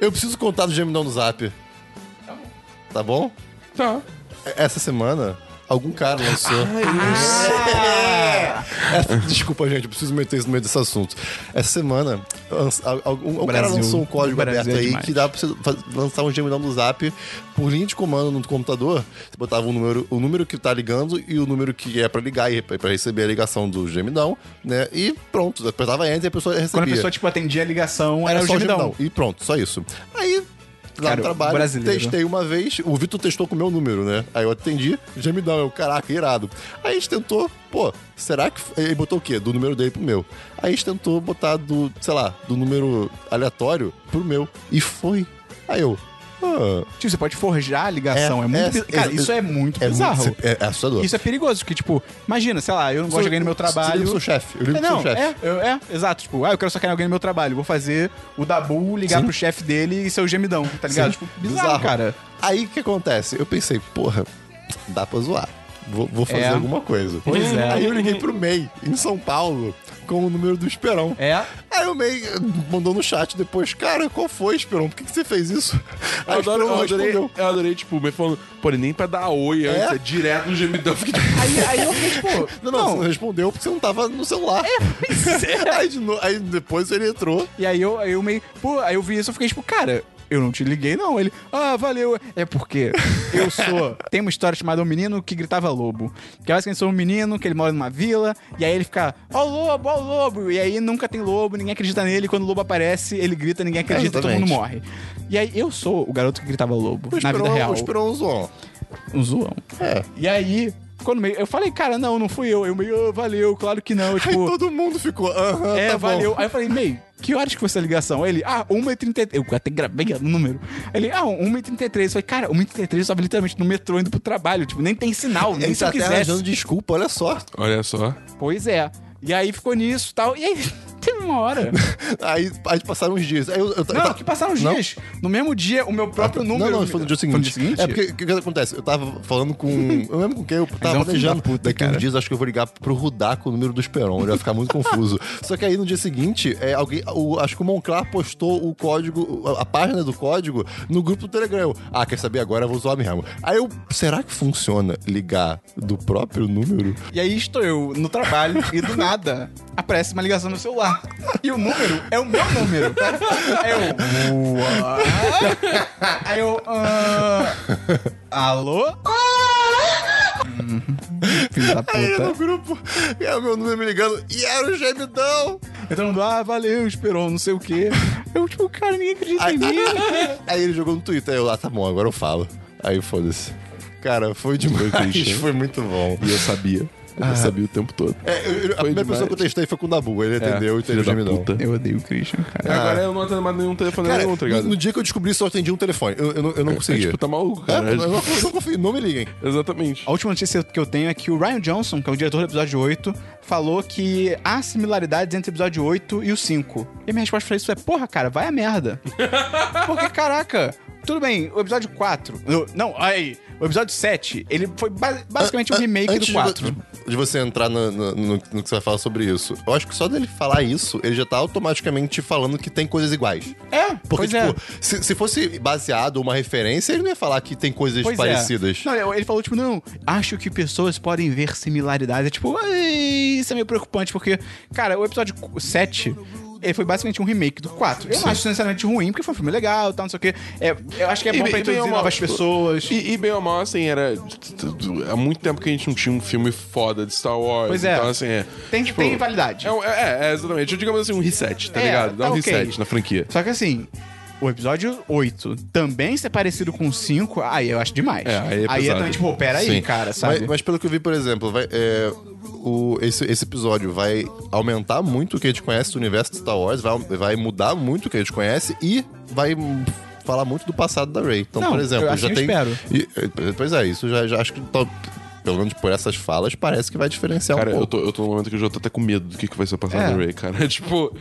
S2: Eu preciso contar do gemidão no zap. Tá bom? É,
S3: Tá.
S2: Essa semana, algum cara lançou. Essa- desculpa, gente, eu preciso meter isso no meio desse assunto. Essa semana, lança- al- algum, um cara
S1: Brasil.
S2: lançou um código
S1: Brasil
S2: aberto
S1: é
S2: aí
S1: demais.
S2: que dá pra você fa- lançar um gemidão no zap por linha de comando no computador. Você botava o número, o número que tá ligando e o número que é pra ligar e pra pra receber a ligação do gemidão, né? E pronto, apertava enter e a pessoa recebia.
S1: Quando a pessoa, tipo, atendia a ligação, era,
S2: Era
S1: É o
S2: É, só o
S1: gemidão.
S2: gemidão. E pronto, só isso. Aí, lá
S1: Cara,
S2: no trabalho,
S1: brasileiro.
S2: testei uma vez. O Vitor testou com o meu número, né? Aí eu atendi, gemidão. Eu, caraca, irado. Aí a gente tentou, pô, será que. Ele botou o quê? Do número dele pro meu. Aí a gente tentou botar do, sei lá, do número aleatório pro meu. E foi. Aí eu. ah,
S1: Tipo, você pode forjar a ligação. É,
S2: É,
S1: muito.
S2: é,
S1: bi- cara,
S2: é,
S1: isso é muito bizarro.
S2: muito- é, é assustador.
S1: Isso é perigoso, porque, tipo, imagina, sei lá, eu não gosto de alguém no meu trabalho.
S2: Eu sou chefe. Eu ligo
S1: É,
S2: pro
S1: não,
S2: seu chefe.
S1: é, eu- é, exato. Tipo, ah, eu quero sacanear alguém no meu trabalho. Vou fazer o Dabu ligar pro chefe dele e ser o gemidão, tá ligado? Tipo, bizarro, cara.
S2: Aí o que acontece? Eu pensei, porra, dá pra zoar. Vou, vou fazer
S1: É.
S2: alguma coisa.
S1: Pois é.
S2: Aí eu liguei pro MEI, em São Paulo, com o número do Esperão.
S1: É.
S2: Aí o MEI mandou no chat depois, cara, qual foi, Esperão? Por que, que você fez isso?
S3: Eu,
S2: Aí
S3: adoro,
S2: o Esperão
S3: eu, adorei,
S2: respondeu.
S3: eu adorei, tipo, me falando, pô, nem pra dar oi antes,
S2: É?
S3: é direto no gemidão. Eu Fiquei, tipo,
S1: Aí, aí eu fiquei, tipo,
S2: Não, não, você não respondeu porque você não tava no celular.
S1: É.
S2: aí, de no- aí depois ele entrou.
S1: E aí eu, aí eu meio. Pô, aí eu vi isso e fiquei tipo, cara, eu não te liguei, não. Ele, ah, valeu. É porque eu sou. Tem uma história chamada Um Menino que Gritava Lobo. Que eu acho que sou um menino que ele mora numa vila, e aí ele fica, ó o lobo, ó o lobo. E aí nunca tem lobo, ninguém acredita nele. e Quando o lobo aparece, ele grita, ninguém acredita, todo mundo morre.
S2: Exatamente.
S1: E aí eu sou o garoto que gritava lobo
S2: O
S1: na vida
S2: Esperão,
S1: real.
S2: o Esperão zoou.
S1: Um zoão.
S2: É.
S1: E aí. Quando meio, eu falei, cara, não, não fui eu. Eu meio, "Ah, valeu, claro que não.
S2: Aí
S1: Tipo,
S2: todo mundo ficou, aham,
S1: é,
S2: tá bom.
S1: valeu. Aí eu falei, Mei, que horas que foi essa ligação? Aí ele, ah, 1h33. Eu até gravei o número. Ele, ah, 1h33. Eu falei, cara, 1h33 eu tava literalmente no metrô indo pro trabalho. Tipo, nem tem sinal, nem
S2: Ele
S1: se
S2: tá
S1: eu
S2: até
S1: quisesse.
S2: arranjando desculpa, olha só.
S3: Olha só.
S1: Pois é. E aí ficou nisso e tal. E aí teve uma hora.
S2: Aí, aí passaram uns dias. Aí eu, eu,
S1: Não,
S2: eu tava-
S1: que passaram os
S2: Não? Ah, tá.
S1: dias. No mesmo dia, o meu próprio número.
S2: Não, não, foi no dia seguinte. É porque o que, que acontece? Eu tava falando com. Eu lembro com quem eu tava
S1: é um filho
S2: planejando.
S1: da puta,
S2: Daqui uns
S1: cara.
S2: dias acho que eu vou ligar pro Rudá com o número do Esperon. Ele vai ficar muito confuso. Só que aí no dia seguinte, é, alguém, o- acho que o Monclar postou o código, a, a página do código, no grupo do Telegram. Eu, Ah, quer saber? Agora eu vou zoar mesmo. Aí eu. Será que funciona ligar do próprio número?
S1: E aí estou eu no trabalho e do nada aparece uma ligação no celular. E o número é o meu número. Aí eu. "Uá?" Aí eu. "Ah, alô? Hum, Filho da
S2: Aí no
S1: puta.
S2: grupo, é o meu número me ligando. E era o gemidão!
S1: Então, ah, valeu, esperou, não sei o quê. Eu, tipo, cara, ninguém acredita em mim.
S2: Aí ele jogou no Twitter, aí eu, ah, tá bom, agora eu falo. Aí foda-se. Cara, foi demais. Foi, muito bom.
S3: E eu sabia. Eu sabia o tempo todo.
S2: É, eu- eu- a primeira pessoa que eu testei foi com o Dabu, ele atendeu e teve
S3: É, filho
S2: o
S3: da
S2: gemidão.
S3: puta. É, Ah.
S1: Eu odeio o Christian, cara.
S3: Agora eu não atendo mais nenhum telefone
S2: Cara,
S3: nenhum, tá ligado?
S2: no, no dia que eu descobri isso, eu atendi um telefone. Eu, eu não, eu não
S3: É,
S2: conseguia.
S3: tipo, tá É maluco,
S2: É, eu,
S3: cara.
S2: não, eu não confio, não me liguem.
S3: Exatamente.
S1: A última notícia que eu tenho é que o Ryan Johnson, que é o diretor do episódio 8, falou que há similaridades entre o episódio 8 e o 5. E a minha resposta pra isso é, porra, cara, vai a merda. Porque, caraca, tudo bem, o episódio 4... eu- Não, aí, o episódio 7, ele foi ba- basicamente
S3: tipo
S1: um
S2: An-
S1: remake
S2: antes
S1: do
S2: de-
S1: 4.
S2: De, você entrar no, no- no- no que você vai falar sobre isso, eu acho que só dele falar isso, ele já tá automaticamente falando que tem coisas iguais.
S1: É,
S2: Porque,
S1: pois é.
S2: tipo, se, se fosse baseado uma referência, ele não ia falar que tem coisas
S1: Pois
S2: parecidas.
S1: É. Não, ele falou, tipo, não, acho que pessoas podem ver similaridades. É tipo, "Ai, isso é meio preocupante, porque, cara, o episódio 7. Ele foi basicamente um remake do 4. Eu não acho sinceramente ruim, porque foi um filme legal e tal, não sei o quê. É, eu acho que é
S3: E
S1: bom
S3: bem-
S1: pra
S3: e bem
S1: introduzir
S3: ou mal,
S1: novas
S3: tipo,
S1: pessoas.
S3: E, e bem ou mal, assim, era. Há muito tempo que a gente não tinha um filme foda de Star Wars.
S1: Pois é.
S3: Então, assim, é.
S1: Tem- tem validade.
S3: É, um- é, é, exatamente. Eu digamos assim, um reset, tá
S1: É,
S3: ligado? Dá
S1: tá
S3: um
S1: ok.
S3: reset na franquia.
S1: Só que assim, o episódio 8 também ser parecido com o 5, aí eu acho demais.
S3: É, aí é pesado.
S1: também, tipo, pera aí,
S2: Sim.
S1: cara, sabe?
S2: Mas, mas pelo que eu vi, por exemplo, vai, é, o, esse, esse episódio vai aumentar muito o que a gente conhece do universo de Star Wars, vai, vai mudar muito o que a gente conhece e vai hum, falar muito do passado da Rey. Então,
S1: Não,
S2: por exemplo,
S1: eu- assim
S2: já
S1: eu
S2: tem.
S1: espero.
S2: e- eh, pois é, isso já, já acho que. tá- pelo menos por essas falas, parece que vai diferenciar
S3: Cara,
S2: um
S3: eu
S2: pouco.
S3: tô, eu tô no momento que eu já tô até com medo do que, que vai ser passado
S1: É.
S3: no Ray, cara. Tipo,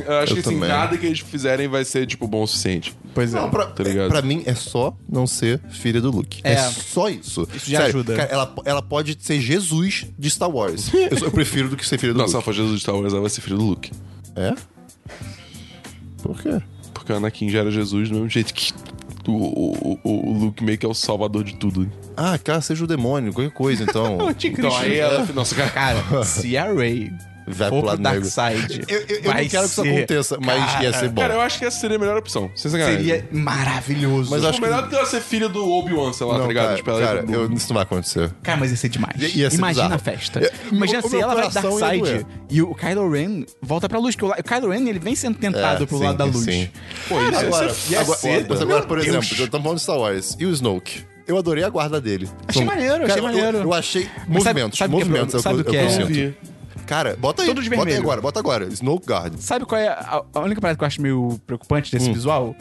S3: eu acho
S2: Eu
S3: que assim,
S2: também.
S3: nada que eles fizerem vai ser, tipo, bom o suficiente.
S1: pois
S2: Não, pra,
S3: Tá ligado?
S2: pra mim é só não ser filha do Luke. É,
S1: É.
S2: só isso.
S1: Isso já ajuda.
S2: cara, ela, ela pode ser Jesus de Star Wars. eu, eu prefiro do que ser filha do
S3: Nossa, se ela for
S2: Luke.
S3: Jesus de Star Wars, ela vai ser filho do Luke.
S2: É? Por quê?
S3: Porque o Anakin já era Jesus do mesmo jeito que o, o, o- o Luke meio que é o salvador de tudo.
S2: Ah, cara, seja o demônio, qualquer coisa, então.
S3: Então aí ela... Nossa, cara...
S1: Cara, se a Ray for
S2: Vai pro
S1: pro
S2: lado
S1: Dark
S2: negro.
S1: Side,
S2: Eu, eu- eu
S1: vai
S2: não quero que isso
S1: ser-
S2: aconteça, mas ia ser bom.
S3: Cara, eu acho que essa seria a melhor opção. Sem sacanagem.
S1: Seria maravilhoso.
S2: Mas
S3: Tipo,
S2: acho que-
S3: melhor do que ela ser filha do Obi-Wan,
S1: é
S3: sei lá,
S2: Não,
S3: tá ligado?
S2: cara,
S3: Tipo, ela-
S2: cara,
S3: do-
S2: eu- isso não vai acontecer.
S1: Cara, mas ia ser demais.
S2: Ia- ia ser
S1: Imagina
S2: bizarro.
S1: a festa.
S2: Eu-
S1: Imagina
S2: o- o
S1: se
S2: meu
S1: ela vai dar
S2: coração ia doer.
S1: side e o Kylo Ren volta pra luz. Que o, La- o Kylo Ren ele vem sendo tentado
S2: É,
S1: pro
S2: sim,
S1: lado da luz.
S2: sim.
S3: Pô, isso
S2: Agora,
S3: ia ser
S2: agora-
S3: foda.
S2: mas agora, por
S1: Meu
S2: exemplo,
S1: Deus.
S2: já estamos falando de Star Wars. E o Snoke? Eu adorei a guarda dele.
S1: Achei
S2: Então,
S1: maneiro, achei
S2: cara, eu-
S1: maneiro.
S2: Eu, achei
S1: Mas sabe-
S2: movimentos,
S1: sabe o que é-
S2: movimentos.
S1: sabe
S2: eu,
S1: o que é?
S2: eu
S3: Eu vi.
S2: sinto. Cara, bota aí.
S1: Todo de
S2: Bota aí
S1: vermelho.
S2: agora, bota agora. Snoke Guard.
S1: Sabe qual é a, a única parada que eu acho meio preocupante
S2: Hum.
S1: desse visual?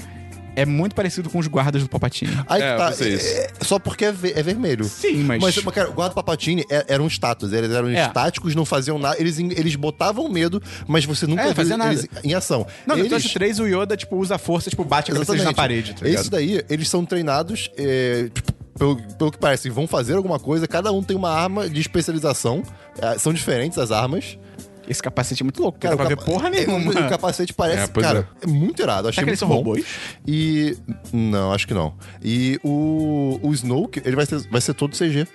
S1: É muito parecido com os guardas do Palpatine.
S2: Aí
S3: É,
S2: que tá.
S3: eu pensei isso.
S2: É, é- só porque é, ve- é vermelho.
S1: Sim, mas-
S2: Mas, cara, o guarda Papatini é- eram estátuas. Eles eram
S1: É.
S2: estáticos, não faziam nada. Eles, em- eles botavam medo, mas você nunca
S1: É, fazia nada.
S2: eles em ação.
S1: Não, no
S2: eles...
S1: episódio 3 o Yoda, tipo, usa a força, tipo, bate a cabeça deles
S2: Exatamente.
S1: na parede, tá ligado?
S2: Esse daí, eles são treinados, é, tipo, pelo, pelo que parece, vão fazer alguma coisa. Cada um tem uma arma de especialização. É, são diferentes as armas.
S1: Esse capacete é muito louco, cara. Não
S2: Cara,
S1: dá pra ver
S2: o capa-
S1: porra
S2: é,
S1: nenhuma.
S2: o capacete parece,
S3: É, pois
S2: cara, é. muito irado. Achei
S1: Será que eles
S2: muito
S1: são
S2: bom.
S1: robôs?
S2: E. Não, acho que não. E o, o Snoke, ele vai ser, vai ser todo CG.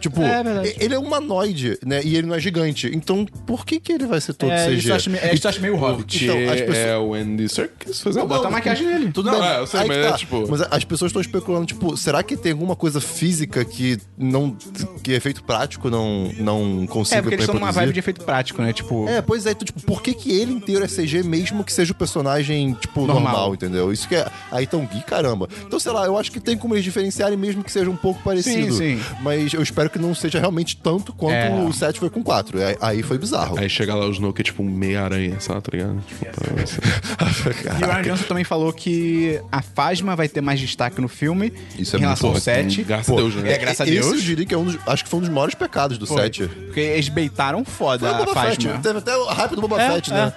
S2: Tipo,
S1: É verdade.
S2: e- ele é humanoide, né? E ele não é gigante. Então, por que que ele vai ser todo
S1: é,
S2: CG?
S1: isso eu acho, me- é, isso eu acho meio hobbit.
S3: Porque
S2: então, as pessoas-
S3: é o Andy Serkis fazendo...
S1: Bota a maquiagem nele.
S2: Tudo
S3: Não,
S2: bem.
S3: é, eu sei,
S2: Aí que tá.
S3: mas é tipo-
S2: Mas as pessoas estão especulando, tipo, será que tem alguma coisa física que não. que efeito prático não, não consiga
S1: É, porque eles estão numa
S2: reproduzir?
S1: vibe de efeito prático, né? Tipo,
S2: É, pois é, então, tipo, por que, que ele inteiro é CG, mesmo que seja o personagem, tipo, normal,
S1: Normal.
S2: entendeu? Isso que é. Aí tão gui, caramba. Então, sei lá, eu acho que tem como eles diferenciarem, mesmo que seja um pouco parecido.
S1: Sim, sim.
S2: Mas eu espero que não seja realmente tanto quanto
S1: É.
S2: o 7 foi com 4. Aí- Aí foi bizarro.
S3: Aí chega lá o Snoke, é tipo meia aranha, sabe? Tá ligado? Tipo, tá-
S1: E o Ryan Johnson também falou que a Fasma vai ter mais destaque no filme
S2: Isso é
S1: em relação
S2: muito
S1: ao
S2: forte,
S1: set.
S3: Graças a Deus, né?
S1: É, graças a
S2: Esse
S1: Deus.
S2: eu diria que é um dos, acho que foi um dos maiores pecados do
S1: Foi.
S2: 7.
S1: Porque eles beitaram
S2: Foi
S1: foda
S2: o
S1: a
S2: Boba Fett.
S1: Fasma.
S2: Teve até o hype do Boba
S1: É,
S2: Fett,
S1: é.
S2: né?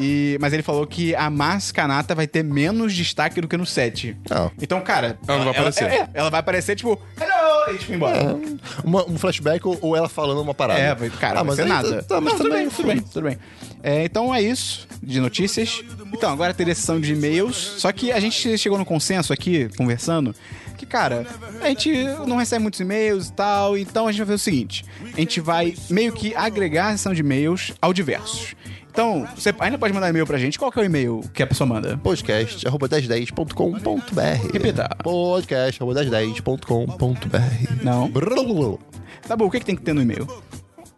S1: E, mas ele falou que a Mascanata vai ter menos destaque do que no set.
S2: Ah.
S1: Então, cara.
S3: Ela não vai aparecer.
S1: Ela, é, ela vai aparecer, tipo, hello! E tipo, embora.
S2: Uma- um flashback ou, ou ela falando uma parada.
S1: É, vai- cara,
S2: Ah,
S1: vai
S2: mas
S1: ser
S2: aí-
S1: nada.
S2: Tá, mas
S1: Não, tudo
S2: também,
S1: bem, tudo bem, tudo bem. É, então é isso de notícias. Então, agora teria sessão de e-mails. Só que a gente chegou no consenso aqui, conversando, que, cara, a gente não recebe muitos e-mails e tal, então a gente vai fazer o seguinte: a gente vai meio que agregar a sessão de e-mails ao diversos. Então, você ainda pode mandar e-mail pra gente. Qual que é o e-mail que a pessoa manda?
S2: podcast arroba 1010.com.br
S1: Repita.
S2: podcast arroba 1010.com.br
S1: Não.
S2: Brrr.
S1: Tá bom, o que, que tem que ter no e-mail?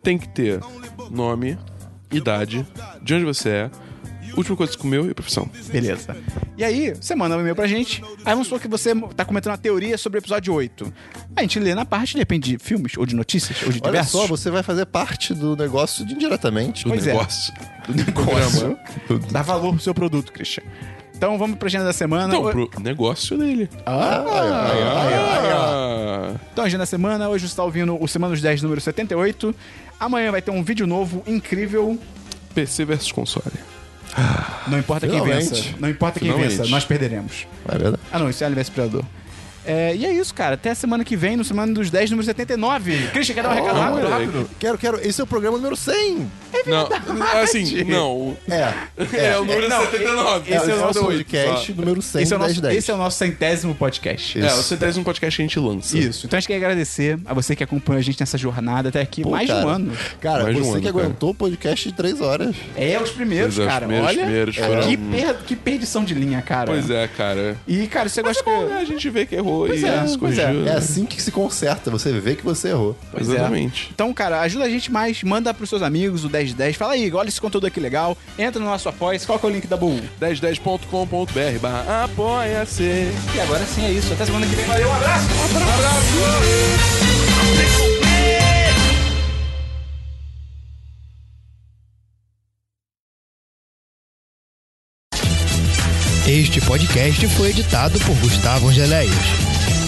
S3: Tem que ter nome, idade, de onde você é, última coisa que você comeu e profissão.
S1: Beleza. E aí, você manda um e-mail pra gente. Aí vamos supor que você tá comentando uma teoria sobre o episódio 8. A gente lê na parte, depende de filmes, ou de notícias, ou de
S2: Olha
S1: diversos.
S2: só, você vai fazer parte do negócio de indiretamente.
S3: Do
S1: Pois é.
S3: negócio.
S1: do negócio. Dá valor pro seu produto, Christian. Então vamos pra agenda da semana.
S3: Não,
S1: O-
S3: Então, pro negócio dele. Ah.
S1: Então, agenda da semana. Hoje você tá ouvindo o Semana dos 10, número 78. Amanhã vai ter um vídeo novo, incrível.
S3: PC versus console.
S1: Não importa quem
S2: Finalmente.
S1: vença. Não importa quem
S3: Finalmente.
S1: vença, nós perderemos.
S2: É verdade.
S1: Ah, não, isso é Alien vs Predador. É, e é isso, cara. Até a semana que vem, no Semana dos 10, número 79. Christian, quer dar um recado rápido?
S3: olha.
S1: rápido?
S2: Quero, quero. Esse é o programa número 100.
S1: É
S3: Não, assim, não.
S2: É.
S3: É, o número 79.
S1: esse é o nosso
S2: podcast número 100
S1: Esse é, o nosso,
S2: 1010.
S1: esse é o nosso centésimo podcast.
S3: É, você traz um podcast que a gente lança.
S1: Isso. Então a gente quer agradecer a você que acompanha a gente nessa jornada até aqui,
S2: Pô,
S1: mais de um
S2: cara.
S1: ano.
S2: Cara,
S3: Mais de um
S2: você
S3: ano,
S2: que
S3: cara.
S2: aguentou o podcast de 3 horas.
S1: É, os primeiros,
S3: Pois é, os
S1: cara.
S3: primeiros,
S1: Olha,
S3: primeiros foram-
S1: que, per- que perdição de linha, cara.
S3: Pois é, cara.
S1: E, cara, você gosta
S3: Bom, né,
S1: que...
S3: a gente vê que errou
S1: é. Pois
S3: e
S1: é,
S3: se
S1: pois é.
S3: corrigiu.
S2: É
S3: né?
S2: assim que se conserta. Você vê que você errou.
S1: Pois é.
S3: Exatamente.
S1: Então, cara, ajuda a gente mais, manda pros seus amigos o 1010, fala aí, olha esse conteúdo aqui legal, entra no nosso apoia qual que é o link da Bull?
S3: 1010.com.br barra apoia-se.
S1: E agora sim é isso, até semana que vem, valeu, um abraço!
S9: Este podcast foi editado por Gustavo Angeléias.